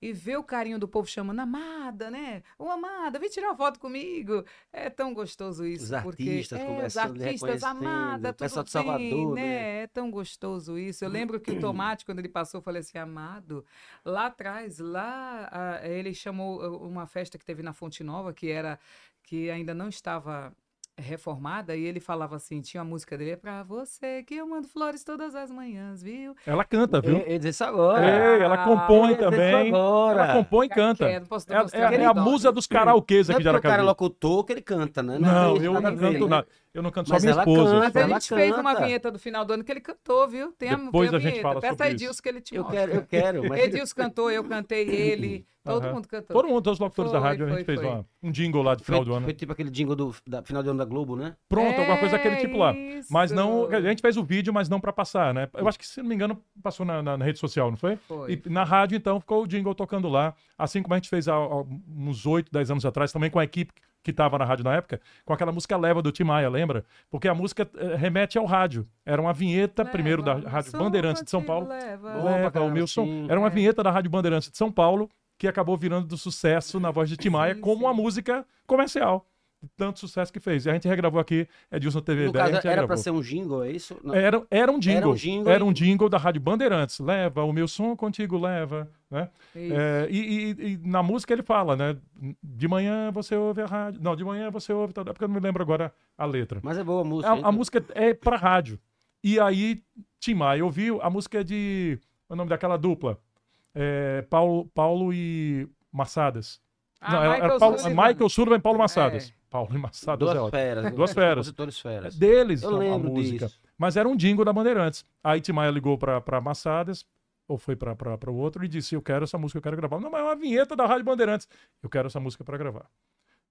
Speaker 4: e ver o carinho do povo chamando amada, né? Ô amada, vem tirar foto comigo. É tão gostoso isso.
Speaker 1: Os
Speaker 4: porque,
Speaker 1: artistas
Speaker 4: é,
Speaker 1: conversando, né,
Speaker 4: Os artistas,
Speaker 1: reconhecendo,
Speaker 4: amada,
Speaker 1: o
Speaker 4: tudo
Speaker 1: pessoal de
Speaker 4: bem,
Speaker 1: Salvador, né?
Speaker 4: É tão gostoso isso. Eu lembro que o Tomate, quando ele passou, eu falei assim, amado, lá atrás, lá, ah, ele chamou ah, uma festa que teve na Fonte Nova, que era, que ainda não estava reformada, e ele falava assim, tinha a música dele, é pra você que eu mando flores todas as manhãs, viu?
Speaker 3: Ela canta, viu?
Speaker 1: Ele disse agora.
Speaker 3: Ei, ela compõe
Speaker 1: Ele disse
Speaker 3: também.
Speaker 1: agora.
Speaker 3: É, Ela compõe e canta.
Speaker 4: Quer,
Speaker 3: É,
Speaker 4: não posso te
Speaker 3: é-
Speaker 4: mostrar,
Speaker 3: é a
Speaker 4: não.
Speaker 3: musa dos karaokês
Speaker 1: Não é
Speaker 3: aqui de
Speaker 1: porque o cara é
Speaker 3: Aracaju.
Speaker 1: locutor que ele canta, né?
Speaker 3: Não,
Speaker 1: tem
Speaker 3: eu
Speaker 1: nada a
Speaker 3: não
Speaker 1: ver,
Speaker 3: canto
Speaker 1: né?
Speaker 3: nada. Eu não canto, só
Speaker 1: Mas
Speaker 3: minha
Speaker 1: ela
Speaker 3: esposa.
Speaker 1: canta.
Speaker 4: Mas a
Speaker 1: Ela
Speaker 4: gente fez uma
Speaker 1: canta.
Speaker 4: vinheta do final do ano que ele cantou, viu? Tem a,
Speaker 3: Depois
Speaker 4: tem
Speaker 3: a gente
Speaker 4: vinheta.
Speaker 3: fala
Speaker 4: Peça
Speaker 3: sobre
Speaker 4: a
Speaker 3: isso.
Speaker 4: Edilson que ele te
Speaker 1: Eu
Speaker 4: mostra.
Speaker 1: quero, eu quero. Mas tipo,
Speaker 4: Edilson cantou, eu cantei ele, todo
Speaker 3: Aham.
Speaker 4: mundo cantou.
Speaker 3: Todo mundo, todos os locutores da
Speaker 4: Foi,
Speaker 3: rádio, a gente
Speaker 4: foi,
Speaker 3: fez
Speaker 4: foi.
Speaker 3: uma- um jingle lá de final
Speaker 1: foi,
Speaker 3: do ano.
Speaker 1: foi tipo aquele jingle do da- final do ano da Globo, né?
Speaker 3: Pronto, alguma coisa daquele
Speaker 4: É
Speaker 3: tipo lá. Mas não.
Speaker 4: isso.
Speaker 3: A gente fez o vídeo, mas não pra passar, né? Eu acho que, se não me engano, passou na, na- na rede social, não foi?
Speaker 4: Foi.
Speaker 3: E na rádio, então, ficou o jingle tocando lá. Assim como a gente fez há, há uns 8, 10 anos atrás, também com a equipe que estava na rádio na época, com aquela música Leva do Tim Maia, lembra? Porque a música eh, remete ao rádio. Era uma vinheta, primeiro da
Speaker 4: Leva
Speaker 3: Rádio
Speaker 4: Só
Speaker 3: Bandeirantes de São
Speaker 4: te
Speaker 3: Paulo.
Speaker 4: leva.
Speaker 1: Bom, pra
Speaker 3: Leva o
Speaker 1: caramba,
Speaker 3: meu som.
Speaker 1: Então, né, sim.
Speaker 3: Era uma
Speaker 4: É.
Speaker 3: vinheta da Rádio Bandeirantes de São Paulo que acabou virando do sucesso na voz de Timaya
Speaker 4: Sim,
Speaker 3: como
Speaker 4: sim.
Speaker 3: uma música comercial. De tanto sucesso que fez. E a gente regravou aqui, é Edilson TV
Speaker 1: No
Speaker 3: Ideia, a
Speaker 1: caso,
Speaker 3: gente
Speaker 1: era pra
Speaker 3: regravou.
Speaker 1: ser um jingle, é isso? Não.
Speaker 3: Era, era um jingle. Era um jingle,
Speaker 1: jingle e-
Speaker 3: da Rádio Bandeirantes. Leva, o meu som contigo leva. Né?
Speaker 4: Isso.
Speaker 3: É, e, e- e na música ele fala, né? De manhã você ouve a rádio. Não, de manhã você ouve. tal, é Porque eu não me lembro agora a letra.
Speaker 1: Mas é boa a música. hein?
Speaker 3: A, a música é pra rádio. E aí, Tim Maia ouviu, a música é de. O nome daquela dupla? É, Paulo, Paulo e Massadas.
Speaker 4: Ah,
Speaker 3: Não, era- era
Speaker 4: Michael É.
Speaker 3: Paulo-
Speaker 4: Sullivan.
Speaker 3: Michael Sullivan e Paulo Massadas. Paulo e Massadas é
Speaker 1: Duas
Speaker 3: ótimo.
Speaker 1: feras.
Speaker 3: Duas feras.
Speaker 1: Compositores
Speaker 3: É
Speaker 1: feras.
Speaker 3: deles
Speaker 1: Eu
Speaker 3: a- a,
Speaker 1: lembro
Speaker 3: música.
Speaker 1: disso.
Speaker 3: Mas era um jingle da Bandeirantes. Aí Tim Maia ligou pra, pra Massadas, ou foi pra, pra, pra outro, e disse: Eu quero essa música, eu quero gravar. Não, mas é uma vinheta da Rádio Bandeirantes. Eu quero essa música pra gravar.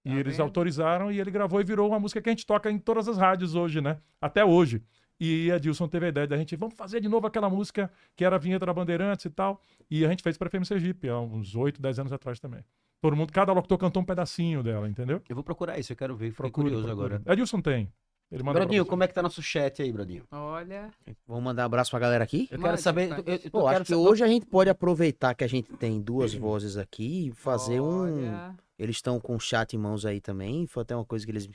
Speaker 3: E
Speaker 4: Tá
Speaker 3: eles
Speaker 4: vendo?
Speaker 3: autorizaram e ele gravou e virou uma música que a gente toca em todas as rádios hoje, né? Até hoje. E a Dilson teve a ideia da gente, vamos fazer de novo aquela música que era a vinheta da Bandeirantes e tal. E a gente fez pra FM Sergipe, há uns 8, 10 anos atrás também. Todo mundo, cada locutor cantou um pedacinho dela, entendeu?
Speaker 1: Eu vou procurar isso, eu quero ver. Fiquei
Speaker 3: Procure,
Speaker 1: curioso
Speaker 3: procure.
Speaker 1: agora.
Speaker 3: A Dilson tem. Ele manda pra
Speaker 1: Bradinho,
Speaker 3: você.
Speaker 1: como é que tá nosso chat aí, Bradinho?
Speaker 4: Olha.
Speaker 2: Vamos mandar um abraço pra galera aqui?
Speaker 1: Eu quero
Speaker 4: Mande,
Speaker 1: saber.
Speaker 4: mande.
Speaker 1: eu- eu- eu
Speaker 2: Pô,
Speaker 1: quero
Speaker 2: acho que
Speaker 1: sa-
Speaker 2: hoje a gente pode aproveitar que a gente tem duas vozes aqui e fazer um.
Speaker 4: Uhum. olha.
Speaker 2: Eles estão com o chat em mãos aí também. Foi até uma coisa que eles.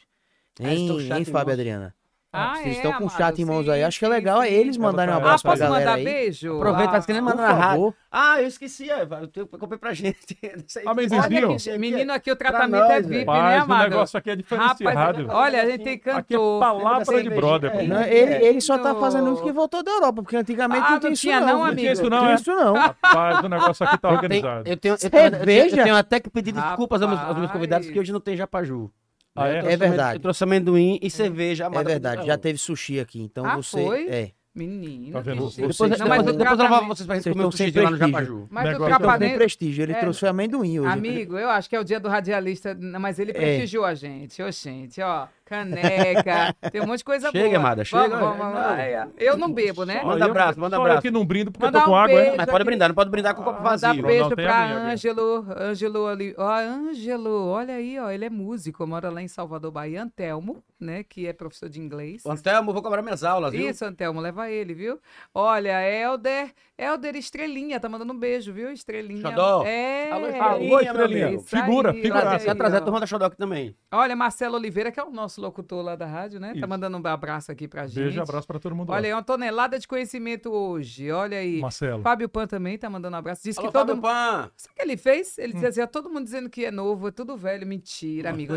Speaker 1: Ah, eles
Speaker 2: Hein,
Speaker 1: tão com chat
Speaker 2: hein
Speaker 1: em
Speaker 2: Fábio e
Speaker 1: mãos?
Speaker 2: Adriana?
Speaker 4: Ah,
Speaker 2: Vocês
Speaker 4: é,
Speaker 2: estão com o
Speaker 4: amado,
Speaker 2: chat em mãos aí.
Speaker 4: sim,
Speaker 2: Acho que é
Speaker 4: sim,
Speaker 2: legal
Speaker 4: sim.
Speaker 2: é eles
Speaker 3: Ela
Speaker 2: mandarem um
Speaker 3: tá-
Speaker 4: Ah,
Speaker 2: abraço pra
Speaker 4: posso
Speaker 2: galera
Speaker 4: mandar
Speaker 2: aí.
Speaker 4: beijo?
Speaker 1: Aproveita,
Speaker 4: Ah,
Speaker 1: faz que nem
Speaker 2: Por
Speaker 1: manda na rádio.
Speaker 2: favor.
Speaker 1: Ah, eu esqueci. é, Eu tenho- eu comprei pra gente. Isso
Speaker 3: Ah,
Speaker 1: aí-
Speaker 3: Amendoinzinho?
Speaker 1: Olha que-
Speaker 4: Menino, aqui o
Speaker 1: Pra
Speaker 4: tratamento é
Speaker 1: nós,
Speaker 4: VIP, né,
Speaker 3: Rapaz, o
Speaker 4: amado?
Speaker 3: negócio aqui é
Speaker 4: Rapaz,
Speaker 3: diferenciado.
Speaker 4: olha, a gente tem
Speaker 3: Aqui é
Speaker 4: cantor.
Speaker 3: palavra de
Speaker 1: cervejinha,
Speaker 3: brother.
Speaker 1: é.
Speaker 3: pô.
Speaker 2: Não,
Speaker 1: Não,
Speaker 2: ele, ele só tá
Speaker 4: lindo.
Speaker 2: fazendo isso que voltou da Europa, porque antigamente
Speaker 4: Ah,
Speaker 2: não tinha
Speaker 4: não
Speaker 2: isso
Speaker 4: tinha não, Ah,
Speaker 2: não
Speaker 4: amigo.
Speaker 3: Isso não,
Speaker 2: Não tinha
Speaker 3: é?
Speaker 2: isso não.
Speaker 3: Rapaz, o negócio aqui tá
Speaker 1: Eu tenho,
Speaker 3: organizado.
Speaker 1: eu, tenho, eu, tenho, eu tenho- eu tenho-
Speaker 2: Cerveja?
Speaker 1: eu tenho até que pedir desculpas aos meus, aos meus
Speaker 4: Rapaz.
Speaker 1: convidados, porque hoje não tem japaju.
Speaker 3: Ah, é?
Speaker 1: Eu
Speaker 3: É
Speaker 1: trouxe amendo-
Speaker 2: verdade.
Speaker 1: Eu trouxe amendoim e cerveja.
Speaker 2: É
Speaker 1: amada,
Speaker 2: verdade,
Speaker 1: pra-
Speaker 2: já teve sushi aqui, então
Speaker 4: Ah,
Speaker 2: você.
Speaker 4: foi?
Speaker 2: É.
Speaker 4: Menino.
Speaker 3: Tá vendo?
Speaker 1: Depois,
Speaker 2: Vocês
Speaker 4: que
Speaker 1: depois,
Speaker 4: Não, mas o
Speaker 1: depois eu levo
Speaker 4: tratamento-
Speaker 1: vocês pra gente
Speaker 2: Vocês
Speaker 1: comer um
Speaker 2: estão sem
Speaker 1: sushi lá no
Speaker 2: prestígio.
Speaker 1: Japaju.
Speaker 4: Mas
Speaker 3: Negócio-
Speaker 4: o
Speaker 2: Então tem
Speaker 4: tratamento.
Speaker 2: prestígio, né? ele
Speaker 4: É.
Speaker 2: trouxe amendoim hoje.
Speaker 4: Amigo, eu acho que é o dia do radialista, n- mas ele prestigiou a gente. Ô, gente, ó, caneca, tem um monte de coisa
Speaker 1: Chega,
Speaker 4: boa.
Speaker 1: amada,
Speaker 4: Vamos,
Speaker 1: chega.
Speaker 4: Vamos, vamos,
Speaker 1: Não.
Speaker 4: Ai, ai. Eu não bebo, né?
Speaker 3: Só
Speaker 1: Manda
Speaker 3: eu-
Speaker 1: abraço, manda
Speaker 3: só Eu
Speaker 1: abraço.
Speaker 3: que não brindo porque eu tô
Speaker 4: Mandar
Speaker 3: com
Speaker 4: um
Speaker 3: água,
Speaker 4: beijo.
Speaker 3: né?
Speaker 1: Mas pode brindar, não pode brindar com o copo
Speaker 4: Mandar
Speaker 1: vazio.
Speaker 3: Pronto,
Speaker 4: beijo
Speaker 3: não, tem a
Speaker 4: pra
Speaker 3: minha, viu?
Speaker 4: Ângelo, Ângelo ali, ó, Ângelo, olha aí, ó, ele é músico, mora lá em Salvador, Bahia, Antelmo, né, que é professor de inglês.
Speaker 1: Anselmo, vou cobrar minhas aulas, viu?
Speaker 4: Isso, Antelmo, leva ele, viu? Olha, Helder, Helder Estrelinha, tá mandando um beijo, viu, Estrelinha?
Speaker 1: Xodó.
Speaker 4: É.
Speaker 1: Alô,
Speaker 3: Alô,
Speaker 1: Estrelinha, meu
Speaker 3: Estrelinha.
Speaker 1: amigo.
Speaker 4: Isso aí,
Speaker 3: Figura,
Speaker 4: olha
Speaker 1: Trazer-
Speaker 3: figuraça.
Speaker 1: Quer trazer a
Speaker 4: ó.
Speaker 1: turma da Xodó aqui também.
Speaker 4: Olha, Marcelo Oliveira, que é o nosso locutor lá da rádio, né?
Speaker 3: Isso.
Speaker 4: Tá mandando um abraço aqui pra gente.
Speaker 3: Beijo e abraço pra todo mundo lá.
Speaker 4: Olha aí, uma tonelada de conhecimento hoje. Olha aí.
Speaker 3: Marcelo.
Speaker 4: Fábio Pan também tá mandando um abraço. Diz
Speaker 1: Alô,
Speaker 4: que
Speaker 1: Fábio
Speaker 4: todo mundo.
Speaker 1: Pan.
Speaker 4: Sabe o que ele fez? Ele
Speaker 3: Hum.
Speaker 4: dizia assim: ó, todo mundo dizendo que é novo, é tudo velho. Mentira, amigo.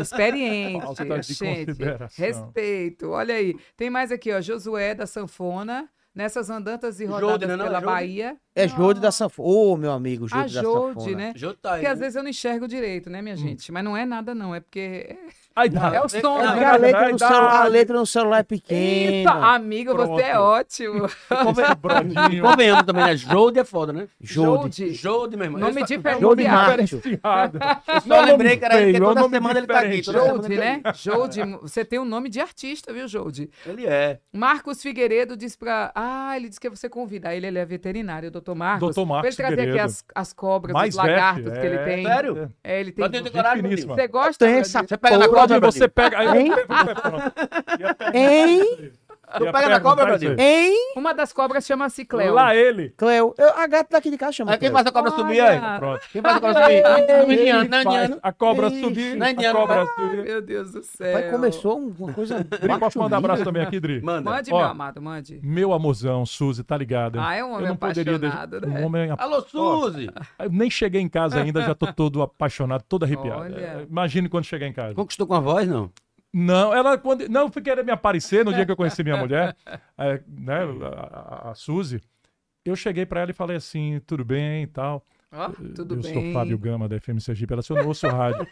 Speaker 4: Experiente.
Speaker 3: Falta de
Speaker 4: gente.
Speaker 3: consideração.
Speaker 4: Respeito. Olha aí. Tem mais aqui, ó. Josué da Sanfona. Nessas andantas e
Speaker 1: Jode,
Speaker 4: rodadas
Speaker 1: né, não?
Speaker 4: pela
Speaker 1: Jode?
Speaker 4: Bahia.
Speaker 2: É Jode da Sanfona. Ô, meu amigo, Jode da
Speaker 4: a Jode,
Speaker 2: Sanfona.
Speaker 4: né?
Speaker 1: Jô tá aí.
Speaker 4: Porque às
Speaker 1: viu?
Speaker 4: vezes eu não enxergo direito, né, minha gente? Mas não é nada, não. É porque.
Speaker 3: Ai,
Speaker 1: Não,
Speaker 4: É o
Speaker 1: tem-
Speaker 4: som,
Speaker 1: não,
Speaker 2: Porque a letra, no
Speaker 3: Verdade.
Speaker 2: celular, a letra no celular é
Speaker 4: Isso,
Speaker 2: pequena.
Speaker 4: amigo,
Speaker 3: Pronto.
Speaker 4: você é ótimo.
Speaker 1: E
Speaker 3: brodinho.
Speaker 1: Convenhamos também, né? Jode é foda, né?
Speaker 2: Jode.
Speaker 1: Jode, meu irmão. Eu
Speaker 4: Nome
Speaker 1: só-
Speaker 4: diferente.
Speaker 2: Jode
Speaker 4: Jode
Speaker 2: Márcio.
Speaker 3: Errado.
Speaker 1: é? Eu só lembrei que era ele, que
Speaker 3: feio, é um
Speaker 1: toda
Speaker 3: nome
Speaker 1: semana ele tá aqui.
Speaker 3: diferente.
Speaker 1: toda semana
Speaker 4: Jode,
Speaker 1: ele tá
Speaker 4: né? Jode, você tem um nome de artista, viu, Jode?
Speaker 1: aqui. Ele é.
Speaker 4: Marcos Figueiredo diz pra. Ah, ele disse que você convida ele, ele é veterinário, doutor Marcos.
Speaker 3: Doutor Marcos
Speaker 4: Pra ele trazer
Speaker 3: Figueiredo.
Speaker 4: aqui as, as cobras,
Speaker 3: Mais
Speaker 4: os lagartos
Speaker 3: veste,
Speaker 4: que ele
Speaker 3: é.
Speaker 4: tem.
Speaker 1: Sério?
Speaker 4: É, ele tem.
Speaker 1: Mas tem decorado, meu
Speaker 3: Finíssima.
Speaker 1: Deus.
Speaker 4: Você gosta?
Speaker 2: Tem
Speaker 4: Bradinho?
Speaker 2: essa
Speaker 1: Você pega na
Speaker 2: porra.
Speaker 1: corda,
Speaker 3: Onde você pega. Aí,
Speaker 2: Hein?
Speaker 3: pronto. E até-
Speaker 2: Hein?
Speaker 1: Tu pega na cobra, Bradinho?
Speaker 2: Hein,
Speaker 4: Uma das cobras chama-se Cleo.
Speaker 3: Lá é- ele.
Speaker 2: Cleo? Eu- a gata daqui de casa chama.
Speaker 1: Aí É, quem
Speaker 2: Cleo.
Speaker 1: faz a cobra subir aí?
Speaker 3: Pronto.
Speaker 1: Ah. Quem faz a cobra subir? Não, indiano, não,
Speaker 3: Faz
Speaker 1: indiano.
Speaker 3: a cobra
Speaker 2: Ixi.
Speaker 3: subir.
Speaker 1: Não é
Speaker 3: A
Speaker 1: indiano,
Speaker 3: cobra subir.
Speaker 4: Meu Deus do céu.
Speaker 2: Pai, começou um, uma coisa.
Speaker 3: Dri, posso mandar
Speaker 2: machulinha.
Speaker 3: abraço também aqui, Dri?
Speaker 1: Manda.
Speaker 4: Mande,
Speaker 3: Ó.
Speaker 4: meu amado, mande.
Speaker 3: Meu amorzão, Suzy, tá ligada?
Speaker 4: Ah, é um homem
Speaker 3: Eu não poderia
Speaker 4: apaixonado,
Speaker 3: deixar-
Speaker 4: né?
Speaker 3: Um homem
Speaker 1: Alô, Suzy!
Speaker 3: Eu nem cheguei em casa ainda, já tô todo apaixonado, todo arrepiado.
Speaker 4: Olha.
Speaker 3: É, Imagine quando chegar em casa.
Speaker 1: Conquistou com a voz, não?
Speaker 3: Não, ela quando. Não, fui querer me aparecer no dia que eu conheci minha mulher, é, né, a, a, a Suzy. Eu cheguei pra ela e falei assim: tudo bem e tal.
Speaker 4: Ó, tudo
Speaker 3: eu
Speaker 4: bem.
Speaker 3: sou Fábio Gama da FM Sergipe. Ela disse: eu não ouço rádio.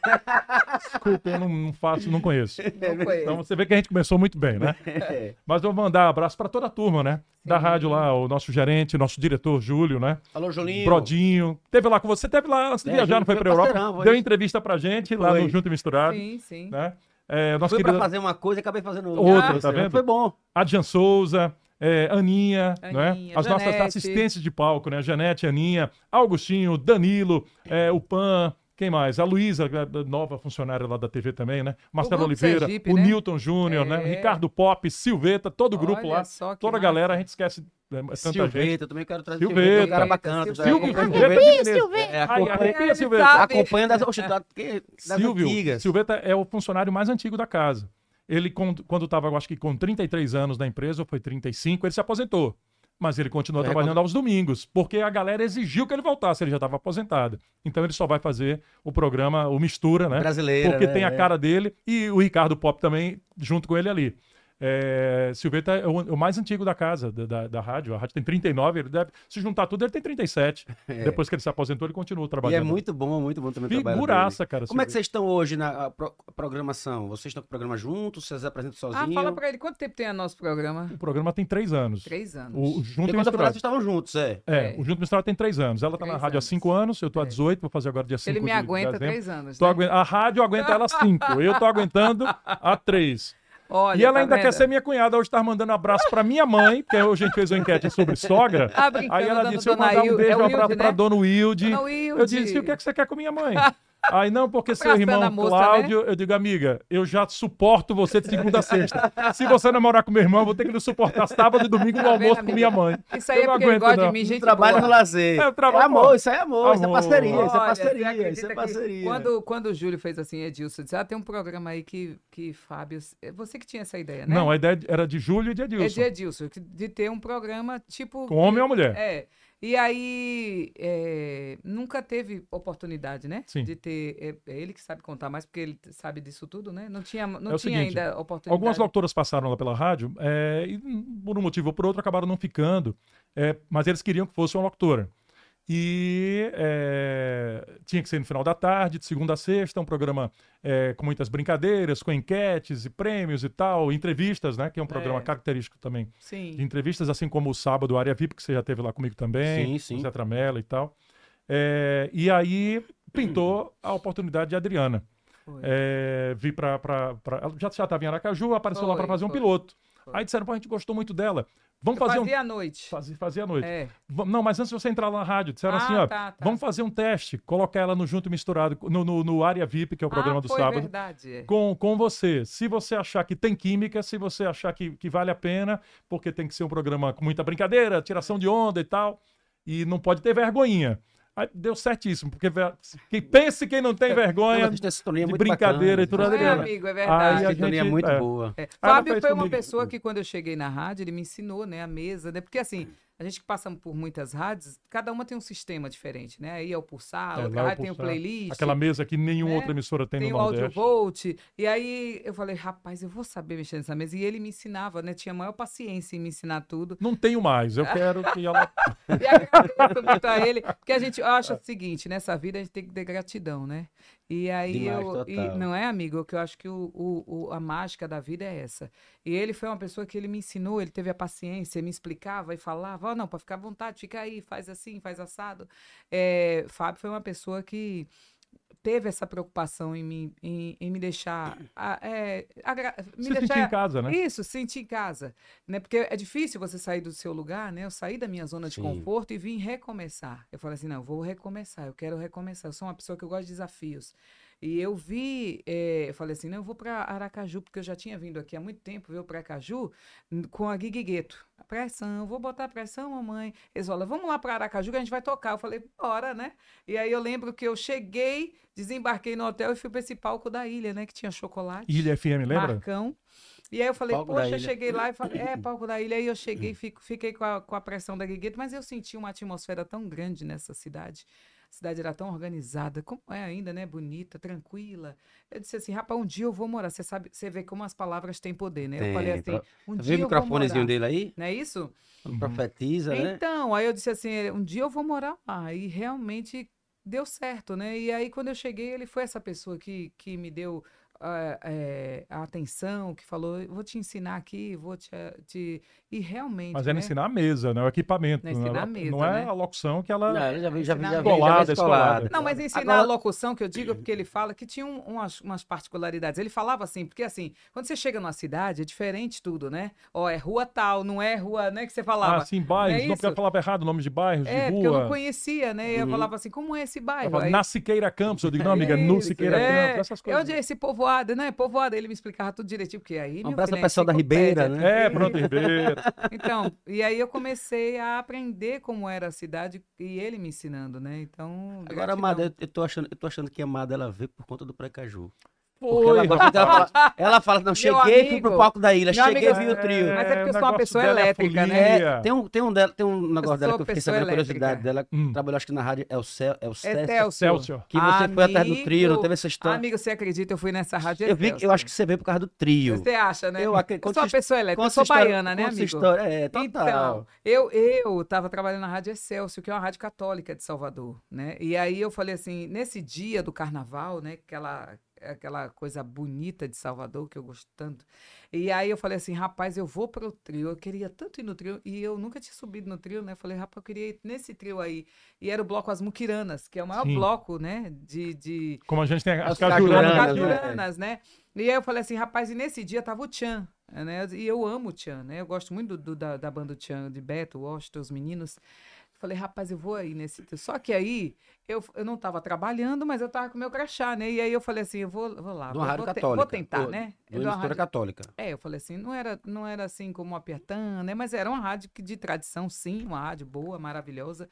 Speaker 3: Desculpa, eu não, não faço, não conheço.
Speaker 4: Não conheço.
Speaker 3: Então você vê que a gente começou muito bem, né?
Speaker 1: É.
Speaker 3: Mas eu vou mandar abraço pra toda a turma, né? Da rádio lá, o nosso gerente, nosso diretor Júlio, né?
Speaker 1: Alô, Julinho.
Speaker 3: Brodinho. Teve lá com você, teve lá antes de
Speaker 1: É,
Speaker 3: viajar,
Speaker 1: Júlio
Speaker 3: não foi
Speaker 1: foi
Speaker 3: pra Europa.
Speaker 1: parceirão, foi
Speaker 3: Deu
Speaker 1: isso.
Speaker 3: entrevista pra gente lá
Speaker 1: Foi.
Speaker 3: no Junto e Misturado,
Speaker 4: Sim, sim.
Speaker 3: né? É, nosso
Speaker 1: Fui pra
Speaker 3: querido
Speaker 1: fazer uma coisa e acabei fazendo outra.
Speaker 3: Outra,
Speaker 1: Ah,
Speaker 3: tá vendo?
Speaker 1: Foi bom.
Speaker 3: Adjan Souza, eh, Aninha, né?
Speaker 4: Aninha,
Speaker 3: as nossas
Speaker 4: Janete.
Speaker 3: assistentes de palco, né? Janete, Aninha, Augustinho, Danilo, eh, o Pan, quem mais? A Luísa, a- a nova funcionária lá da TV também, né? Marcelo
Speaker 4: grupo
Speaker 3: Oliveira,
Speaker 4: Sergipe,
Speaker 3: o
Speaker 4: né?
Speaker 3: Newton Júnior, né?
Speaker 4: É.
Speaker 3: Ricardo Pop, Silveta, todo o grupo
Speaker 4: Olha
Speaker 3: lá.
Speaker 4: só que
Speaker 3: Toda a
Speaker 4: massa.
Speaker 3: galera, a gente esquece eh, tanta gente.
Speaker 1: Silveta, eu também quero trazer
Speaker 3: Silveta.
Speaker 1: Silveta. É um cara bacana.
Speaker 4: Silvio,
Speaker 1: Silvio,
Speaker 3: Silvio,
Speaker 1: Silveta.
Speaker 5: Silvio.
Speaker 1: É,
Speaker 3: Ai,
Speaker 1: acompanha,
Speaker 3: arrepia,
Speaker 4: Ele
Speaker 3: Silveta.
Speaker 4: sabe.
Speaker 1: acompanha das, oxe, da- que- das
Speaker 3: Silvio,
Speaker 1: antigas. né?
Speaker 3: Silveta é o funcionário mais antigo da casa. Ele, com- quando estava, acho que com 33 anos na empresa, ou foi 35, ele se aposentou. Mas ele continua
Speaker 1: Foi
Speaker 3: trabalhando aos domingos, porque a galera exigiu que ele voltasse, ele já estava aposentado. Então ele só vai fazer o programa, o Mistura, né?
Speaker 1: Brasileira,
Speaker 3: Porque
Speaker 1: né?
Speaker 3: tem a
Speaker 1: É.
Speaker 3: cara dele e o Ricardo Pop também, junto com ele ali. É, Silveta é o, o mais antigo da casa, da, da, da rádio. A rádio tem 39, ele deve. Se juntar tudo, ele tem 37. Depois que ele se aposentou, ele continua
Speaker 1: É. E
Speaker 3: trabalhando.
Speaker 1: é muito bom, muito bom também o trabalho
Speaker 3: Figuraça, né, cara.
Speaker 1: dele. Como é que
Speaker 3: Silveta.
Speaker 1: vocês estão hoje na a, pro- programação? Vocês estão com o programa juntos? Vocês apresentam
Speaker 4: Ah,
Speaker 1: sozinhos?
Speaker 4: fala pra ele quanto tempo tem a nosso programa?
Speaker 3: O programa tem três anos.
Speaker 4: Três anos.
Speaker 3: O Junto
Speaker 1: Porque
Speaker 3: e
Speaker 1: quando eu falei, vocês
Speaker 3: Misturado.
Speaker 1: estavam juntos, é.
Speaker 3: É,
Speaker 4: É.
Speaker 3: o Junto e Misturado tem três anos. Ela tá na
Speaker 4: Três
Speaker 3: rádio
Speaker 4: anos.
Speaker 3: há cinco anos, eu tô há
Speaker 4: É.
Speaker 3: 18, vou fazer agora dia 5
Speaker 4: ele me
Speaker 3: de- de
Speaker 4: aguenta
Speaker 3: dezembro.
Speaker 4: três anos.
Speaker 3: Tô
Speaker 4: né?
Speaker 3: aguenta- A rádio aguenta ela cinco, eu tô aguentando há três.
Speaker 4: Olha,
Speaker 3: e ela
Speaker 4: tá
Speaker 3: ainda quer
Speaker 4: vendo?
Speaker 3: ser minha cunhada, hoje tá mandando abraço pra minha mãe, que hoje a gente fez uma enquete sobre sogra.
Speaker 4: Ah, brincando,
Speaker 3: Aí ela
Speaker 4: dona-
Speaker 3: disse, eu
Speaker 4: dona
Speaker 3: mandar um
Speaker 4: Hilde-
Speaker 3: beijo,
Speaker 4: é o
Speaker 3: um
Speaker 4: Hilde,
Speaker 3: abraço pra
Speaker 4: né?
Speaker 3: Dona Wilde.
Speaker 4: Dona
Speaker 3: Eu
Speaker 4: Wilde.
Speaker 3: disse, e o que, é que você quer com minha mãe? Aí, não, porque seu
Speaker 4: Abraço pra
Speaker 3: irmão
Speaker 4: Ana Moça, né?
Speaker 3: Cláudio, eu digo, amiga, eu já suporto você de segunda a sexta. Se você namorar com meu irmão, eu vou ter que lhe suportar sábado e domingo no
Speaker 4: Tá vendo,
Speaker 3: almoço com
Speaker 4: amiga?
Speaker 3: minha mãe.
Speaker 4: Isso aí
Speaker 3: eu
Speaker 4: é
Speaker 3: não
Speaker 4: porque ele
Speaker 3: aguento,
Speaker 4: gosta
Speaker 3: não.
Speaker 4: de mim, gente.
Speaker 1: Trabalho no
Speaker 4: boa.
Speaker 1: lazer.
Speaker 3: É, eu trabalho-
Speaker 1: amor, isso aí é amor, isso é
Speaker 3: Amor.
Speaker 1: parceria, isso é
Speaker 4: Olha, você
Speaker 1: parceria, isso
Speaker 4: acredita
Speaker 1: é
Speaker 4: que
Speaker 1: parceria.
Speaker 4: Quando, quando o Júlio fez assim, Edilson, disse: Ah, tem um programa aí que, que Fábio. É você que tinha essa ideia, né?
Speaker 3: Não, a ideia era de Júlio e de Adilson.
Speaker 4: É de Edilson, que- de ter um programa tipo.
Speaker 3: Com homem ou mulher.
Speaker 4: É. E aí, é, nunca teve oportunidade, né?
Speaker 3: Sim.
Speaker 4: De ter. É, é ele que sabe contar mais, porque ele sabe disso tudo, né? Não tinha, não
Speaker 3: É o
Speaker 4: tinha
Speaker 3: seguinte,
Speaker 4: ainda oportunidade.
Speaker 3: Algumas locutoras passaram lá pela rádio é, e, hum, por um motivo ou por outro, acabaram não ficando, é, mas eles queriam que fosse uma locutora. E é, tinha que ser no final da tarde, de segunda a sexta, um programa é, com muitas brincadeiras, com enquetes e prêmios e tal, entrevistas, né? Que é um programa
Speaker 4: É.
Speaker 3: característico também de
Speaker 4: Sim.
Speaker 3: entrevistas, assim como o sábado, a Área VIP, que você já teve lá comigo também,
Speaker 1: Sim, sim.
Speaker 3: o Zé Tramela e tal. É, e aí pintou a oportunidade de Adriana.
Speaker 4: Foi.
Speaker 3: É, vi pra, pra, pra- ela já já estava em Aracaju, apareceu lá
Speaker 4: Foi,
Speaker 3: para fazer um
Speaker 4: foi.
Speaker 3: piloto. Aí disseram, pô, a gente gostou muito dela. Vamos fazer um.
Speaker 4: Fazia à noite.
Speaker 3: Fazia, fazia à noite.
Speaker 4: É.
Speaker 3: Vam- Não, mas antes de você entrar lá na rádio, disseram
Speaker 4: Ah,
Speaker 3: assim: ó,
Speaker 4: tá, tá.
Speaker 3: vamos fazer um teste, colocar ela no Junto e Misturado, no, no, no Área VIP, que é o programa
Speaker 4: ah,
Speaker 3: do
Speaker 4: foi
Speaker 3: sábado
Speaker 4: verdade. é.
Speaker 3: com, com você. Se você achar que tem química, se você achar que, que vale a pena, porque tem que ser um programa com muita brincadeira, tiração de onda e tal, e não pode ter vergonhinha. Aí deu certíssimo, porque ver- quem pensa quem não
Speaker 4: É,
Speaker 3: tem
Speaker 1: Não,
Speaker 3: vergonha.
Speaker 1: mas tem essa sintonia
Speaker 3: de
Speaker 1: muito
Speaker 3: brincadeira e tudo,
Speaker 1: bacana. né?
Speaker 4: Não é,
Speaker 3: Adriana?
Speaker 4: amigo, é
Speaker 3: Aí
Speaker 4: verdade.
Speaker 3: a
Speaker 1: A sintonia
Speaker 3: gente-
Speaker 1: Ah, muito
Speaker 3: é.
Speaker 1: boa.
Speaker 4: É,
Speaker 3: Ah, ela
Speaker 4: Fábio
Speaker 3: fez
Speaker 4: foi uma
Speaker 3: comigo.
Speaker 4: pessoa que, quando eu cheguei na rádio, ele me ensinou, né, a mesa, né? Porque assim, a gente que passa por muitas rádios, cada uma tem um sistema diferente, né? Aí é o pulsar,
Speaker 3: É,
Speaker 4: outra
Speaker 3: lá é o
Speaker 4: rádio tem o
Speaker 3: pulsar.
Speaker 4: playlist.
Speaker 3: Aquela mesa que nenhuma
Speaker 4: né?
Speaker 3: outra emissora tem,
Speaker 4: Tem
Speaker 3: no
Speaker 4: o áudio
Speaker 3: Nordeste.
Speaker 4: volt. E aí eu falei, rapaz, eu vou saber mexer nessa mesa. E ele me ensinava, né? Tinha a maior paciência em me ensinar tudo.
Speaker 3: Não tenho mais. Eu quero que ela.
Speaker 4: E agradeço muito a ele. Porque a gente acha o seguinte, nessa vida a gente tem que ter gratidão, né? E aí
Speaker 1: Demais,
Speaker 4: eu. e
Speaker 1: total.
Speaker 4: não é, amigo? O que eu acho que o, o- o- a mágica da vida é essa. E ele foi uma pessoa que ele me ensinou, ele teve a paciência, me explicava e falava: Ó, não, para ficar à vontade, fica aí, faz assim, faz assado. É, Fábio foi uma pessoa que teve essa preocupação em me, em, em me deixar. a- é, agra- me
Speaker 3: Se sentir
Speaker 4: deixar
Speaker 3: em casa, né?
Speaker 4: isso, sentir em casa, né? Porque é difícil você sair do seu lugar, né? Eu saí da minha zona de
Speaker 1: Sim.
Speaker 4: conforto e vim recomeçar. Eu falei assim, não, eu vou recomeçar, eu quero recomeçar. Eu sou uma pessoa que eu gosto de desafios. E eu vi, eh, eu falei assim, não, eu vou para Aracaju, porque eu já tinha vindo aqui há muito tempo, viu, para Aracaju, n- com a Guigueto. Pressão, vou botar pressão, mamãe. Eles falaram, vamos lá para Aracaju que a gente vai tocar. Eu falei, bora, né? E aí eu lembro que eu cheguei, desembarquei no hotel e fui para esse palco da ilha, né, que tinha chocolate.
Speaker 3: Ilha FM, lembra?
Speaker 4: Marcão. E aí eu falei,
Speaker 1: Palco da
Speaker 4: poxa,
Speaker 1: Ilha.
Speaker 4: eu cheguei lá e falei, é, palco da ilha. Aí eu cheguei, fico, fiquei com a, com a pressão da Guigueto, mas eu senti uma atmosfera tão grande nessa cidade. A cidade era tão organizada, como é ainda, né? Bonita, tranquila. Eu disse assim, rapaz, um dia eu vou morar. Você sabe, você vê como as palavras têm poder, né?
Speaker 1: Tem,
Speaker 4: eu falei assim,
Speaker 1: pra-
Speaker 4: um
Speaker 1: Vê
Speaker 4: dia
Speaker 1: o
Speaker 4: eu vou
Speaker 1: microfonezinho
Speaker 4: morar.
Speaker 1: dele aí?
Speaker 4: Não é isso?
Speaker 1: Uhum. Profetiza, né?
Speaker 4: Então, aí eu disse assim, um dia eu vou morar lá. E realmente deu certo, né? E aí quando eu cheguei, ele foi essa pessoa que, que me deu ah, eh, a atenção, que falou, "Eu vou te ensinar aqui, vou te... eh, te-" E realmente,
Speaker 3: Mas era
Speaker 4: né?
Speaker 3: ensinar a mesa, né? O equipamento.
Speaker 4: Não, ensinar
Speaker 3: né?
Speaker 4: a
Speaker 3: Ela-
Speaker 4: mesa,
Speaker 3: não é
Speaker 4: né?
Speaker 3: a locução que ela.
Speaker 1: Não, já vi, já vi, já vi, já vi
Speaker 3: Colada, escolada.
Speaker 4: é Não, mas ensinar
Speaker 1: Agora-
Speaker 4: a locução que eu digo, é porque ele fala que tinha um- umas, umas particularidades. Ele falava assim, porque assim, quando você chega numa cidade, é diferente tudo, né? Ó, é rua tal, não é rua, né? Que você falava.
Speaker 3: Ah, sim, bairros.
Speaker 4: É
Speaker 3: não, porque ela
Speaker 4: isso.
Speaker 3: falava errado o nome de bairros,
Speaker 4: é,
Speaker 3: de
Speaker 4: porque eu não
Speaker 3: rua.
Speaker 4: conhecia, né? E eu
Speaker 1: Uhum.
Speaker 4: falava assim, como é esse
Speaker 3: Ela
Speaker 4: bairro?
Speaker 3: fala,
Speaker 4: Aí-
Speaker 3: Tá na Siqueira Campos. Eu digo, não, amiga, no
Speaker 4: Isso,
Speaker 3: Siqueira
Speaker 4: é.
Speaker 3: Campos, essas coisas.
Speaker 4: É onde é esse povoado, né? Povoado. Ele me explicava tudo direitinho, porque aí.
Speaker 1: Um
Speaker 4: meu
Speaker 1: abraço
Speaker 4: filho,
Speaker 1: ao
Speaker 4: é
Speaker 1: pessoal da
Speaker 4: enciclopédia.
Speaker 1: Ribeira, né?
Speaker 3: É, Bruno Ribeiro.
Speaker 4: Então, e aí eu comecei a aprender como era a cidade e ele me ensinando, né? Então.
Speaker 1: Agora,
Speaker 4: gratidão.
Speaker 1: Amada, eu, eu tô achando, eu tô achando que a Amada ela veio por conta do Precaju. Porque
Speaker 3: Foi,
Speaker 1: ela, gosta-
Speaker 3: rapaz.
Speaker 1: ela, fala, ela fala, não, cheguei, fui pro
Speaker 4: amigo.
Speaker 1: palco da ilha,
Speaker 4: Meu
Speaker 1: cheguei,
Speaker 4: amigo,
Speaker 1: vi o trio.
Speaker 4: Mas é porque eu
Speaker 3: o
Speaker 4: sou uma
Speaker 3: negócio
Speaker 4: pessoa
Speaker 3: dela é a
Speaker 4: elétrica, né?
Speaker 3: folia.
Speaker 1: Tem um, tem um, dela, tem um negócio dela
Speaker 4: Eu
Speaker 1: que eu
Speaker 4: sou
Speaker 1: fiquei
Speaker 4: pessoa
Speaker 1: sabendo a curiosidade dela.
Speaker 4: elétrica.
Speaker 3: Hum.
Speaker 1: Trabalhou acho que na rádio É o Cel, é o
Speaker 4: É
Speaker 1: César,
Speaker 4: Celso.
Speaker 3: Celso.
Speaker 1: que você foi atrás do trio, não
Speaker 4: Amigo,
Speaker 1: teve essa história.
Speaker 4: Amigo, você acredita? Eu fui nessa rádio. é
Speaker 1: eu vi, que- eu acho que você veio por causa do trio.
Speaker 4: Você acha, né?
Speaker 1: Eu acredito-
Speaker 4: sou uma
Speaker 1: conta-
Speaker 4: pessoa elétrica.
Speaker 1: Conta
Speaker 4: Eu sou
Speaker 1: essa história-
Speaker 4: baiana, né,
Speaker 1: conta essa
Speaker 4: amigo?
Speaker 1: história, é, total.
Speaker 4: Então, eu eu tava trabalhando na Rádio Excelsior, que é uma rádio católica de Salvador, né? E aí eu falei assim, nesse dia do carnaval, né, aquela aquela coisa bonita de Salvador que eu gosto tanto. E aí eu falei assim, rapaz, eu vou pro trio. Eu queria tanto ir no trio e eu nunca tinha subido no trio, né? Falei, rapaz, eu queria ir nesse trio aí. E era o bloco As Muquiranas, que é o maior
Speaker 3: Sim.
Speaker 4: bloco, né, de- de
Speaker 3: Como a gente tem as
Speaker 1: As
Speaker 4: Tá
Speaker 3: cajuranas.
Speaker 1: cajuranas,
Speaker 3: né?
Speaker 1: né?
Speaker 4: Cajuranas, né? E aí eu falei assim, rapaz, e nesse dia tava o Tchan, né? E eu amo o Tchan, né? Eu gosto muito do, do- da, da banda do Tchan, de Beto, Washington, os meninos. Falei, rapaz, eu vou aí nesse. trio. Só que aí eu, eu não tava trabalhando, mas eu tava com meu crachá, né? E aí eu falei assim, eu vou, vou lá,
Speaker 1: De
Speaker 4: vou,
Speaker 1: uma rádio
Speaker 4: vou te-
Speaker 1: católica.
Speaker 4: vou tentar,
Speaker 1: Ô,
Speaker 4: né?
Speaker 1: De uma
Speaker 4: De uma
Speaker 1: emissora
Speaker 4: rádio-
Speaker 1: católica.
Speaker 4: é, eu falei assim, não era, não era assim como a Piatã, né? Mas era uma rádio que- de tradição, sim, uma rádio boa, maravilhosa.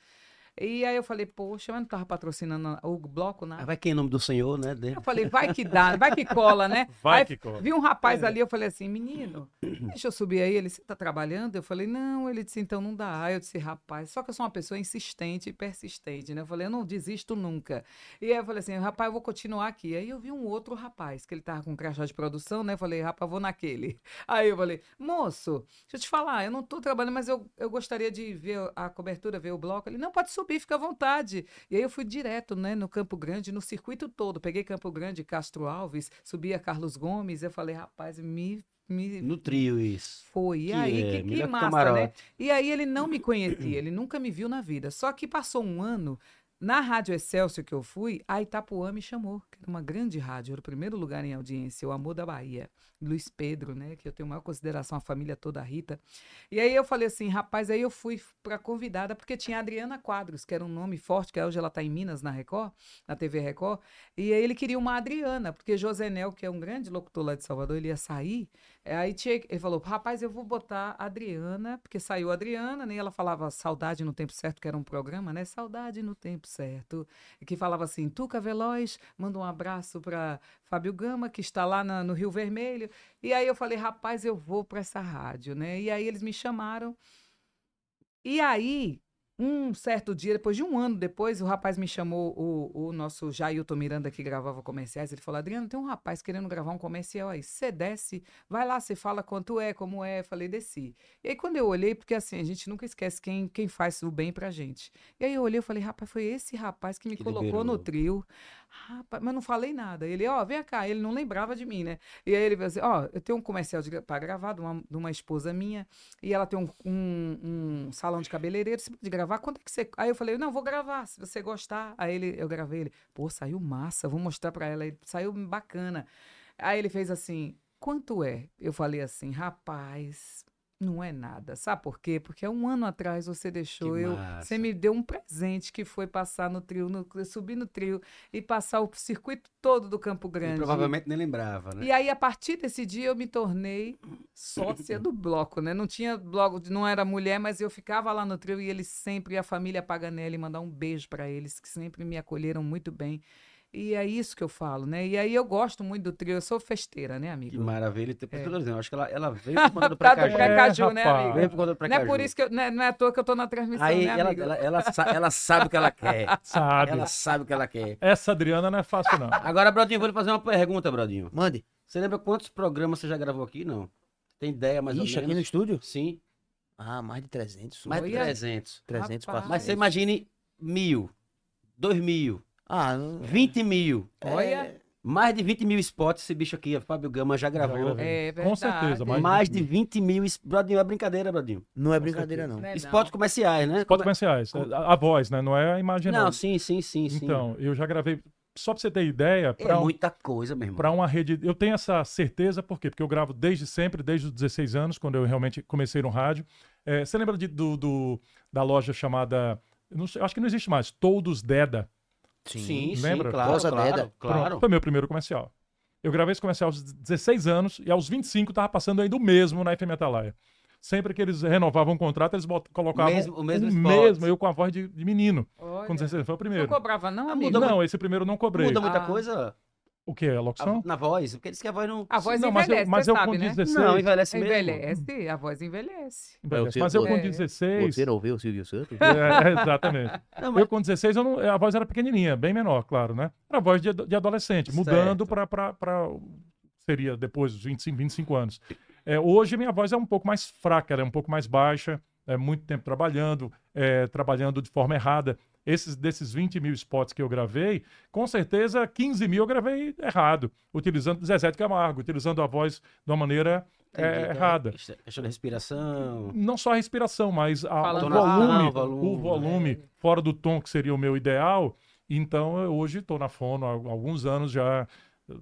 Speaker 4: E aí eu falei, poxa, mas não tava patrocinando o bloco, nada.
Speaker 1: Ah, vai que é em nome do Senhor, né? dele.
Speaker 4: Eu falei, vai que dá, vai que cola, né?
Speaker 3: Vai
Speaker 4: Aí
Speaker 3: que cola.
Speaker 4: Vi um rapaz ali, eu falei assim, menino, deixa eu subir aí. Ele, você tá trabalhando? Eu falei, não. Ele disse, então não dá. Aí eu disse, rapaz, só que eu sou uma pessoa insistente e persistente, né? Eu falei, eu não desisto nunca. E aí eu falei assim, rapaz, eu vou continuar aqui. Aí eu vi um outro rapaz, que ele tava com crachá de produção, né? Eu falei, rapaz, vou naquele. Aí eu falei, moço, deixa eu te falar, eu não tô trabalhando, mas eu, eu gostaria de ver a cobertura, ver o bloco. Ele, não, pode subir, fica à vontade. E aí eu fui direto, né, no Campo Grande, no circuito todo. Peguei Campo Grande, Castro Alves, subia Carlos Gomes. Eu falei, rapaz, me. me...
Speaker 1: No trio, isso.
Speaker 4: Foi. E
Speaker 1: Que
Speaker 4: aí,
Speaker 1: é
Speaker 4: que, que
Speaker 1: melhor que
Speaker 4: massa, né?
Speaker 1: camarote.
Speaker 4: E aí ele não me conhecia, ele nunca me viu na vida. Só que passou um ano, na Rádio Excelsior que eu fui, a Itapuã me chamou, que era uma grande rádio, era o primeiro lugar em audiência, o Amor da Bahia. Luiz Pedro, né, que eu tenho maior consideração, a família toda, a Rita. E aí eu falei assim, rapaz, aí eu fui pra convidada, porque tinha a Adriana Quadros, que era um nome forte, que hoje ela tá em Minas, na Record, na TV Record. E aí ele queria uma Adriana, porque José Nel, que é um grande locutor lá de Salvador, ele ia sair. É, Aí tinha- ele falou, rapaz, eu vou botar a Adriana, porque saiu a Adriana, né? E ela falava Saudade no Tempo Certo, que era um programa, né? Saudade no Tempo Certo. E que falava assim, Tuca Veloz, manda um abraço para Fábio Gama, que está lá na- no Rio Vermelho. E aí eu falei, rapaz, eu vou para essa rádio, né? E aí eles me chamaram. E aí, um certo dia, depois de um ano depois, o rapaz me chamou, o, o nosso Jailton Miranda, que gravava comerciais, ele falou, Adriano, tem um rapaz querendo gravar um comercial aí, você desce, vai lá, você fala quanto é, como é, falei, desci. E aí quando eu olhei, porque assim, a gente nunca esquece quem, quem faz o bem pra gente. E aí eu olhei, eu falei, rapaz, foi esse rapaz que me
Speaker 1: Que
Speaker 4: colocou
Speaker 1: liberou.
Speaker 4: no trio. Rapaz, mas não falei nada. Ele, ó, vem cá, ele não lembrava de mim, né? E aí ele falou assim, ó, eu tenho um comercial de, gra- pra gravar de uma, de uma esposa minha, e ela tem um, um- um salão de cabeleireiro, você pode gravar, quanto é que você... Aí eu falei, não, vou gravar, se você gostar. Aí ele, eu gravei, ele, pô, saiu massa, vou mostrar pra ela, Ele, saiu bacana. Aí ele fez assim, quanto é? Eu falei assim, rapaz, Não é nada. Sabe por quê? Porque há um ano atrás você deixou
Speaker 1: Que
Speaker 4: eu.
Speaker 1: massa.
Speaker 4: Você me deu um presente que foi passar no trio, no, subir no trio e passar o circuito todo do Campo
Speaker 1: E
Speaker 4: Grande.
Speaker 1: provavelmente nem lembrava, né?
Speaker 4: E aí, a partir desse dia, eu me tornei sócia do bloco, né? Não tinha bloco, não era mulher, mas eu ficava lá no trio e eles sempre, a família Paganelli, mandar um beijo para eles, que sempre me acolheram muito bem. E é isso que eu falo, né? E aí eu gosto muito do trio, eu sou festeira, né,
Speaker 1: Que
Speaker 4: amigo?
Speaker 1: maravilha. Por
Speaker 4: É.
Speaker 1: isso que eu tô dizendo, eu acho que ela, ela veio por conta do
Speaker 4: Prata
Speaker 1: Precaju.
Speaker 3: É,
Speaker 4: Precaju, né,
Speaker 3: rapaz.
Speaker 4: amigo?
Speaker 1: Veio por conta do
Speaker 4: Não
Speaker 1: Precaju.
Speaker 4: é por isso que eu, né, não é à toa que eu tô na transmissão,
Speaker 1: Aí
Speaker 4: né,
Speaker 1: ela,
Speaker 4: amigo?
Speaker 1: ela, ela, sa- ela sabe o que ela quer.
Speaker 3: Sabe?
Speaker 1: Ela sabe o que ela quer.
Speaker 3: Essa Adriana não é fácil, não.
Speaker 1: Agora, Brodinho, vou lhe fazer uma pergunta, Brodinho.
Speaker 2: Mande.
Speaker 1: Você lembra quantos programas você já gravou aqui? Não. Tem ideia mais
Speaker 2: Ixi,
Speaker 1: ou
Speaker 2: aqui no
Speaker 1: menos?
Speaker 2: estúdio?
Speaker 1: Sim,
Speaker 2: Ah, mais de 300.
Speaker 1: mais de
Speaker 4: Olha. É
Speaker 1: 300.
Speaker 2: 300,
Speaker 4: Rapaz.
Speaker 2: 400.
Speaker 1: Mas você imagine mil, dois mil,
Speaker 2: Ah, é, não-
Speaker 1: vinte mil,
Speaker 4: Olha,
Speaker 1: mais de 20 mil spots esse bicho aqui, ó, Fábio Gama, já gravou.
Speaker 3: gravei.
Speaker 4: é, verdade.
Speaker 3: Com certeza, mas-
Speaker 1: Mais de 20 mil. es- Brodinho, é brincadeira, Brodinho.
Speaker 2: não é brincadeira, não.
Speaker 4: Não é, não.
Speaker 1: Spots comerciais, né?
Speaker 3: Pode pensar, isso. a, a voz, né? Não é a imagem, não.
Speaker 1: Não, sim, sim, sim, sim.
Speaker 3: Então, eu já gravei, só pra você ter ideia,
Speaker 1: é
Speaker 3: pra, um-
Speaker 1: muita coisa, meu irmão.
Speaker 3: pra uma rede. Eu tenho essa certeza, por quê? Porque eu gravo desde sempre, desde os 16 anos, quando eu realmente comecei no rádio. É, você lembra de- do, do- da loja chamada. eu não sei, acho que não existe mais, Todos Deda.
Speaker 1: Sim, sim,
Speaker 3: um- Lembra?
Speaker 1: claro,
Speaker 2: Rosa
Speaker 1: claro,
Speaker 2: Deda.
Speaker 1: claro.
Speaker 3: Pronto, foi meu primeiro comercial. Eu gravei esse comercial aos 16 anos e aos 25 tava passando ainda o mesmo na FM Atalaia. Sempre que eles renovavam o contrato, eles bot- colocavam
Speaker 1: Mesmo- o mesmo
Speaker 3: o
Speaker 1: spot. é.
Speaker 3: mesmo, eu com a voz de, de menino.
Speaker 4: Olha,
Speaker 3: Quando 16 foi o
Speaker 4: não
Speaker 3: primeiro.
Speaker 4: cobrava não,
Speaker 1: Ah,
Speaker 4: amigo?
Speaker 1: mudou
Speaker 3: Não, esse primeiro eu não cobrei.
Speaker 1: Muda muita
Speaker 4: Ah.
Speaker 1: coisa
Speaker 3: O que? A
Speaker 1: a-
Speaker 3: locução?
Speaker 1: na voz, porque diz que a voz não...
Speaker 4: A voz
Speaker 3: não, mas eu,
Speaker 4: envelhece,
Speaker 3: mas
Speaker 4: você
Speaker 3: eu
Speaker 4: sabe,
Speaker 3: com
Speaker 4: né?
Speaker 3: 16.
Speaker 1: Não, envelhece mesmo.
Speaker 4: Envelhece, a voz envelhece.
Speaker 3: envelhece,
Speaker 2: É, o
Speaker 3: mas eu
Speaker 4: Ciro-
Speaker 3: com
Speaker 4: é.
Speaker 3: 16.
Speaker 2: não ouviu o Silvio Santos?
Speaker 3: É, exatamente.
Speaker 1: Não, mas-
Speaker 3: Eu com 16, eu não- a voz era pequenininha, bem menor, claro, né? Era a voz de, ad- de adolescente, mudando para. Seria depois dos 25, 25 anos. É, hoje minha voz é um pouco mais fraca, ela é um pouco mais baixa, é muito tempo trabalhando, é, trabalhando de forma errada. Esses, desses 20 mil spots que eu gravei, com certeza 15 mil eu gravei errado, utilizando Zezé de Camargo, utilizando a voz de uma maneira é,
Speaker 1: Entendi, então,
Speaker 3: errada
Speaker 1: questão- Questão da respiração.
Speaker 3: não só a respiração, mas a, o,
Speaker 4: Falando
Speaker 3: volume,
Speaker 1: alto. Ah, Volume, né?
Speaker 3: o volume
Speaker 4: é.
Speaker 3: fora do tom que seria o meu ideal. Então, eu hoje estou na fono há alguns anos já, eh,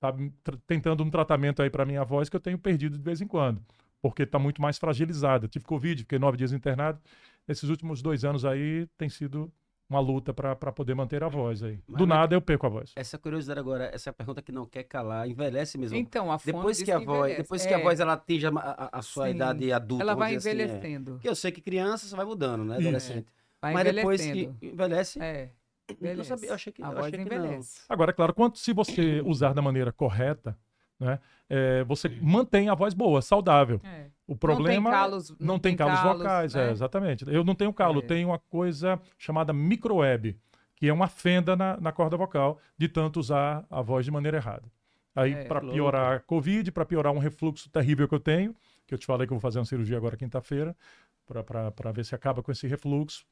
Speaker 3: sabe, tr- tentando um tratamento aí para minha voz que eu tenho perdido de vez em quando, porque está muito mais fragilizada. Tive Covid, fiquei nove dias internado. Nesses últimos dois anos aí tem sido uma luta para poder manter a voz aí.
Speaker 1: Mas- é
Speaker 3: do nada eu perco a voz.
Speaker 1: Essa curiosidade agora, essa é pergunta que não quer calar, envelhece mesmo.
Speaker 4: Então, a fonte
Speaker 1: depois
Speaker 4: diz
Speaker 1: que a voz,
Speaker 4: envelhece.
Speaker 1: depois que a
Speaker 4: É,
Speaker 1: voz ela atinge a, a- a sua
Speaker 4: Sim.
Speaker 1: idade adulta,
Speaker 4: ela
Speaker 1: vamos
Speaker 4: vai
Speaker 1: dizer assim, é.
Speaker 4: envelhecendo. É.
Speaker 1: Porque eu sei que criança você vai mudando, né,
Speaker 3: Isso.
Speaker 1: adolescente.
Speaker 4: Vai
Speaker 1: Mas depois que
Speaker 4: envelhecendo.
Speaker 1: envelhece,
Speaker 4: É,
Speaker 1: eu não
Speaker 4: envelhece.
Speaker 1: sabia, eu achei que,
Speaker 4: a
Speaker 1: eu
Speaker 4: voz
Speaker 1: achei que não.
Speaker 4: envelhece.
Speaker 3: Agora, é claro, quanto se você usar da maneira correta, né, eh, você mantém a voz boa, saudável.
Speaker 4: É.
Speaker 3: O problema
Speaker 4: não tem calos,
Speaker 3: não tem calos vocais, é,
Speaker 4: né?
Speaker 3: exatamente. Eu não tenho calo,
Speaker 4: É.
Speaker 3: eu tenho uma coisa chamada microeb, que é uma fenda na, na corda vocal de tanto usar a voz de maneira errada. Aí,
Speaker 4: É,
Speaker 3: pra
Speaker 1: louco.
Speaker 3: piorar a Covid, pra piorar um refluxo terrível que eu tenho, que eu te falei que eu vou fazer uma cirurgia agora quinta-feira, pra- pra pra ver se acaba com esse refluxo.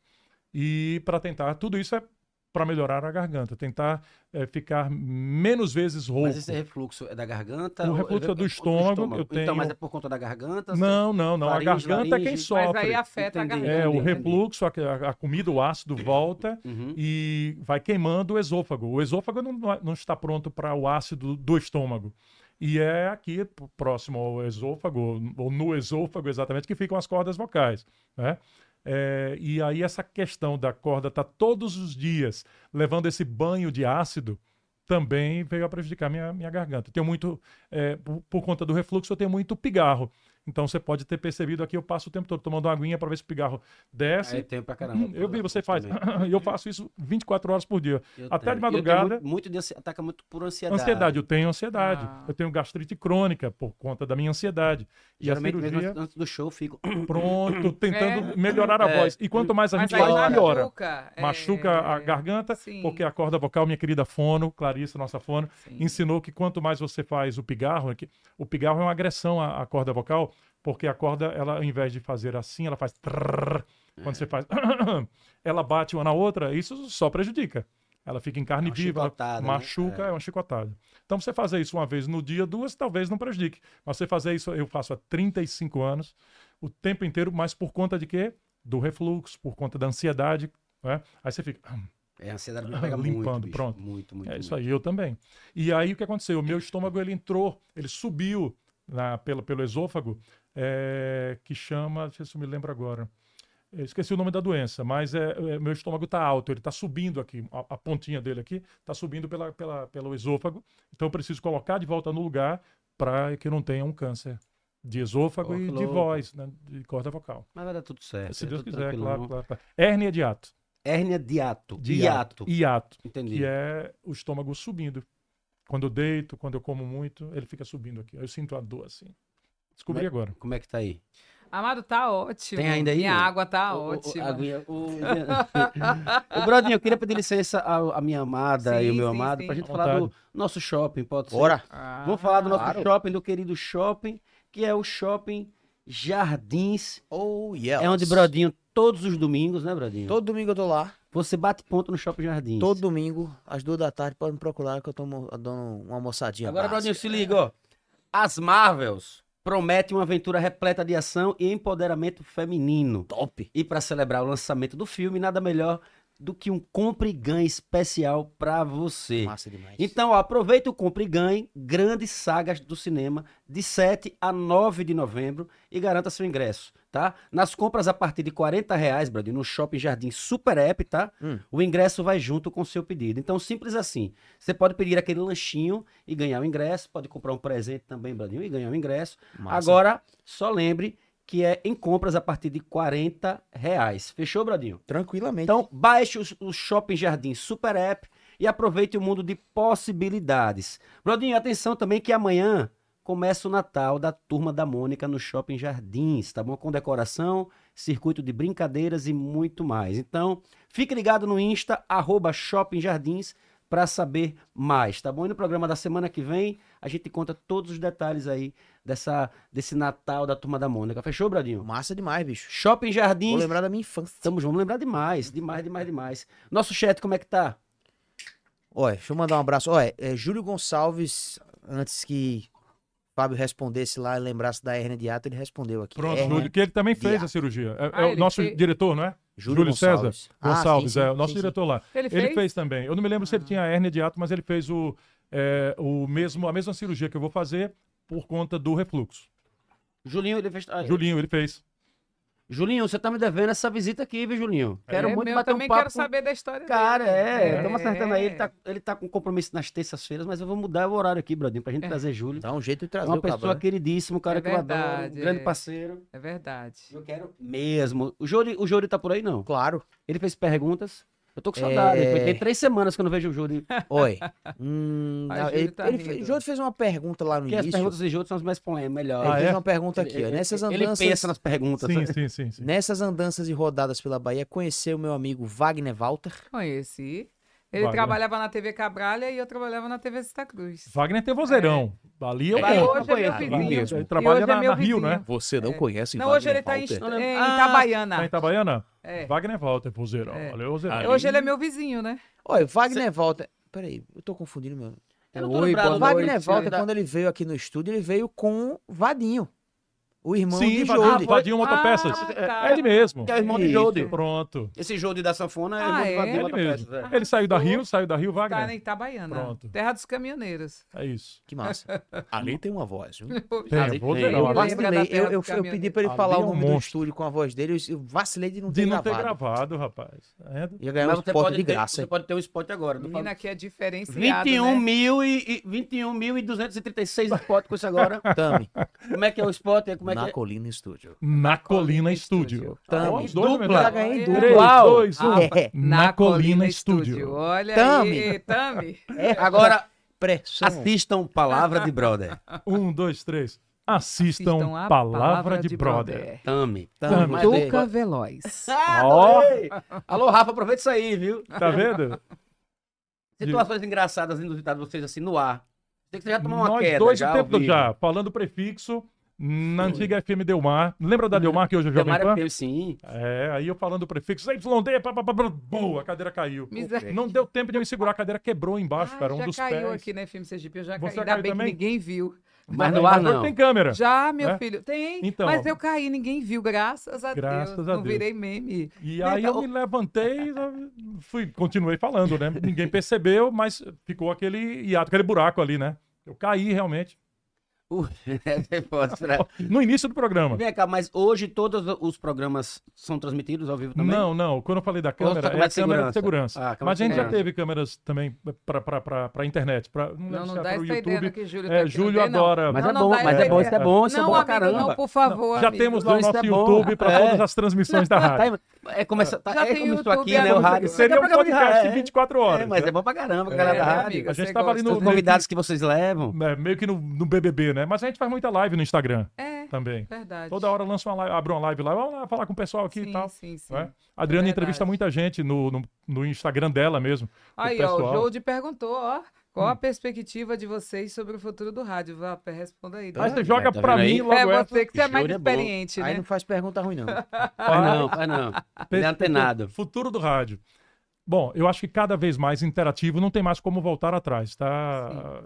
Speaker 3: E pra tentar, tudo isso é pra melhorar a garganta, tentar eh, ficar menos vezes rouco.
Speaker 1: Mas esse refluxo é da garganta?
Speaker 3: O
Speaker 1: ou-
Speaker 3: refluxo é do estômago, eu
Speaker 1: Então, mas é
Speaker 3: tenho-
Speaker 1: por conta da garganta?
Speaker 3: Não, não, não.
Speaker 1: Faringe,
Speaker 3: a garganta é quem
Speaker 1: laringe.
Speaker 3: sofre.
Speaker 4: Mas aí afeta
Speaker 1: Entendi.
Speaker 4: a garganta.
Speaker 3: É, o
Speaker 1: Entendi.
Speaker 3: refluxo, a, a- a comida, o ácido volta
Speaker 1: Uhum.
Speaker 3: e vai queimando o esôfago. O esôfago não, é, não está pronto para o ácido do estômago. E é aqui, p- próximo ao esôfago, ou no esôfago exatamente, que ficam as cordas vocais. Né? É, e aí essa questão da corda estar todos os dias levando esse banho de ácido também veio a prejudicar minha, minha garganta. Eu tenho muito, é, por, por conta do refluxo, eu tenho muito pigarro. Então você pode ter percebido aqui, eu passo o tempo todo tomando uma aguinha para ver se o pigarro desce.
Speaker 1: Aí tem pra caramba.
Speaker 3: assim, Eu vi, você faz.
Speaker 1: Também.
Speaker 3: E eu faço isso 24 horas por dia.
Speaker 1: Eu tenho.
Speaker 3: Até de
Speaker 1: Eu tenho
Speaker 3: madrugada.
Speaker 1: Muito, muito de ansi- ataca muito por ansiedade.
Speaker 3: Ansiedade, eu tenho ansiedade.
Speaker 4: Ah.
Speaker 3: Eu tenho gastrite crônica por conta da minha ansiedade. E
Speaker 1: Geralmente,
Speaker 3: a
Speaker 1: mesmo
Speaker 3: cirurgia,
Speaker 1: antes- antes do show, eu fico.
Speaker 3: pronto, tentando
Speaker 4: É.
Speaker 3: melhorar a
Speaker 1: É.
Speaker 3: voz. E quanto mais a
Speaker 4: Mas
Speaker 3: gente
Speaker 4: aí
Speaker 1: vai
Speaker 3: faz,
Speaker 1: lá,
Speaker 3: piora.
Speaker 4: machuca. é,
Speaker 3: Machuca a garganta,
Speaker 4: Sim.
Speaker 3: porque a corda vocal, minha querida fono, Clarissa, nossa fono,
Speaker 4: sim.
Speaker 3: ensinou que quanto mais você faz o pigarro, é que o pigarro é uma agressão à, à corda vocal, porque a corda, ela, ao invés de fazer assim, ela faz. trrr.
Speaker 1: É.
Speaker 3: Quando você faz. ela bate uma na outra, isso só prejudica. Ela fica em carne
Speaker 1: É uma
Speaker 3: viva, ela
Speaker 1: chicotada, né?
Speaker 3: machuca,
Speaker 1: É.
Speaker 3: é. uma chicotada. Então, você fazer isso uma vez no dia, duas, talvez não prejudique. Mas você fazer isso, eu faço há 35 anos, o tempo inteiro, mas por conta de quê? Do refluxo, por conta da ansiedade. Né? Aí você fica.
Speaker 1: É, a ansiedade me pega muito.
Speaker 3: Limpando,
Speaker 1: bicho.
Speaker 3: pronto.
Speaker 1: Muito, muito.
Speaker 3: É
Speaker 1: muito.
Speaker 3: isso aí, eu também. E aí o que aconteceu? O meu estômago ele entrou, ele subiu na- pelo, pelo esôfago, é, que chama, deixa eu ver se eu me lembro agora. Eu esqueci o nome da doença, mas é, é, meu estômago está alto, ele está subindo aqui, a, a pontinha dele aqui está subindo pela, pela, pelo esôfago, então eu preciso colocar de volta no lugar para que não tenha um câncer de esôfago
Speaker 1: Pô, que
Speaker 3: e de
Speaker 1: louco.
Speaker 3: voz, né, de corda vocal.
Speaker 1: Mas vai dar tudo certo.
Speaker 3: Se
Speaker 1: é
Speaker 3: Deus
Speaker 1: tudo
Speaker 3: quiser,
Speaker 1: tranquilo,
Speaker 3: claro,
Speaker 1: não.
Speaker 3: claro, claro. Hérnia de ato.
Speaker 1: Hérnia de ato.
Speaker 3: De
Speaker 1: De ato.
Speaker 3: Hiato,
Speaker 1: Entendi.
Speaker 3: que é o estômago subindo. Quando eu deito, quando eu como muito, ele fica subindo aqui. Aí eu sinto a dor assim. Descobri
Speaker 1: Mas-
Speaker 3: agora.
Speaker 1: Como é que tá aí?
Speaker 4: Amado, tá ótimo.
Speaker 1: Tem ainda aí,
Speaker 4: Minha
Speaker 1: não?
Speaker 4: água tá
Speaker 1: O- o-
Speaker 4: ótima.
Speaker 1: a aguinha- O, o, Brodinho, eu queria pedir licença ao- à minha amada e
Speaker 4: Sim,
Speaker 1: o meu
Speaker 4: sim,
Speaker 1: amado
Speaker 4: sim.
Speaker 1: pra gente
Speaker 3: À
Speaker 1: falar do
Speaker 3: vontade.
Speaker 1: nosso shopping, pode ser?
Speaker 2: Bora.
Speaker 4: Ah,
Speaker 1: Vamos falar do nosso
Speaker 2: claro.
Speaker 1: shopping, do querido shopping, que é o shopping Jardins.
Speaker 2: Oh, yeah.
Speaker 1: É onde Brodinho, todos os domingos, né, Brodinho?
Speaker 2: Todo domingo eu tô lá.
Speaker 1: Você bate ponto no shopping Jardins.
Speaker 2: Todo domingo, às duas da tarde, pode me procurar que eu tô mo- dando uma almoçadinha.
Speaker 1: Agora,
Speaker 2: básica.
Speaker 1: Brodinho, se liga, ó. As Marvels prometem uma aventura repleta de ação e empoderamento feminino.
Speaker 2: Top.
Speaker 1: E para celebrar o lançamento do filme, nada melhor do que um compre e ganhe especial para você.
Speaker 2: Massa demais.
Speaker 1: Então, ó, aproveita o compre e ganhe grandes sagas do cinema de 7 a 9 de novembro e garanta seu ingresso, tá? Nas compras a partir de 40 reais, Bradinho, no Shopping Jardim Super App, tá?
Speaker 2: Hum.
Speaker 1: O ingresso vai junto com o seu pedido. Então, simples assim. Você pode pedir aquele lanchinho e ganhar o ingresso, pode comprar um presente também, Bradinho, e ganhar o ingresso.
Speaker 2: Massa.
Speaker 1: Agora, só lembre que é em compras a partir de 40 reais. Fechou, Bradinho?
Speaker 2: Tranquilamente.
Speaker 1: Então, baixe o, o Shopping Jardim Super App e aproveite o mundo de possibilidades. Brodinho, atenção também que amanhã começa o Natal da Turma da Mônica no Shopping Jardins, tá bom? Com decoração, circuito de brincadeiras e muito mais. Então, fique ligado no Insta, arroba Shopping Jardins, para saber mais, tá bom? E no programa da semana que vem, a gente conta todos os detalhes aí dessa, desse Natal da Turma da Mônica. Fechou, Brodinho?
Speaker 2: Massa demais, bicho.
Speaker 1: Shopping
Speaker 2: Vou
Speaker 1: Jardins,
Speaker 2: lembrar da minha infância.
Speaker 1: Estamos, vamos lembrar demais, demais, demais, demais. Nosso chat, como é que tá?
Speaker 2: Olha, deixa eu mandar um abraço. Olha, é, Júlio Gonçalves, antes que Fábio respondesse lá e lembrasse da hernia de ato, ele respondeu aqui.
Speaker 3: Pronto,
Speaker 2: Hérnia-
Speaker 3: Júlio, que ele também fez
Speaker 2: Hiato.
Speaker 3: a cirurgia. É- É,
Speaker 4: Ah,
Speaker 3: o
Speaker 4: ele
Speaker 3: nosso
Speaker 4: fez-
Speaker 3: diretor, não é? Júlio César
Speaker 2: Ah,
Speaker 3: Gonçalves,
Speaker 2: sim, sim,
Speaker 3: é o nosso
Speaker 2: sim, sim.
Speaker 3: diretor lá.
Speaker 4: Ele fez?
Speaker 3: Ele fez Ah. também. Eu não me lembro se ele tinha hérnia de ato, mas ele fez o, é, o mesmo, a mesma cirurgia que eu vou fazer por conta do refluxo.
Speaker 1: Julinho, ele fez... ah,
Speaker 3: Julinho, ele fez.
Speaker 1: Julinho, você tá me devendo essa visita aqui, viu, Julinho? Quero
Speaker 4: é
Speaker 1: muito
Speaker 4: meu,
Speaker 1: bater
Speaker 4: também
Speaker 1: um papo.
Speaker 4: quero saber da história
Speaker 1: Cara, é,
Speaker 4: É.
Speaker 1: estamos acertando aí. Ele tá, ele tá com compromisso nas terças-feiras, mas eu vou mudar o horário aqui, Brodinho, pra gente
Speaker 4: É.
Speaker 1: trazer Júlio.
Speaker 2: Dá um jeito de
Speaker 1: É
Speaker 2: trazer
Speaker 1: uma
Speaker 2: o cabra.
Speaker 1: pessoa queridíssima, um cara
Speaker 4: É
Speaker 1: que eu adoro, um
Speaker 4: verdade,
Speaker 1: grande
Speaker 4: é.
Speaker 1: parceiro.
Speaker 4: dele. É verdade.
Speaker 1: Eu quero mesmo. O Júlio, o Júlio tá por aí, não?
Speaker 2: Claro.
Speaker 1: Ele fez perguntas. Eu tô com saudade.
Speaker 2: É.
Speaker 1: Tem três semanas que eu não vejo o Júlio.
Speaker 2: Oi. Hum,
Speaker 4: Ah,
Speaker 2: não,
Speaker 4: Júlio
Speaker 2: ele,
Speaker 4: tá
Speaker 2: ele
Speaker 4: rindo.
Speaker 2: fez, Júlio fez uma pergunta lá no
Speaker 1: Porque as
Speaker 2: início.
Speaker 1: perguntas de Júlio são as mais polêmicas, melhor.
Speaker 2: Ele
Speaker 3: Ah,
Speaker 2: fez
Speaker 3: é?
Speaker 2: uma pergunta aqui,
Speaker 1: Ele-
Speaker 2: ó. Nessas
Speaker 1: ele-
Speaker 2: andanças,
Speaker 1: Ele pensa nas perguntas.
Speaker 3: Sim, sim, sim, sim.
Speaker 2: nessas andanças e rodadas pela Bahia, conheceu o meu amigo Wagner Walter.
Speaker 4: Conheci. Ele
Speaker 3: Wagner.
Speaker 4: trabalhava na TV Cabralha e eu trabalhava na TV Santa Cruz.
Speaker 3: Wagner tem vozeirão. Ali eu
Speaker 4: E
Speaker 1: Wagner,
Speaker 4: hoje é meu
Speaker 1: Wagner,
Speaker 4: vizinho.
Speaker 3: mesmo. Ele
Speaker 4: E
Speaker 3: trabalha
Speaker 4: hoje
Speaker 3: na-
Speaker 4: é meu
Speaker 3: na Rio, né?
Speaker 4: vizinho.
Speaker 5: Você não conhece
Speaker 4: Não,
Speaker 5: Wagner
Speaker 4: hoje ele tá em,
Speaker 5: Walter?
Speaker 4: Ita-
Speaker 1: Walter.
Speaker 4: em
Speaker 1: Ah,
Speaker 4: Itabaiana.
Speaker 3: Tá em Itabaiana?
Speaker 4: É.
Speaker 3: Wagner Walter, vozeirão.
Speaker 4: É.
Speaker 3: Olha, eu vozeirão.
Speaker 5: Ah,
Speaker 4: Hoje ele é meu vizinho, né?
Speaker 2: Olha, Wagner Walter. Peraí, eu tô confundindo meu.
Speaker 1: Eu Tá, não tô
Speaker 5: Oi,
Speaker 1: lembrado
Speaker 5: boa
Speaker 1: do nome
Speaker 2: Wagner
Speaker 1: desse
Speaker 2: Walter,
Speaker 1: cara.
Speaker 2: quando ele veio aqui no estúdio, ele veio com Vadinho, o irmão
Speaker 3: Sim,
Speaker 2: de
Speaker 3: Vadinho, Ah,
Speaker 2: Jody.
Speaker 3: Vadinho Motopeças.
Speaker 4: Ah,
Speaker 3: É-
Speaker 4: tá.
Speaker 3: É ele mesmo.
Speaker 1: Que é o irmão de
Speaker 2: Isso.
Speaker 1: Jody.
Speaker 3: Pronto.
Speaker 1: Esse Jody da sanfona é
Speaker 4: Ah,
Speaker 1: irmão
Speaker 4: é?
Speaker 1: de
Speaker 3: É ele
Speaker 1: Vadinho
Speaker 3: mesmo.
Speaker 1: Motopeças, é.
Speaker 3: Ele saiu da Rio, saiu da Rio
Speaker 4: Tá na
Speaker 3: Wagner.
Speaker 4: Itabaiana.
Speaker 3: Pronto.
Speaker 4: Terra dos caminhoneiros.
Speaker 3: É isso. É,
Speaker 2: Que massa.
Speaker 5: Ali tem uma voz, viu?
Speaker 3: Tem,
Speaker 1: Ali
Speaker 3: vozeirão.
Speaker 1: tem.
Speaker 2: Eu
Speaker 4: lembro
Speaker 3: Ali-
Speaker 4: da
Speaker 2: vacilei. Eu,
Speaker 4: tela
Speaker 2: eu-
Speaker 4: do
Speaker 2: eu
Speaker 4: caminhoneiro.
Speaker 2: pedi pra ele
Speaker 3: Ali
Speaker 2: falar
Speaker 3: é
Speaker 2: o
Speaker 3: um
Speaker 2: nome do
Speaker 3: monstro.
Speaker 2: estúdio com a voz dele, eu- eu vacilei de não ter
Speaker 3: De não ter
Speaker 2: gravado.
Speaker 3: gravado, rapaz. É,
Speaker 2: Ia ganhar um
Speaker 1: Mas você
Speaker 2: spot
Speaker 1: pode,
Speaker 2: de
Speaker 1: ter,
Speaker 2: graça.
Speaker 1: você pode ter um spot agora. Tô
Speaker 4: Menina
Speaker 1: falando.
Speaker 4: aqui é diferenciada.
Speaker 1: 21
Speaker 4: né?
Speaker 1: mil e, e 21 mil e 236 spot com isso agora.
Speaker 2: Tami,
Speaker 1: Como é que é o spot? Como é que
Speaker 2: na
Speaker 1: é?
Speaker 2: Colina Estúdio.
Speaker 3: Na Colina Estúdio.
Speaker 4: Ah,
Speaker 2: Tamo.
Speaker 3: Os dois,
Speaker 1: Dupla.
Speaker 3: meu
Speaker 2: Já
Speaker 3: Deus.
Speaker 2: ganhei
Speaker 4: Olha.
Speaker 2: dupla.
Speaker 1: Uau.
Speaker 3: dois, um.
Speaker 2: É.
Speaker 3: Na Colina Estúdio.
Speaker 4: Olha
Speaker 2: Tami.
Speaker 4: aí, Tami.
Speaker 2: É
Speaker 1: Agora,
Speaker 2: pressão.
Speaker 1: assistam Palavra de Brother.
Speaker 3: Um, dois, três. Assistam,
Speaker 4: Assistam a
Speaker 3: Palavra, de, Brother.
Speaker 1: Tame.
Speaker 2: Tamo.
Speaker 3: Tamo.
Speaker 2: Mas-
Speaker 4: Tuca Veloz.
Speaker 1: Ah,
Speaker 3: Ó.
Speaker 1: adorei! Alô, Rafa, aproveita isso aí, viu?
Speaker 3: Tá vendo?
Speaker 1: Situações engraçadas, inusitadas, vocês assim, no ar. Tem que você já tomar uma
Speaker 3: Nós
Speaker 1: queda.
Speaker 3: dois
Speaker 1: já,
Speaker 3: já,
Speaker 1: ao
Speaker 3: tempo
Speaker 1: vivo.
Speaker 3: já, falando prefixo na antiga FM Delmar. Lembra da Delmar que hoje é Jovem
Speaker 1: Demara
Speaker 3: Pan?
Speaker 1: Pio, sim.
Speaker 3: É, aí eu falando o prefixo, YD, pá, pá, pá, pá, boa, a cadeira caiu.
Speaker 4: Miser-
Speaker 3: Não deu tempo de eu me segurar, a cadeira quebrou embaixo,
Speaker 4: Ah,
Speaker 3: cara, um
Speaker 4: já
Speaker 3: dos
Speaker 4: caiu
Speaker 3: pés.
Speaker 4: aqui, né, filme Sergipe? Eu já
Speaker 3: Você
Speaker 4: caí. Ainda
Speaker 3: caiu
Speaker 4: bem
Speaker 3: também?
Speaker 4: que ninguém viu.
Speaker 1: Mas no ar,
Speaker 3: agora
Speaker 1: não.
Speaker 3: Tem câmera.
Speaker 4: Já, meu
Speaker 3: né?
Speaker 4: filho. Tem.
Speaker 3: Então,
Speaker 4: mas
Speaker 3: ó.
Speaker 4: eu caí, ninguém viu, graças a
Speaker 3: Graças
Speaker 4: Deus.
Speaker 3: a
Speaker 4: não
Speaker 3: Deus.
Speaker 4: virei meme.
Speaker 3: E aí eu me levantei, sabe, fui, continuei falando, né? Ninguém percebeu, mas ficou aquele hiato, aquele buraco ali, né? Eu caí realmente.
Speaker 1: O... É, posso pra-
Speaker 3: No início do programa.
Speaker 1: Vem cá, mas hoje todos os programas são transmitidos ao vivo também?
Speaker 3: Não, não. Quando eu falei da câmera,
Speaker 1: tá com
Speaker 3: é
Speaker 1: mais
Speaker 3: a câmera de segurança.
Speaker 1: Ah, câmera
Speaker 3: Mas a
Speaker 1: de
Speaker 3: gente já
Speaker 1: segurança.
Speaker 3: teve câmeras também para internet. Pra, não,
Speaker 4: Não,
Speaker 3: lembro se
Speaker 4: não
Speaker 3: era
Speaker 4: dá
Speaker 3: pro
Speaker 4: essa ideia
Speaker 3: YouTube.
Speaker 4: que Júlio
Speaker 3: É,
Speaker 4: tá aqui, não
Speaker 3: Júlio
Speaker 4: tem, não.
Speaker 3: adora.
Speaker 1: Mas
Speaker 4: Não,
Speaker 1: é
Speaker 4: não
Speaker 1: bom,
Speaker 4: dá
Speaker 1: mas é
Speaker 4: ideia.
Speaker 1: bom, isso é bom, isso é
Speaker 4: Não,
Speaker 1: bom pra
Speaker 4: amigo,
Speaker 1: caramba.
Speaker 4: não, por favor.
Speaker 3: Já
Speaker 4: amigo.
Speaker 3: temos lá o
Speaker 1: Isso
Speaker 3: nosso
Speaker 1: é bom.
Speaker 3: YouTube para
Speaker 1: É.
Speaker 3: todas as transmissões da rádio.
Speaker 1: Tá, é, começa, tá,
Speaker 4: Já
Speaker 1: é
Speaker 4: tem
Speaker 1: como isso
Speaker 4: YouTube
Speaker 1: aqui, né? O
Speaker 4: agora.
Speaker 1: rádio.
Speaker 4: Seria
Speaker 1: É
Speaker 3: Seria um
Speaker 1: programa de
Speaker 3: podcast
Speaker 1: rádio,
Speaker 3: de
Speaker 1: é.
Speaker 3: 24 horas.
Speaker 1: É, mas é bom pra caramba, a
Speaker 4: É,
Speaker 1: galera da rádio. né?
Speaker 4: amiga,
Speaker 3: A gente
Speaker 4: você
Speaker 3: tava ali
Speaker 4: gosta.
Speaker 1: Os
Speaker 3: no-
Speaker 1: convidados que vocês levam.
Speaker 3: É, meio que no, no BBB, né? Mas a gente faz muita live no Instagram
Speaker 4: É,
Speaker 3: também.
Speaker 4: verdade.
Speaker 3: Toda hora lança uma live, abre uma live lá, vamos lá falar com o pessoal aqui
Speaker 4: sim,
Speaker 3: e tal.
Speaker 4: Sim, sim.
Speaker 3: né? A Adriana
Speaker 4: verdade.
Speaker 3: entrevista muita gente no, no, no Instagram dela mesmo.
Speaker 4: Aí, ó, o
Speaker 3: pessoal. Hum.
Speaker 4: Jold perguntou, ó, qual a perspectiva de vocês sobre o futuro do rádio? Vá, Pé, responda aí.
Speaker 3: Aí
Speaker 4: Dona.
Speaker 3: você joga
Speaker 1: tá
Speaker 3: pra
Speaker 1: vendo aí?
Speaker 3: mim logo
Speaker 4: é
Speaker 3: essa.
Speaker 4: você que você é mais
Speaker 1: Júlio é bom.
Speaker 4: experiente,
Speaker 2: Aí
Speaker 4: né?
Speaker 2: não faz pergunta ruim, não.
Speaker 3: Ah,
Speaker 4: "Ah,
Speaker 1: Faz
Speaker 3: é.
Speaker 1: não, faz não. Não tem nada.
Speaker 3: Futuro do rádio. Bom, eu acho que cada vez mais interativo, não tem mais como voltar atrás, tá,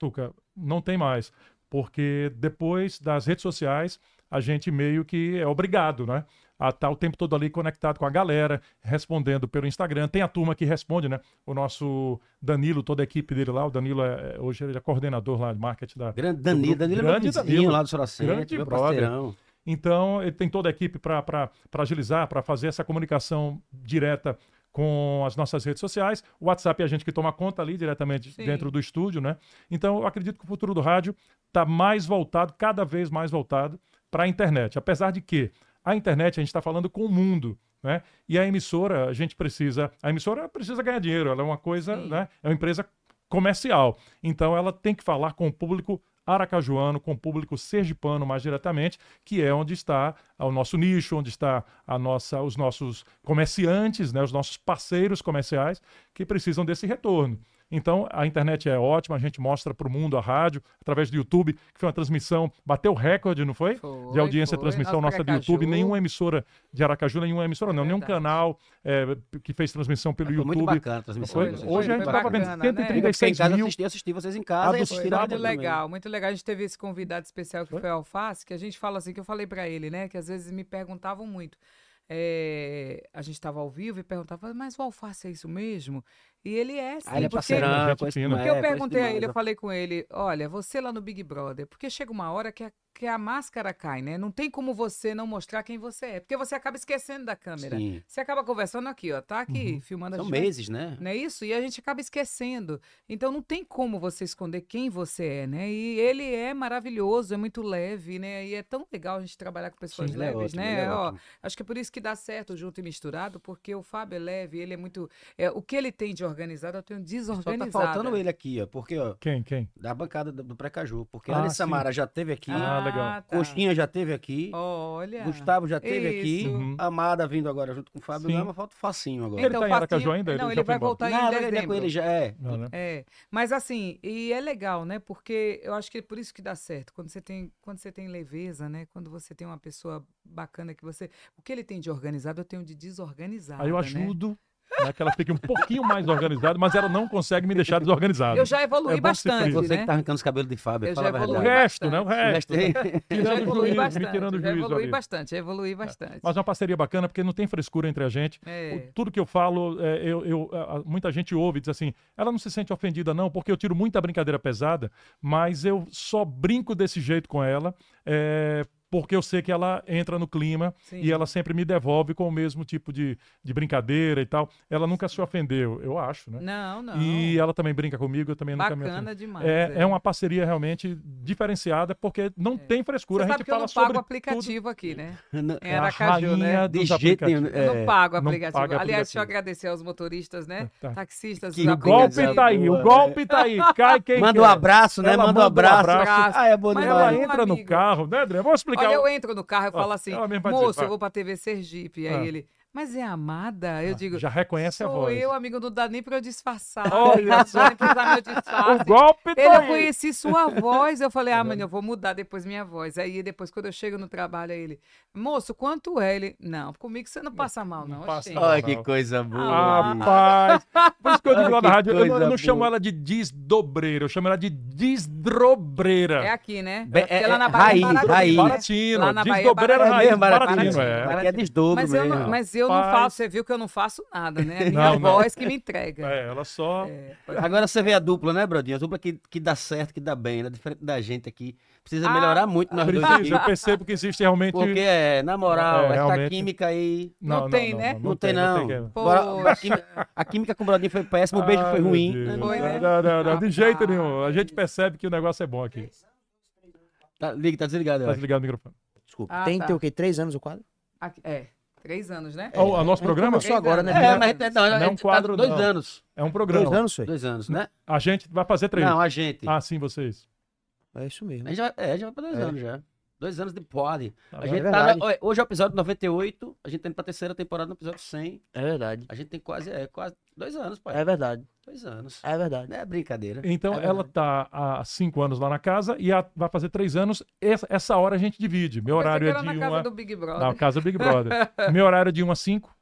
Speaker 3: Tuca? Não tem mais. Porque depois das redes sociais, a gente meio que é obrigado, né? A estar o tempo todo ali conectado com a galera, respondendo pelo Instagram. Tem a turma que responde, né? O nosso Danilo, toda a equipe dele lá. O Danilo, é, é- hoje ele é coordenador lá de marketing da,
Speaker 1: Grande Danilo,
Speaker 3: grupo.
Speaker 1: Danilo é meu
Speaker 3: Grande
Speaker 1: vizinho
Speaker 3: Danilo.
Speaker 1: lá do Sorocente,
Speaker 3: Grande
Speaker 1: meu
Speaker 3: brother.
Speaker 1: parceirão.
Speaker 3: então, ele tem toda a equipe para agilizar, para fazer essa comunicação direta com as nossas redes sociais. O WhatsApp é a gente que toma conta ali diretamente
Speaker 4: Sim.
Speaker 3: dentro do estúdio, né? Então, eu acredito que o futuro do rádio está mais voltado, cada vez mais voltado para a internet. Apesar de que a internet, a gente está falando com o mundo, né? E a emissora, a gente precisa... A emissora precisa ganhar dinheiro, ela é uma coisa,
Speaker 4: Sim.
Speaker 3: né? É uma empresa comercial. Então, ela tem que falar com o público aracajuano, com o público sergipano mais diretamente, que é onde está o nosso nicho, onde está a nossa, os nossos comerciantes, né, os nossos parceiros comerciais que precisam desse retorno. Então, a internet é ótima, a gente mostra para o mundo a rádio, através do YouTube, que foi uma transmissão, bateu recorde, não foi?
Speaker 4: Foi,
Speaker 3: de audiência,
Speaker 4: foi.
Speaker 3: transmissão
Speaker 4: Nossa,
Speaker 3: nossa do
Speaker 4: Aracaju.
Speaker 3: YouTube, nenhuma emissora de Aracaju, nenhuma emissora, não, nenhum
Speaker 4: verdade.
Speaker 3: canal eh, que fez transmissão pelo
Speaker 1: Foi muito
Speaker 3: YouTube.
Speaker 1: bacana a transmissão.
Speaker 3: Foi-
Speaker 1: de vocês,
Speaker 3: hoje a
Speaker 1: muito
Speaker 3: gente tá
Speaker 4: foi
Speaker 3: estava
Speaker 1: bacana.
Speaker 3: vendo
Speaker 4: bacana, né?
Speaker 3: 136
Speaker 1: Eu fiquei em casa,
Speaker 3: mil.
Speaker 1: assisti, assisti vocês em casa e
Speaker 3: absurdo.
Speaker 1: assisti
Speaker 4: Foi
Speaker 1: na
Speaker 4: muito
Speaker 1: rádio também.
Speaker 4: legal, muito legal. A gente teve esse convidado especial que foi o Alface, que a gente fala assim, que eu falei pra ele, né? Que às vezes me perguntavam muito. É, a gente tava ao vivo e perguntava, mas o Alface é isso mesmo? E ele é, sim,
Speaker 1: Ah, ele é
Speaker 4: porque
Speaker 1: parceirão,
Speaker 3: Gente
Speaker 1: conheço
Speaker 3: fina.
Speaker 1: demais,
Speaker 4: Porque eu
Speaker 1: conheço
Speaker 4: perguntei a
Speaker 1: demais.
Speaker 4: ele, eu falei com ele, olha, você lá no Big Brother, porque chega uma hora que a, que a máscara cai, né? Não tem como você não mostrar quem você é, porque você acaba esquecendo da câmera.
Speaker 1: Sim. Uhum.
Speaker 4: Você acaba conversando aqui, ó, tá aqui filmando a
Speaker 1: São
Speaker 4: gente. vai-
Speaker 1: meses, né?
Speaker 4: Não é isso? E a gente acaba esquecendo. Então não tem como você esconder quem você é, né? E ele é maravilhoso, é muito leve, né? E é tão legal a gente trabalhar com pessoas
Speaker 1: Ele é
Speaker 4: leves,
Speaker 1: ótimo, ele
Speaker 4: né?
Speaker 1: é
Speaker 4: Ó,
Speaker 1: ótimo.
Speaker 4: Acho que é por isso que dá certo junto e misturado, porque o Fábio é leve, ele é muito. é, o que ele tem de organizado, eu tenho
Speaker 1: Só tá
Speaker 4: desorganizado.
Speaker 1: faltando ele aqui, ó, porque, ó,
Speaker 3: Quem, quem?
Speaker 1: da bancada do, do Precaju, porque
Speaker 3: Ah,
Speaker 1: a
Speaker 3: sim.
Speaker 1: Larissa Mara já teve aqui,
Speaker 3: Ah, legal.
Speaker 4: tá.
Speaker 1: Coxinha já teve aqui,
Speaker 4: Olha.
Speaker 1: Gustavo já teve aqui,
Speaker 4: isso.
Speaker 3: Uhum.
Speaker 1: Amada vindo agora junto com o Fábio,
Speaker 3: Sim.
Speaker 1: não, mas falta o Facinho agora.
Speaker 3: Ele tá em
Speaker 4: Fatinho-
Speaker 3: Aracaju ainda? Ele
Speaker 4: Então, Não,
Speaker 3: já
Speaker 4: ele
Speaker 3: foi
Speaker 4: vai
Speaker 3: embora?
Speaker 4: voltar
Speaker 1: Não,
Speaker 4: em
Speaker 1: ele é
Speaker 4: tá dezembro.
Speaker 1: com ele já, é.
Speaker 3: Não, né?
Speaker 4: É, mas assim, e é legal, né? Porque eu acho que é por isso que dá certo. Quando você tem, quando você tem leveza, né? Quando você tem uma pessoa bacana que você, o que ele tem de organizado, eu tenho de desorganizado,
Speaker 3: Aí Ah, eu
Speaker 4: né?
Speaker 3: ajudo né, que ela fique um pouquinho mais organizada, mas ela não consegue me deixar desorganizado.
Speaker 4: Eu já
Speaker 3: É
Speaker 4: evoluí
Speaker 3: bom ser
Speaker 4: bastante,
Speaker 3: feliz.
Speaker 1: Você
Speaker 4: né?
Speaker 1: que tá arrancando os cabelos de Fábio,
Speaker 4: Eu
Speaker 1: fala
Speaker 4: já
Speaker 1: a
Speaker 3: O
Speaker 4: evolui
Speaker 1: verdade.
Speaker 3: resto, né? O
Speaker 1: O resto
Speaker 3: resto.
Speaker 1: aí-
Speaker 4: já
Speaker 3: Tirando o
Speaker 4: evoluí
Speaker 3: juízo, me
Speaker 4: bastante,
Speaker 3: tirando o
Speaker 4: já
Speaker 3: juízo
Speaker 4: evoluí
Speaker 3: ali.
Speaker 4: bastante, já evoluí bastante.
Speaker 3: Mas é uma parceria bacana, porque não tem frescura entre a gente.
Speaker 4: É.
Speaker 3: O- tudo que eu falo, é, eu, eu- a- a- muita gente ouve e diz assim, ela não se sente ofendida não, porque eu tiro muita brincadeira pesada, mas eu só brinco desse jeito com ela, é, porque eu sei que ela entra no clima
Speaker 4: Sim.
Speaker 3: e ela sempre me devolve com o mesmo tipo de, de brincadeira e tal. Ela nunca se ofendeu, eu acho, né?
Speaker 4: Não, não.
Speaker 3: E ela também brinca comigo, eu também nunca me ofendo.
Speaker 4: Bacana demais.
Speaker 3: É, é uma parceria realmente diferenciada, porque não tem frescura.
Speaker 4: É. Você
Speaker 3: a
Speaker 4: sabe
Speaker 3: gente
Speaker 4: que eu
Speaker 3: fala
Speaker 4: não
Speaker 3: sobre
Speaker 4: pago o
Speaker 3: tudo.
Speaker 4: aplicativo aqui, né?
Speaker 1: Não,
Speaker 4: É Aracaju, né?
Speaker 3: rainha
Speaker 1: De
Speaker 3: dos
Speaker 1: jeito nenhum.
Speaker 3: aplicativos.
Speaker 1: é,
Speaker 4: Eu não pago o
Speaker 3: não
Speaker 4: aplicativo.
Speaker 3: paga
Speaker 4: Aliás, deixa eu
Speaker 3: aplicativo.
Speaker 4: agradecer aos motoristas, né?
Speaker 3: Tá.
Speaker 4: Taxistas
Speaker 1: Que
Speaker 4: do
Speaker 3: O golpe
Speaker 4: aplicativo.
Speaker 3: tá aí, o
Speaker 1: É.
Speaker 3: golpe tá aí. Cai quem
Speaker 1: Manda
Speaker 3: quer.
Speaker 1: um abraço, né?
Speaker 3: Ela
Speaker 1: Manda um
Speaker 3: manda um
Speaker 1: abraço.
Speaker 4: abraço.
Speaker 1: Ah, é bom
Speaker 4: Mas
Speaker 1: demais.
Speaker 3: Ela
Speaker 4: Meu
Speaker 3: entra no
Speaker 4: amigo.
Speaker 3: carro, né, André? Vamos explicar.
Speaker 4: Olha, eu entro no carro e falo
Speaker 3: Ó,
Speaker 4: assim,
Speaker 3: ela mesmo vai dizer,
Speaker 4: moço,
Speaker 3: vai.
Speaker 4: eu vou pra TV Sergipe. E aí
Speaker 3: Ah.
Speaker 4: ele, mas é amada? Eu digo,
Speaker 3: Já reconhece a
Speaker 4: sou
Speaker 3: voz.
Speaker 4: eu, amigo, não dá nem pra eu disfarçar.
Speaker 3: Olha
Speaker 4: não dá nem pra usar meu disfarce.
Speaker 3: O golpe
Speaker 4: Ele,
Speaker 3: tá
Speaker 4: é eu
Speaker 3: aí. É
Speaker 4: conheci sua voz. Eu falei, ah, mano, eu vou mudar depois minha voz. Aí depois, quando eu chego no trabalho, aí ele, moço, quanto é? Ele, não, comigo você não passa mal, não.
Speaker 3: não passa
Speaker 4: oxente."
Speaker 3: mal.
Speaker 1: Olha que coisa
Speaker 3: Ah,
Speaker 1: boa. bicho.
Speaker 3: Rapaz, por isso que eu digo lá
Speaker 1: Ah,
Speaker 3: na
Speaker 1: que
Speaker 3: rádio, eu não, eu
Speaker 1: coisa
Speaker 3: não chamo
Speaker 1: boa.
Speaker 3: ela de desdobreira, eu chamo ela de desdobreira.
Speaker 4: É. aqui, né?
Speaker 1: Be-
Speaker 4: Porque
Speaker 1: é-
Speaker 4: lá na
Speaker 1: é
Speaker 4: Bahia é
Speaker 1: raiz,
Speaker 4: baratinho,
Speaker 1: raiz.
Speaker 4: né?
Speaker 3: Baratino,
Speaker 4: Lá na Bahia é
Speaker 3: desdobreira
Speaker 4: baratinho.
Speaker 3: raiz,
Speaker 1: mesmo, Baratino,
Speaker 3: baratino,
Speaker 4: é.
Speaker 3: é.
Speaker 1: Aqui é desdobro
Speaker 4: Mas eu,
Speaker 1: mesmo.
Speaker 4: não, mas eu eu não
Speaker 3: paz.
Speaker 4: faço, você viu que eu não faço nada, né? A minha
Speaker 3: Não, não.
Speaker 4: voz que me entrega.
Speaker 3: É, ela só.
Speaker 4: É, pode-
Speaker 1: Agora você vê a dupla, né, Brodinho? A dupla que, que dá certo, que dá bem, né? Diferente da gente aqui. Precisa
Speaker 4: Ah,
Speaker 1: melhorar muito nós dois aqui.
Speaker 3: Precisa, eu percebo que existe realmente.
Speaker 1: Porque, é, na moral,
Speaker 3: É,
Speaker 1: essa
Speaker 3: realmente.
Speaker 1: química aí.
Speaker 4: Não tem, né?
Speaker 1: Não, tem, não.
Speaker 3: que-
Speaker 1: Agora, a, química, a química com o Brodinho foi péssima, o beijo
Speaker 3: Ai,
Speaker 1: foi
Speaker 3: Ah, meu
Speaker 1: ruim.
Speaker 3: Deus.
Speaker 4: Foi, né?
Speaker 3: Não,
Speaker 4: tá.
Speaker 3: não, não, de
Speaker 4: Rapaz.
Speaker 3: jeito nenhum. A gente percebe que o negócio é bom aqui.
Speaker 1: Tá, liga, tá
Speaker 4: É.
Speaker 1: desligado. eu
Speaker 3: Tá
Speaker 1: acho.
Speaker 3: desligado o microfone.
Speaker 2: Desculpa.
Speaker 4: Ah,
Speaker 2: tem que
Speaker 4: tá.
Speaker 2: ter o quê? Três anos o quadro?
Speaker 4: aqui- é, três anos, né?
Speaker 3: Ó, o nosso
Speaker 2: Mas
Speaker 3: programa
Speaker 2: começou agora, né?
Speaker 4: Três
Speaker 1: É,
Speaker 4: anos.
Speaker 1: mas é, não,
Speaker 3: Não é um
Speaker 1: tá
Speaker 3: quadro,
Speaker 1: dois
Speaker 3: não.
Speaker 1: anos.
Speaker 3: é um
Speaker 2: Dois
Speaker 3: programa.
Speaker 2: anos, foi?
Speaker 1: Dois anos, né?
Speaker 3: A gente vai fazer três.
Speaker 1: Não, a gente.
Speaker 3: Ah, sim, vocês.
Speaker 2: É isso mesmo.
Speaker 1: A gente já, é, já vai pra dois
Speaker 2: É.
Speaker 1: anos já. Dois anos de pod.
Speaker 3: Tá
Speaker 1: A
Speaker 3: vendo?
Speaker 1: gente
Speaker 2: É
Speaker 1: tá,
Speaker 2: verdade.
Speaker 1: na- hoje é o episódio 98, a gente tá indo pra terceira temporada no episódio 100.
Speaker 2: É verdade.
Speaker 1: A gente tem quase, é, quase dois anos, pai.
Speaker 2: É verdade.
Speaker 1: Dois anos.
Speaker 2: É verdade.
Speaker 1: Não é brincadeira.
Speaker 3: Então,
Speaker 1: É
Speaker 3: ela tá há cinco anos lá na casa e há- vai fazer três anos. Essa, essa hora a gente divide. Meu horário é
Speaker 4: na
Speaker 3: de
Speaker 4: casa
Speaker 3: uma.
Speaker 4: do Big Brother.
Speaker 3: Na casa Big Brother. Meu horário é de 1 a 5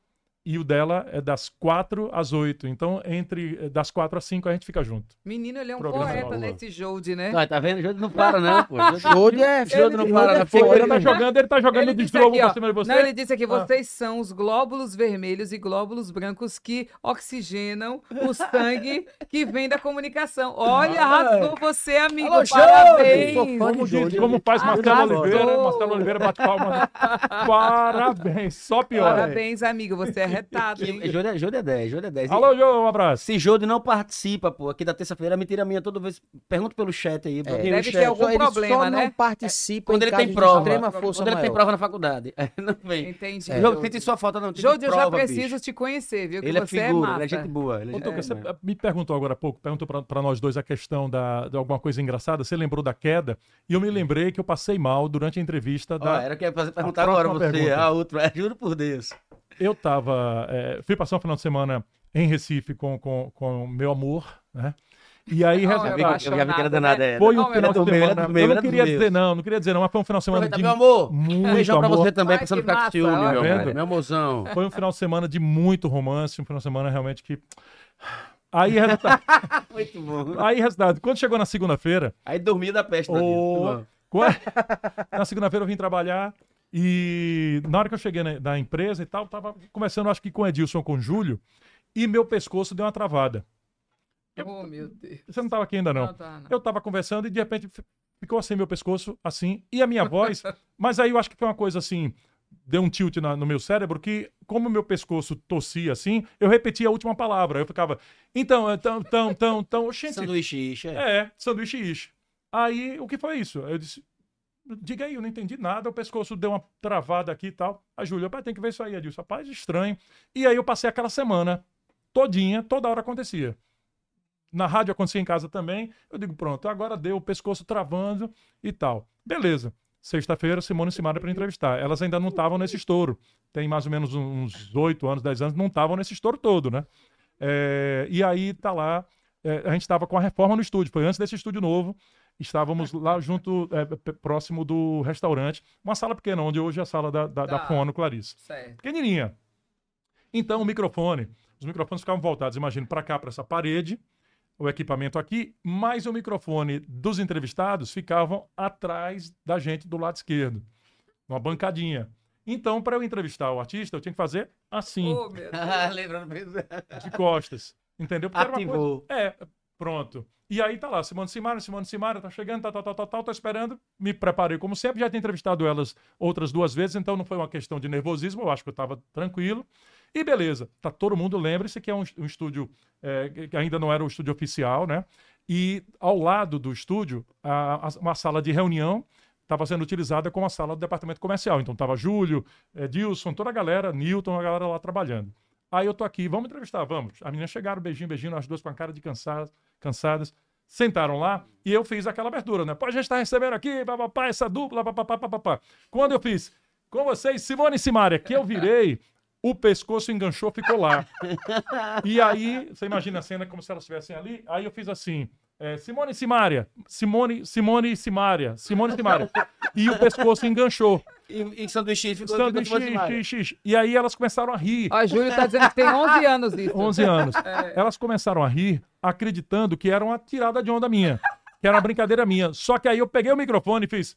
Speaker 3: e o dela é das 4 às 8. Então, entre eh, das 4 às 5 a gente fica junto.
Speaker 4: Menino, ele é um
Speaker 3: Programa
Speaker 4: poeta
Speaker 3: boa.
Speaker 4: nesse Jode, né?
Speaker 1: Tá, tá vendo? O jogo não para, não, pô. tá O jogo-
Speaker 2: Jode é. Jode não
Speaker 1: Ele-
Speaker 2: para
Speaker 1: ele-
Speaker 2: na
Speaker 1: ele-
Speaker 2: folha,
Speaker 3: Ele tá
Speaker 2: meu irmão.
Speaker 3: jogando, ele tá jogando
Speaker 4: Ele
Speaker 3: de
Speaker 4: disse
Speaker 3: globo
Speaker 4: aqui, ó.
Speaker 3: pra cima de você.
Speaker 4: Não, ele disse aqui,
Speaker 3: Ah.
Speaker 4: vocês são os glóbulos vermelhos e glóbulos brancos que oxigenam o sangue que vem da comunicação. Olha, arrasou você, amigo.
Speaker 1: Alô,
Speaker 4: Parabéns.
Speaker 2: Jovem! Sou fã
Speaker 3: Como,
Speaker 2: de
Speaker 3: diz-
Speaker 2: Jode.
Speaker 3: como faz
Speaker 2: Ah,
Speaker 3: Marcelo
Speaker 2: eu
Speaker 3: Oliveira,
Speaker 4: adoro.
Speaker 3: Marcelo Oliveira bate palma. né? Parabéns, só piora.
Speaker 4: Parabéns, amigo. Você é retado, hein?
Speaker 1: É, Jogo é- jogo é 10, jogo é 10. E-
Speaker 3: Alô, Jô, um abraço.
Speaker 1: Se Jode não participa, pô, aqui da terça-feira, é mentira minha toda vez. Pergunta pelo chat aí. Brodinho,
Speaker 2: é
Speaker 4: Deve
Speaker 1: o
Speaker 4: ter
Speaker 1: chat.
Speaker 4: algum
Speaker 2: ele
Speaker 4: problema,
Speaker 2: só
Speaker 4: né?
Speaker 2: não participa
Speaker 1: Quando
Speaker 2: em
Speaker 1: ele
Speaker 2: casos
Speaker 1: tem
Speaker 2: de
Speaker 1: prova.
Speaker 2: extrema força
Speaker 1: Quando ele tem
Speaker 2: maior.
Speaker 1: prova na faculdade. Aí Não vem.
Speaker 4: Entendi.
Speaker 1: É,
Speaker 4: Jode.
Speaker 1: Jode, sente sua falta, não.
Speaker 3: um
Speaker 1: tem
Speaker 4: Jode, eu já
Speaker 1: prova,
Speaker 4: preciso
Speaker 1: bicho.
Speaker 4: te conhecer, viu? Que
Speaker 1: Ele é
Speaker 4: você
Speaker 1: figura,
Speaker 4: é
Speaker 1: ele é gente
Speaker 4: mata.
Speaker 1: boa. Ele é
Speaker 3: Ô, Tuca,
Speaker 1: gente-
Speaker 3: você
Speaker 1: é,
Speaker 3: me perguntou agora há pouco, perguntou pra- pra nós dois a questão da, de alguma coisa engraçada. Você lembrou da queda? E eu me lembrei que eu passei mal durante a entrevista
Speaker 1: Ó, é.
Speaker 3: da,
Speaker 1: era o que eu ia fazer- perguntar
Speaker 3: A
Speaker 1: agora
Speaker 3: próxima
Speaker 1: você,
Speaker 3: pergunta.
Speaker 1: a outra. É, juro por Deus.
Speaker 3: Eu tava. eh, fui passar um final de semana em Recife com o com, com meu amor, né? E aí
Speaker 4: Olha,
Speaker 1: Eu
Speaker 3: resolvi-
Speaker 1: vi, que- eu já vi que era
Speaker 4: apaixonado,
Speaker 1: danada. é
Speaker 4: né?
Speaker 1: era.
Speaker 3: foi um
Speaker 4: olha,
Speaker 3: final
Speaker 1: era do
Speaker 3: de
Speaker 1: meu, era
Speaker 3: semana.
Speaker 1: do meu,
Speaker 3: eu
Speaker 1: era
Speaker 3: não
Speaker 1: do
Speaker 3: queria
Speaker 1: meu.
Speaker 3: dizer, não, não queria dizer, não, mas foi um final de semana
Speaker 1: Aproveita,
Speaker 3: de
Speaker 1: meu amor. Um
Speaker 3: muito
Speaker 1: Beijão pra
Speaker 3: amor.
Speaker 1: você também,
Speaker 4: Ai,
Speaker 1: pra você não
Speaker 4: que
Speaker 1: ficar com
Speaker 4: massa,
Speaker 1: ciúme,
Speaker 4: olha.
Speaker 1: meu
Speaker 3: Tá
Speaker 1: amor.
Speaker 3: vendo?
Speaker 1: Meu mozão.
Speaker 3: Foi um final de semana de muito romance, um final de semana realmente que. Aí, resultado,
Speaker 1: Muito bom.
Speaker 3: aí, resultado quando chegou na segunda-feira,
Speaker 1: Aí dormia da peste.
Speaker 3: Ô,
Speaker 1: Tadinho.
Speaker 3: Qua- na segunda-feira eu vim trabalhar e na hora que eu cheguei na, na empresa e tal, tava conversando, acho que com o Edilson, com o Júlio, e meu pescoço deu uma travada.
Speaker 4: Oh, meu Deus.
Speaker 3: Você não tava aqui ainda, não.
Speaker 4: Não, tá, não.
Speaker 3: Eu tava conversando e de repente fi- ficou assim meu pescoço, assim, e a minha voz. Mas aí eu acho que foi uma coisa assim, deu um tilt na- no meu cérebro, que como meu pescoço tossia assim, eu repetia a última palavra. Eu ficava, então, então, então, então, então, gente,
Speaker 1: Sanduíche, ixe, é.
Speaker 3: é, sanduíche ish. Aí, o que foi isso? Eu disse, diga aí, eu não entendi nada, o pescoço deu uma travada aqui e tal. A Júlia, pai, tem que ver isso aí. Eu disse, rapaz, estranho. E aí eu passei aquela semana todinha, toda hora acontecia. Na rádio acontecia em casa também. Eu digo, pronto, agora deu o pescoço travando e tal. Beleza. Sexta-feira, Simone e Simara para entrevistar. Elas ainda não estavam nesse estouro. Tem mais ou menos uns oito anos, dez anos, não estavam nesse estouro todo, né? É, e aí tá lá, é, a gente estava com a reforma no estúdio, foi antes desse estúdio novo. Estávamos lá junto, é, p- próximo do restaurante, uma sala pequena, onde hoje é a sala da, da, da
Speaker 4: Tá.
Speaker 3: Fono Clarice.
Speaker 4: Certo.
Speaker 3: Pequenininha. Então o microfone, os microfones ficavam voltados, imagino, para cá, para essa parede, o equipamento aqui, mas o microfone dos entrevistados ficavam atrás da gente do lado esquerdo, numa bancadinha. Então, para eu entrevistar o artista, eu tinha que fazer assim
Speaker 4: Oh, meu Deus.
Speaker 1: Ah, lembrando mesmo.
Speaker 3: de costas. Entendeu? Porque
Speaker 1: Ativou.
Speaker 3: era uma coisa... É, pronto. E aí tá lá, Simone Simara, Simone Simara, tá chegando, tá, tá, tá, tá, tá, tô esperando. Me preparei, como sempre, já tinha entrevistado elas outras duas vezes, então não foi uma questão de nervosismo, eu acho que eu tava tranquilo. E beleza, tá todo mundo, lembre-se que é um, est- um estúdio é, que- que ainda não era o estúdio oficial, né? E ao lado do estúdio, a- a- uma sala de reunião estava sendo utilizada como a sala do departamento comercial. Então tava Júlio, Edilson, toda a galera, Newton, a galera lá trabalhando. Aí eu tô aqui, vamos entrevistar, vamos. As meninas chegaram, beijinho, beijinho, as duas com a cara de cansadas, cansadas. Sentaram lá e eu fiz aquela abertura, né? Pô, a gente tá recebendo aqui, papapá, essa dupla, papapá, papapá. Quando eu fiz com vocês, Simone e Simária, que eu virei, o pescoço enganchou, ficou lá. E aí, você imagina a cena como se elas estivessem ali, aí eu fiz assim, é, Simone e Simária, Simone, Simone e Simária, Simone e Simária. E o pescoço enganchou.
Speaker 1: E, e sanduíche ficou
Speaker 3: Sanduíche,
Speaker 1: ficou demais.
Speaker 3: xixi, xixi. E aí elas começaram a rir.
Speaker 4: Ó, Júlio tá dizendo que tem 11 anos isso.
Speaker 3: 11
Speaker 1: É.
Speaker 3: anos. Elas começaram a rir, acreditando que era uma tirada de onda minha, que era uma brincadeira minha. Só que aí eu peguei o microfone e fiz: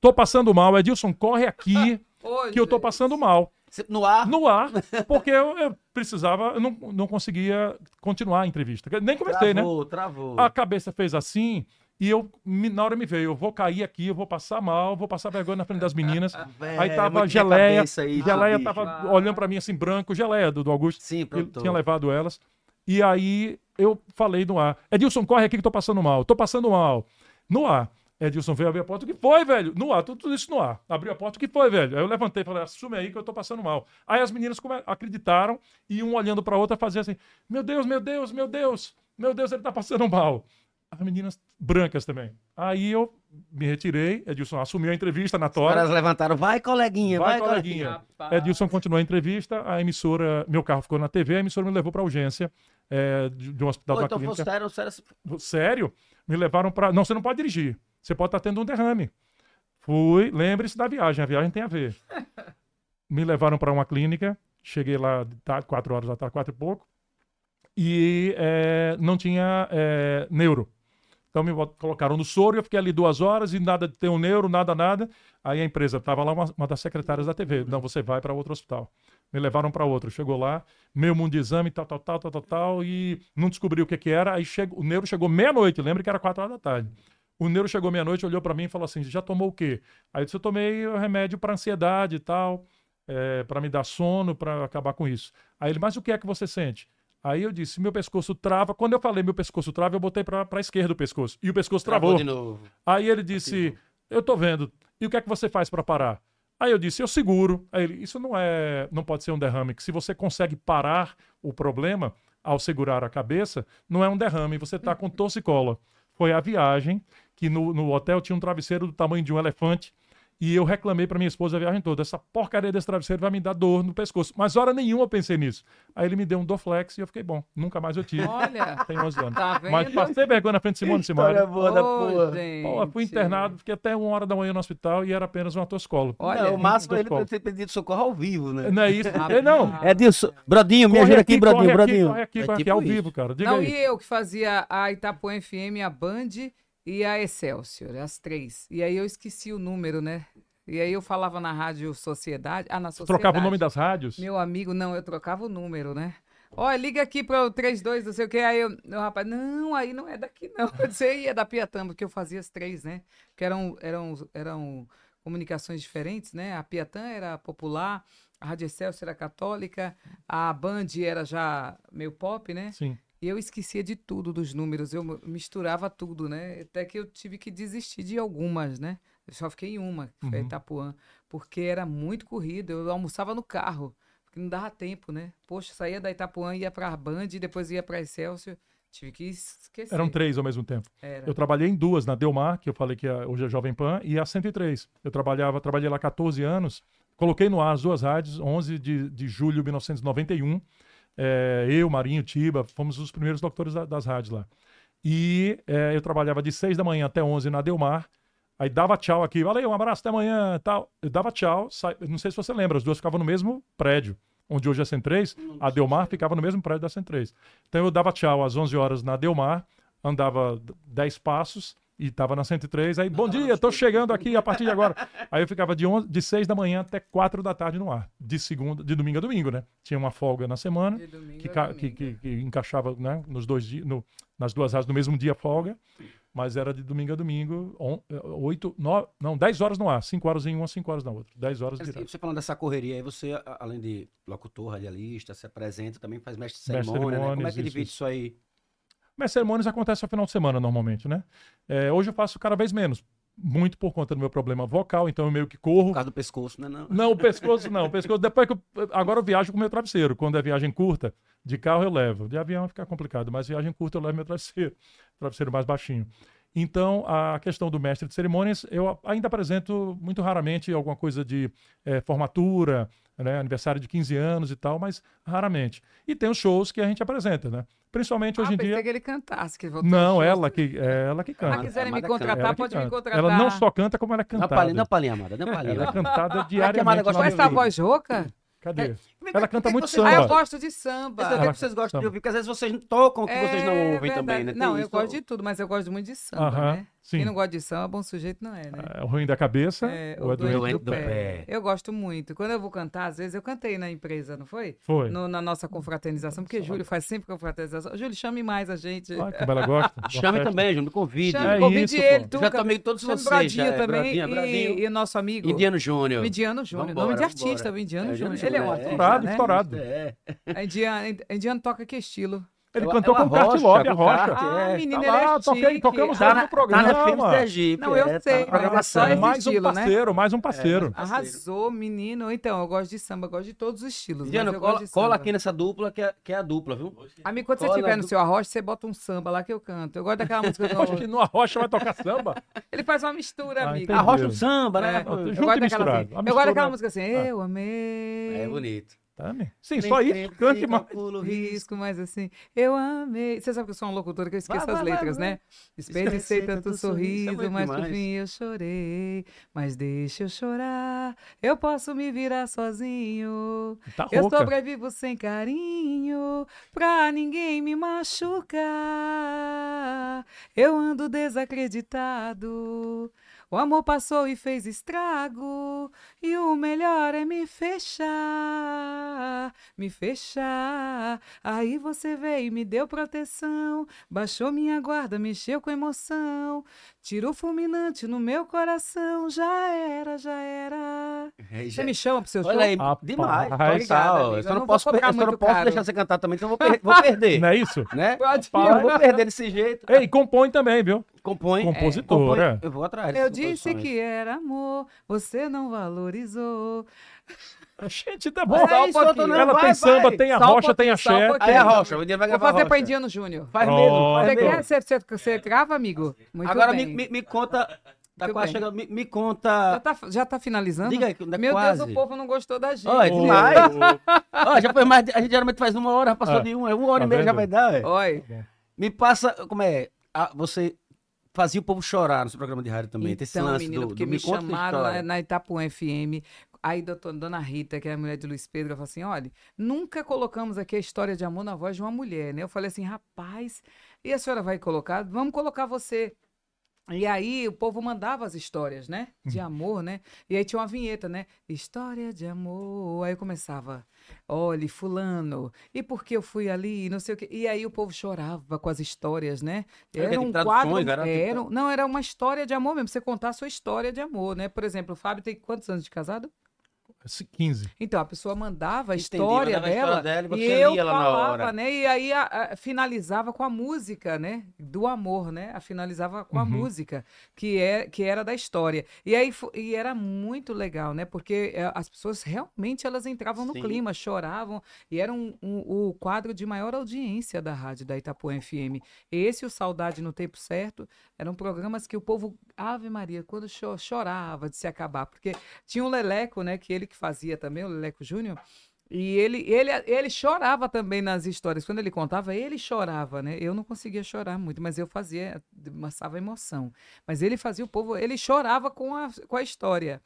Speaker 3: tô passando mal, Edilson, corre aqui
Speaker 4: Ô,
Speaker 3: que eu tô
Speaker 4: gente.
Speaker 3: passando mal.
Speaker 1: Sempre No ar.
Speaker 3: no ar, porque eu, eu precisava, eu não, não conseguia continuar a entrevista. Nem comentei, né?
Speaker 1: travou, travou.
Speaker 3: A cabeça fez assim e eu me- na hora me veio, eu vou cair aqui, eu vou passar mal, vou passar vergonha na frente das meninas.
Speaker 1: Velho,
Speaker 3: aí
Speaker 1: é
Speaker 3: tava
Speaker 1: muito minha
Speaker 3: geleia,
Speaker 1: cabeça isso,
Speaker 3: geleia
Speaker 1: bicho.
Speaker 3: tava
Speaker 4: Ah.
Speaker 3: olhando pra mim assim, branco, geleia do, do Augusto.
Speaker 1: Sim,
Speaker 3: Ele
Speaker 1: produtor.
Speaker 3: tinha levado elas. E aí eu falei no ar: Edilson, corre aqui que tô passando mal, tô passando mal. No ar. Edilson veio abrir a porta, o que foi, velho? No ar, tudo, tudo isso no ar. Abriu a porta, o que foi, velho? Aí eu levantei e falei, assume aí que eu tô passando mal. Aí as meninas come- acreditaram e um olhando pra outra fazia assim: meu Deus, meu Deus, meu Deus, meu Deus, ele tá passando mal. As meninas brancas também. Aí eu me retirei, Edilson assumiu a entrevista na
Speaker 1: Os
Speaker 3: tora.
Speaker 1: caras levantaram, vai coleguinha, vai,
Speaker 3: Vai,
Speaker 1: coleguinha.
Speaker 3: coleguinha.
Speaker 4: Rapaz.
Speaker 3: Edilson continuou a entrevista, a emissora, meu carro ficou na TV, a emissora me levou para urgência é, de, de um hospital
Speaker 1: Pô,
Speaker 3: da
Speaker 1: então
Speaker 3: clínica.
Speaker 1: fosse sério, sério.
Speaker 3: Sério? Me levaram para. Não, você não pode dirigir. Você pode estar tendo um derrame. Fui, lembre-se da viagem, a viagem tem a ver. me levaram para uma clínica, cheguei lá de tarde, quatro horas da tarde, quatro e pouco, e é, não tinha é, neuro. Então me bot- colocaram no soro, eu fiquei ali duas horas e nada de ter um neuro, nada, nada. Aí a empresa, tava lá uma, uma das secretárias da TV, não, você vai para outro hospital. Me levaram para outro, chegou lá, meio mundo de exame, tal, tal, tal, tal, tal, tal, e não descobri o que que era. Aí chega, o neuro chegou meia-noite, lembra que era quatro horas da tarde. O neuro chegou meia-noite, olhou para mim e falou assim, já tomou o quê? Aí eu disse, eu tomei o remédio para ansiedade e tal, é, para me dar sono, para acabar com isso. Aí ele, mas o que é que você sente? Aí eu disse, meu pescoço trava. Quando eu falei meu pescoço trava, eu botei para a esquerda o pescoço. E o pescoço travou.
Speaker 1: de novo.
Speaker 3: Aí ele disse: Eu tô vendo. E o que é que você faz pra parar? Aí eu disse: Eu seguro. Aí ele: Isso não é, não pode ser um derrame. Que se você consegue parar o problema ao segurar a cabeça, não é um derrame. Você tá com torcicola. Foi a viagem que no, no hotel tinha um travesseiro do tamanho de um elefante. E eu reclamei pra minha esposa a viagem toda. Essa porcaria desse travesseiro vai me dar dor no pescoço. Mas hora nenhuma eu pensei nisso. Aí ele me deu um Dorflex e eu fiquei bom. Nunca mais eu tive.
Speaker 4: Olha,
Speaker 3: Tem 11 anos.
Speaker 4: tá vendo?
Speaker 3: Mas passei vergonha na frente de Simone Simara.
Speaker 1: boa
Speaker 4: Ô,
Speaker 3: Pô, eu fui
Speaker 4: gente.
Speaker 3: internado, fiquei até uma hora da manhã no hospital e era apenas uma toscola.
Speaker 4: Olha,
Speaker 1: não, o máximo é ele
Speaker 3: Doscola.
Speaker 1: ter pedido socorro ao vivo, né?
Speaker 3: Não é isso? É, não.
Speaker 4: Ah,
Speaker 1: É disso. Brodinho, me
Speaker 3: Corre
Speaker 1: ajuda
Speaker 3: aqui,
Speaker 1: aqui, Brodinho,
Speaker 3: corre aqui,
Speaker 1: Brodinho.
Speaker 3: Corre aqui,
Speaker 2: É
Speaker 3: corre aqui,
Speaker 2: tipo
Speaker 3: ao
Speaker 2: isso.
Speaker 3: vivo, cara. Diga
Speaker 4: Não,
Speaker 3: aí.
Speaker 4: e é eu que fazia a Itapuã FM, a Band e a Excelsior, as três. E aí eu esqueci o número, né? E aí eu falava na rádio Sociedade. Ah, na Sociedade.
Speaker 3: Trocava o nome das rádios?
Speaker 4: Meu amigo, não, eu trocava o número, né? Ó, liga aqui para o 32, não sei o que. Aí eu, o rapaz, não, aí não é daqui, não. Eu disse, aí é da Piatã, porque eu fazia as três, né? Que eram, eram, eram comunicações diferentes, né? A Piatã era popular, a Rádio Excelsior era católica, a Band era já meio pop, né?
Speaker 3: Sim.
Speaker 4: E eu esquecia de tudo dos números, eu mo- misturava tudo, né? Até que eu tive que desistir de algumas, né? Eu só fiquei em uma, que foi a
Speaker 3: Uhum.
Speaker 4: Itapuã, porque era muito corrido, eu almoçava no carro, porque não dava tempo, né? Poxa, saía da Itapuã, ia pra Band, depois ia pra Excelsior, tive que esquecer.
Speaker 3: Eram três ao mesmo um tempo.
Speaker 4: Era.
Speaker 3: Eu trabalhei em duas, na Delmar, que eu falei que é- hoje é Jovem Pan, e a 103. Eu trabalhava, trabalhei lá 14 anos, coloquei no ar as duas rádios, 11 de, de julho de 1991. É, eu, Marinho, Tiba, fomos os primeiros locutores da- das rádios lá. E é, eu trabalhava de 6 da manhã até 11 na Delmar, aí dava tchau aqui, valeu, um abraço, até amanhã, tal. Eu dava tchau, sa- não sei se você lembra, as duas ficavam no mesmo prédio, onde hoje é 103, a Delmar ficava no mesmo prédio da 103. Então eu dava tchau às 11 horas na Delmar, andava d- 10 passos e estava na 103. Aí, bom dia, estou chegando aqui a partir de agora. Aí eu ficava de, 11, de 6 da manhã até 4 da tarde no ar, de segunda, de domingo a domingo, né? Tinha uma folga na semana
Speaker 4: De domingo
Speaker 3: né? que,
Speaker 4: a
Speaker 3: ca- que,
Speaker 4: domingo.
Speaker 3: que- que encaixava né, nos dois dias, no- nas duas horas no mesmo dia folga, mas era de domingo a domingo, on, eh, oito, nove, não, 10 horas no ar, 5 horas em uma, 5 horas na outra, 10 horas
Speaker 1: E
Speaker 3: direto.
Speaker 1: Você falando dessa correria aí, você, a- além de locutor, radialista, se apresenta, também faz mestre de
Speaker 3: Mestre de
Speaker 1: cerimônia, né? Como é que
Speaker 3: cerimônias,
Speaker 1: divide
Speaker 3: isso,
Speaker 1: isso aí?
Speaker 3: Mas cerimônias acontecem no final de semana normalmente, né? Eh, hoje eu faço cada vez menos, muito por conta do meu problema vocal, então eu meio que corro,
Speaker 1: Por causa do pescoço, né? Não.
Speaker 3: Não, o pescoço não. O pescoço, depois que eu, agora eu viajo com meu travesseiro. Quando é viagem curta, de carro eu levo. De avião fica complicado, mas viagem curta eu levo meu travesseiro. Travesseiro mais baixinho. Então, a questão do mestre de cerimônias, eu a- ainda apresento muito raramente alguma coisa de eh, formatura, né, aniversário de 15 anos e tal, mas raramente. E tem os shows que a gente apresenta, né? Principalmente
Speaker 4: Ah,
Speaker 3: hoje em
Speaker 4: pensei
Speaker 3: dia.
Speaker 4: que ele cantasse, que ele voltou
Speaker 3: Não,
Speaker 4: no show.
Speaker 3: ela que, é ela que
Speaker 4: Ah,
Speaker 3: canta.
Speaker 4: quiserem me
Speaker 1: Amada canta.
Speaker 4: contratar,
Speaker 3: Ela que
Speaker 4: pode me
Speaker 3: canta.
Speaker 4: contratar.
Speaker 3: Ela não só canta, como ela é
Speaker 1: Dá uma palhinha, dá
Speaker 3: cantada.
Speaker 1: uma palhinha, Amada, dá uma
Speaker 3: Ela é
Speaker 1: palhinha.
Speaker 3: cantada
Speaker 1: Amada
Speaker 3: diariamente.
Speaker 1: gosta
Speaker 3: na
Speaker 4: Com
Speaker 1: mais
Speaker 3: minha
Speaker 4: é essa É,
Speaker 1: dele.
Speaker 3: vida.
Speaker 4: voz rouca?
Speaker 3: Cadê? é Ela canta
Speaker 1: que
Speaker 3: muito
Speaker 1: vocês-
Speaker 4: Ah, eu
Speaker 3: samba.
Speaker 4: gosto de
Speaker 1: Mas também
Speaker 4: samba.
Speaker 3: Ela-
Speaker 1: vocês gostam de
Speaker 3: Samba.
Speaker 1: ouvir, porque às vezes vocês não tocam o que vocês não
Speaker 4: É
Speaker 1: ouvem também, né?
Speaker 4: verdade.
Speaker 1: Tem
Speaker 4: Não, eu
Speaker 1: isso.
Speaker 4: gosto de tudo, mas eu gosto muito de samba,
Speaker 3: Aham,
Speaker 4: né?
Speaker 3: sim.
Speaker 4: Quem não gosta de samba, bom sujeito não é, né?
Speaker 3: É, o ruim da cabeça
Speaker 4: É,
Speaker 3: ou é doente?
Speaker 1: doente do pé.
Speaker 4: Eu gosto muito. Quando eu vou cantar, às vezes eu cantei na empresa, não foi?
Speaker 3: Foi.
Speaker 4: No- na nossa confraternização, porque Júlio faz sempre confraternização. Júlio, chame mais a gente.
Speaker 3: Ah, como ela gosta. da
Speaker 1: Chame
Speaker 3: festa.
Speaker 1: também, Júnior, me convide.
Speaker 4: Chame,
Speaker 3: É
Speaker 4: convide
Speaker 3: isso, pô.
Speaker 4: ele,
Speaker 1: já
Speaker 4: Tuca,
Speaker 1: tomei todos
Speaker 4: chame
Speaker 1: vocês.
Speaker 4: Bradinho
Speaker 1: já, é,
Speaker 4: também
Speaker 1: Bradinha,
Speaker 4: e-
Speaker 1: Bradinho.
Speaker 4: e, o nosso amigo
Speaker 1: Indiano Júnior.
Speaker 4: o Indiano Júnior.
Speaker 1: Vambora,
Speaker 4: nome de
Speaker 1: vambora.
Speaker 4: artista, o Indiano
Speaker 1: É,
Speaker 4: Júnior. Ele é um
Speaker 1: Júnior,
Speaker 4: artista,
Speaker 3: Estourado,
Speaker 4: né?
Speaker 3: estourado.
Speaker 1: É.
Speaker 4: A Indiana, a Indiana toca que estilo?
Speaker 3: Ele
Speaker 1: Ela-
Speaker 3: cantou
Speaker 1: ela
Speaker 3: com o Carte
Speaker 1: rocha,
Speaker 3: Lobby, a
Speaker 1: com o
Speaker 3: rocha.
Speaker 1: Carte.
Speaker 4: Ah,
Speaker 1: é,
Speaker 4: menina,
Speaker 3: tá
Speaker 4: ele é
Speaker 3: lá, toquei-
Speaker 4: chique.
Speaker 3: tocamos
Speaker 4: Ah,
Speaker 1: Tá
Speaker 3: Tá no
Speaker 1: na, tá na
Speaker 3: programa.
Speaker 1: FM Sergipe.
Speaker 4: Não, eu
Speaker 1: é,
Speaker 4: sei,
Speaker 1: Tá na
Speaker 4: mas é
Speaker 1: programação.
Speaker 4: só esse-
Speaker 3: mais um
Speaker 4: estilo, né?
Speaker 3: parceiro, mais um parceiro.
Speaker 1: parceiro.
Speaker 4: Arrasou, menino. Então, eu gosto de samba, gosto de todos os estilos. mas
Speaker 1: Indiano,
Speaker 4: eu gosto
Speaker 1: cola,
Speaker 4: de
Speaker 1: cola
Speaker 4: samba.
Speaker 1: aqui nessa dupla, que é, que é a dupla, viu?
Speaker 4: Amigo, quando você
Speaker 1: cola
Speaker 4: estiver no
Speaker 1: do-
Speaker 4: seu arroz, você bota um samba lá que eu canto. Eu gosto daquela música do
Speaker 3: Acho que
Speaker 4: arroz.
Speaker 3: numa rocha vai tocar samba.
Speaker 4: Ele faz uma mistura,
Speaker 3: Ah,
Speaker 4: amigo.
Speaker 3: entendi.
Speaker 1: A Rocha do Samba, né?
Speaker 4: É,
Speaker 1: Pô,
Speaker 3: junto
Speaker 4: eu
Speaker 3: e
Speaker 4: gosto
Speaker 3: misturado.
Speaker 4: daquela assim.
Speaker 3: A
Speaker 4: Eu gosto
Speaker 3: mistura-
Speaker 4: daquela música assim.
Speaker 3: Ah.
Speaker 4: Eu amei.
Speaker 1: É bonito.
Speaker 3: Tá, né? Sim,
Speaker 1: Nem
Speaker 3: só isso.
Speaker 1: sempre
Speaker 3: Cante
Speaker 1: fica
Speaker 3: mais.
Speaker 1: pulo
Speaker 4: o
Speaker 1: risco.
Speaker 4: risco, mas assim, eu amei. Você sabe que eu sou uma locutora que eu esqueço
Speaker 1: Vai,
Speaker 4: as
Speaker 1: vai, vai,
Speaker 4: letras,
Speaker 1: vai.
Speaker 4: né? Desperdicei
Speaker 1: Esquece
Speaker 4: tanto
Speaker 1: tanto sorriso, é
Speaker 4: sorriso,
Speaker 1: muito
Speaker 4: mas por
Speaker 1: demais.
Speaker 4: fim eu chorei. Mas deixa eu chorar, eu posso me virar sozinho.
Speaker 3: Tá
Speaker 4: Eu
Speaker 3: rouca.
Speaker 4: sobrevivo sem carinho, pra ninguém me machucar. Eu ando desacreditado. O amor passou e fez estrago, e o melhor é me fechar, me fechar. Aí você veio e me deu proteção, baixou minha guarda, mexeu com emoção, tirou fulminante no meu coração. Já era, já era.
Speaker 1: É,
Speaker 4: Você
Speaker 1: já-
Speaker 4: me chama pro seu show?
Speaker 1: Olha aí,
Speaker 3: Rapaz.
Speaker 1: demais.
Speaker 3: Tá
Speaker 1: Tá
Speaker 4: ligado,
Speaker 1: legal.
Speaker 4: amigo,
Speaker 1: Eu
Speaker 4: eu
Speaker 1: só
Speaker 4: não
Speaker 1: não
Speaker 4: vou
Speaker 1: posso, per-
Speaker 4: cobrar
Speaker 1: eu só não
Speaker 4: muito
Speaker 1: posso
Speaker 4: caro.
Speaker 1: deixar você cantar também, então eu vou, per- vou perder.
Speaker 3: Não é isso?
Speaker 1: Né?
Speaker 4: Pode.
Speaker 1: Eu vou perder desse jeito.
Speaker 3: Ei, compõe também, viu?
Speaker 1: Compõe. é,
Speaker 3: Compositora.
Speaker 1: Compõe. Eu vou atrás.
Speaker 4: Eu
Speaker 1: dessas
Speaker 4: disse
Speaker 1: composições.
Speaker 4: que era amor, você não valorizou.
Speaker 3: Gente, tá bom.
Speaker 4: Mas é
Speaker 3: Ela
Speaker 4: isso, Antônio,
Speaker 1: não, vai,
Speaker 3: tem samba,
Speaker 1: vai.
Speaker 3: tem a
Speaker 4: Só um
Speaker 3: rocha, tem
Speaker 4: pouquinho, só um
Speaker 3: axé.
Speaker 4: pouquinho.
Speaker 1: Aí a Rocha, o Indiano vai
Speaker 4: Vou
Speaker 1: gravar a
Speaker 4: fazer pra
Speaker 1: Rocha.
Speaker 4: Indiano Júnior.
Speaker 1: Faz
Speaker 3: Pronto.
Speaker 1: mesmo, faz
Speaker 4: Você
Speaker 3: Pronto.
Speaker 1: mesmo.
Speaker 4: quer? Você, você, você grava, amigo? Muito
Speaker 1: Agora me,
Speaker 4: bem.
Speaker 1: me, me conta. Tá
Speaker 4: Muito
Speaker 1: quase
Speaker 4: bem.
Speaker 1: chegando. Me, me
Speaker 4: Já
Speaker 1: conta.
Speaker 4: tá, já tá finalizando?
Speaker 1: Diga aí, que ainda é
Speaker 4: Meu
Speaker 1: quase.
Speaker 4: Deus, o povo não gostou da gente.
Speaker 1: Olha,
Speaker 3: Ô,
Speaker 1: demais.
Speaker 3: ô,
Speaker 1: Ó, já foi mais. de- A gente geralmente faz uma hora, passou
Speaker 3: Ah,
Speaker 1: de uma. Uma hora
Speaker 3: tá
Speaker 1: e meia já
Speaker 3: vendo?
Speaker 1: vai dar. é. ué.
Speaker 4: Oi.
Speaker 1: Me passa. Como é? Ah, você fazia o povo chorar no seu programa de rádio também. Tem esse
Speaker 4: Então,
Speaker 1: lance
Speaker 4: menino,
Speaker 1: do,
Speaker 4: porque
Speaker 1: do
Speaker 4: me,
Speaker 1: conta essa
Speaker 4: chamaram lá
Speaker 1: história.
Speaker 4: na Itapuã FM. Aí, doutor, dona Rita, que é a mulher de Luiz Pedro, ela falou assim: olha, nunca colocamos aqui a história de amor na voz de uma mulher, né? Eu falei assim, rapaz, e a senhora vai colocar? Vamos colocar você. E aí o povo mandava as histórias, né? De
Speaker 1: Uhum.
Speaker 4: amor, né? E aí tinha uma vinheta, né? História de amor. Aí eu começava, olhe, fulano, e por que eu fui ali? Não sei o quê. E aí o povo chorava com as histórias, né?
Speaker 1: Era
Speaker 4: Era
Speaker 1: tipo
Speaker 4: um
Speaker 1: traduções,
Speaker 4: quadro.
Speaker 1: era tipo-
Speaker 4: era um- não, era uma história de amor mesmo. Você contar a sua história de amor, né? Por exemplo, o Fábio tem quantos anos de casado?
Speaker 3: esse 15.
Speaker 4: Então, a pessoa mandava a
Speaker 1: Entendi,
Speaker 4: história
Speaker 1: Uhum. mandava a
Speaker 4: dela.
Speaker 1: história dela e você
Speaker 4: e eu
Speaker 1: lia ela na
Speaker 4: falava,
Speaker 1: hora.
Speaker 4: né? E aí a- a- finalizava com a música, né? Do amor, né? A finalizava com a
Speaker 3: Uhum.
Speaker 4: música, que, é, que era da história. E aí fo- e era muito legal, né? Porque é, as pessoas realmente elas entravam no
Speaker 1: Sim.
Speaker 4: clima, choravam. E era um- um- o quadro de maior audiência da rádio da Itapuã FM. Esse e o Saudade no Tempo Certo eram programas que o povo, Ave Maria, quando cho- chorava de se acabar. Porque tinha o Leleco, né? Que ele que fazia também, o Leleco Júnior. E ele, ele, ele chorava também nas histórias. Quando ele contava, ele chorava, né? Eu não conseguia chorar muito, mas eu fazia, passava emoção. Mas ele fazia o povo, ele chorava com a, com a história.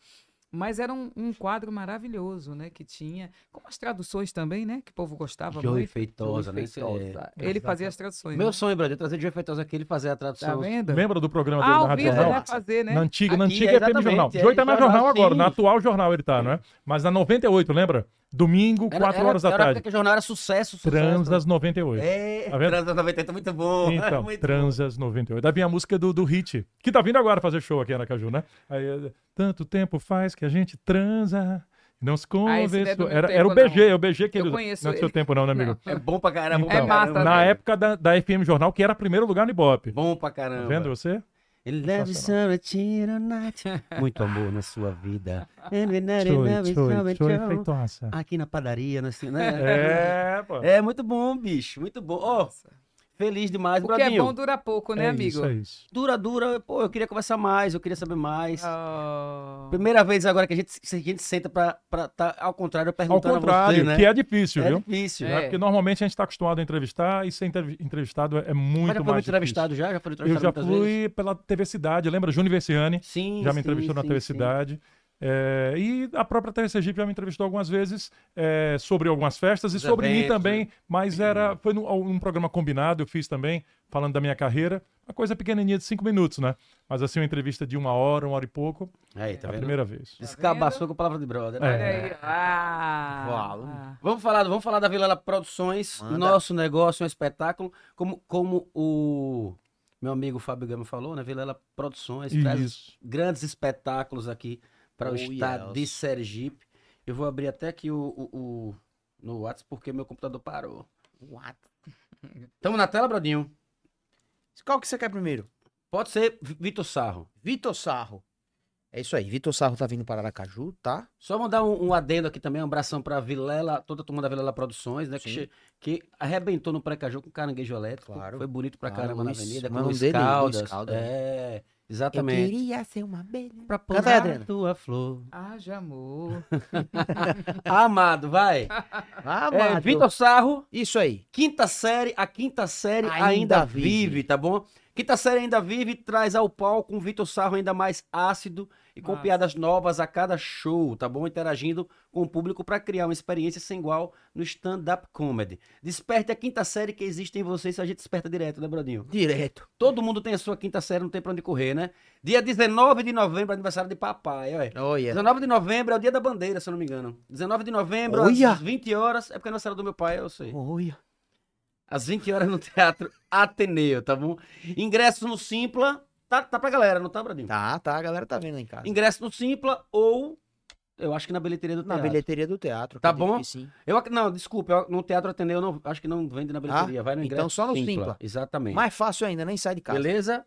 Speaker 4: Mas era um, um quadro maravilhoso, né? Que tinha, com as traduções também, né? Que o povo gostava
Speaker 1: Joey
Speaker 4: muito.
Speaker 1: Feitosa, né? Isso é-
Speaker 4: Feitosa. Ele fazia as traduções.
Speaker 1: Meu
Speaker 4: né?
Speaker 1: sonho, Brasil, é trazer Joey Feitosa aqui, ele fazer a
Speaker 4: Tá
Speaker 1: tradução.
Speaker 4: vendo?
Speaker 3: Lembra do programa dele
Speaker 4: Ah,
Speaker 3: na
Speaker 4: o
Speaker 3: Rádio
Speaker 4: Vitor
Speaker 3: Jornal?
Speaker 4: vai fazer, né?
Speaker 3: Na antiga, na
Speaker 1: Aqui,
Speaker 3: antiga FM
Speaker 1: exatamente,
Speaker 3: Jornal.
Speaker 1: é,
Speaker 3: Joey tá na
Speaker 1: jornal,
Speaker 3: jornal agora,
Speaker 1: sim.
Speaker 3: na atual jornal ele tá, não é? Mas na 98, lembra? Domingo,
Speaker 1: Era-
Speaker 3: 4
Speaker 1: era-
Speaker 3: horas da
Speaker 1: era a época
Speaker 3: tarde.
Speaker 1: que o jornal era sucesso, sucesso. né?
Speaker 3: Transas 98.
Speaker 1: É,
Speaker 3: Tá vendo?
Speaker 1: Transas 98, muito bom. é
Speaker 3: Então,
Speaker 1: muito
Speaker 3: Transas 98. Daí vinha a música do, do Hit, que tá vindo agora fazer show aqui na Caju, né? Aí, eh, tanto tempo faz que a gente transa, não se
Speaker 4: Ah, esse não é do
Speaker 3: conversou.
Speaker 4: meu
Speaker 3: Era, era o
Speaker 4: tempo,
Speaker 3: BG,
Speaker 4: não.
Speaker 3: é o BG que
Speaker 4: Eu
Speaker 3: ele...
Speaker 4: conheço
Speaker 3: Não é do seu
Speaker 4: ele.
Speaker 3: tempo não, né, amigo?
Speaker 1: É bom pra caramba.
Speaker 4: É
Speaker 1: bom pra
Speaker 4: massa,
Speaker 1: caramba.
Speaker 3: Então, Na
Speaker 4: né?
Speaker 3: época da, da FM Jornal, que era primeiro lugar no Ibope.
Speaker 1: Bom pra
Speaker 3: Tá
Speaker 1: caramba.
Speaker 3: vendo você?
Speaker 1: Ele leva some cheer on night. Muito amor na sua vida. And we know it, know
Speaker 3: Choi,
Speaker 1: it,
Speaker 3: choi,
Speaker 1: know it,
Speaker 3: choi,
Speaker 1: know it.
Speaker 3: feitosa.
Speaker 1: Aqui na padaria, nós- né?
Speaker 3: É, pô.
Speaker 1: Ah, É muito bom, bicho. Muito bom. Ó, feliz demais,
Speaker 4: O que é
Speaker 1: Bradinho.
Speaker 4: bom dura pouco, né,
Speaker 3: É
Speaker 4: amigo?
Speaker 3: Isso, é isso.
Speaker 1: Dura, dura. Pô, eu queria conversar mais, eu queria saber mais.
Speaker 4: Ah.
Speaker 1: Primeira vez agora que a gente, se- a gente senta pra estar ao contrário
Speaker 3: Ao
Speaker 1: perguntando
Speaker 3: contrário,
Speaker 1: a você, né?
Speaker 3: que é difícil, viu?
Speaker 1: difícil.
Speaker 4: É.
Speaker 1: É.
Speaker 3: né? Porque normalmente a gente está acostumado a entrevistar e ser entrev- entrevistado é muito
Speaker 1: Mas já foi
Speaker 3: mais
Speaker 1: entrevistado já? Já foi
Speaker 3: difícil. Eu
Speaker 1: entrevistado
Speaker 3: já
Speaker 1: muitas vezes?
Speaker 3: fui pela TV Cidade, lembra? Júnior Versiani
Speaker 1: Sim,
Speaker 3: já me
Speaker 1: sim,
Speaker 3: entrevistou na
Speaker 1: sim,
Speaker 3: TV
Speaker 1: sim.
Speaker 3: Cidade. É, e a própria TV Sergipe já me entrevistou algumas vezes é, sobre algumas festas e
Speaker 1: Os
Speaker 3: sobre mim
Speaker 1: eventos, né?
Speaker 3: também, mas era foi num, um programa combinado, eu fiz também, falando da minha carreira. Uma coisa pequenininha de cinco minutos, né? Mas assim, uma entrevista de uma hora, uma hora e pouco,
Speaker 1: Aí, tá
Speaker 3: a
Speaker 1: vendo?
Speaker 3: primeira É. vez.
Speaker 1: Descabaçou com a palavra de brother.
Speaker 4: Olha
Speaker 1: né?
Speaker 4: aí. Ah,
Speaker 2: Fala.
Speaker 1: Vamos falar, vamos falar da Vilela Produções,
Speaker 2: Manda.
Speaker 1: nosso negócio, um espetáculo, como, como o meu amigo Fábio Gama falou, né? Vilela Produções traz
Speaker 3: Isso.
Speaker 1: grandes espetáculos aqui para o
Speaker 2: Oh,
Speaker 1: estado
Speaker 2: yes.
Speaker 1: de Sergipe. Eu vou abrir até aqui o, o- o- no WhatsApp porque meu computador parou.
Speaker 2: What?
Speaker 1: Tamo na tela, Brodinho?
Speaker 2: Qual que você quer primeiro?
Speaker 1: Pode ser Vi- Vitor Sarro.
Speaker 2: Vitor Sarro. É isso aí, Vitor Sarro tá vindo para Aracaju, tá?
Speaker 1: Só mandar um, um adendo aqui também, um abração pra Vilela, toda a turma da Vilela Produções, né? Que,
Speaker 2: Sim.
Speaker 1: che- que arrebentou no pré-caju com caranguejo elétrico.
Speaker 2: Claro.
Speaker 1: Foi bonito pra
Speaker 2: Claro,
Speaker 1: caramba
Speaker 2: Luiz-
Speaker 1: na avenida. Com
Speaker 2: mas o
Speaker 1: Luiz
Speaker 2: nome dele é Luiz
Speaker 1: Caldas.
Speaker 2: Caldas,
Speaker 1: É, exatamente.
Speaker 2: queria ser uma abelha.
Speaker 1: Pra
Speaker 2: aí,
Speaker 1: pousar
Speaker 2: Adriana.
Speaker 1: tua flor.
Speaker 4: Ah, de amor.
Speaker 1: Amado, vai.
Speaker 2: Ah,
Speaker 1: É,
Speaker 2: mano.
Speaker 1: Vitor Sarro,
Speaker 2: Isso aí.
Speaker 1: quinta série, a quinta série ainda,
Speaker 2: Ainda
Speaker 1: vive.
Speaker 2: vive.
Speaker 1: tá bom? Quinta série ainda vive traz ao palco um Vitor Sarro ainda mais ácido e com
Speaker 4: Massa.
Speaker 1: piadas novas a cada show, tá bom? Interagindo com o público para criar uma experiência sem igual no stand-up comedy. Desperte a quinta série que existe em você, isso a gente desperta direto, né, Brodinho?
Speaker 2: Direto.
Speaker 1: Todo mundo tem a sua quinta série, não tem pra onde correr, né? Dia 19 de novembro, aniversário de papai, olha.
Speaker 2: Olha.
Speaker 1: 19 de novembro é o dia da bandeira, se eu não me engano. 19 de novembro,
Speaker 2: Olha!
Speaker 1: às 20 horas, é porque é aniversário do meu pai, eu sei.
Speaker 2: Olha.
Speaker 1: Às 20 horas no Teatro Ateneu, tá bom? Ingressos no Simpla. Tá, tá pra galera, não tá, Bradinho?
Speaker 2: Tá, tá, a galera tá vendo lá em casa.
Speaker 1: Ingresso no Simpla ou. Eu acho que na bilheteria do
Speaker 2: Na
Speaker 1: teatro.
Speaker 2: bilheteria do teatro.
Speaker 1: Tá
Speaker 2: acredito
Speaker 1: bom?
Speaker 2: que Sim.
Speaker 1: Eu, ac- não, desculpa, eu- no Teatro Ateneu não, acho que não vende na bilheteria. vai no ingresso.
Speaker 2: então só no Simpla.
Speaker 1: Exatamente.
Speaker 2: Mais fácil ainda, nem sai de casa.
Speaker 1: Beleza?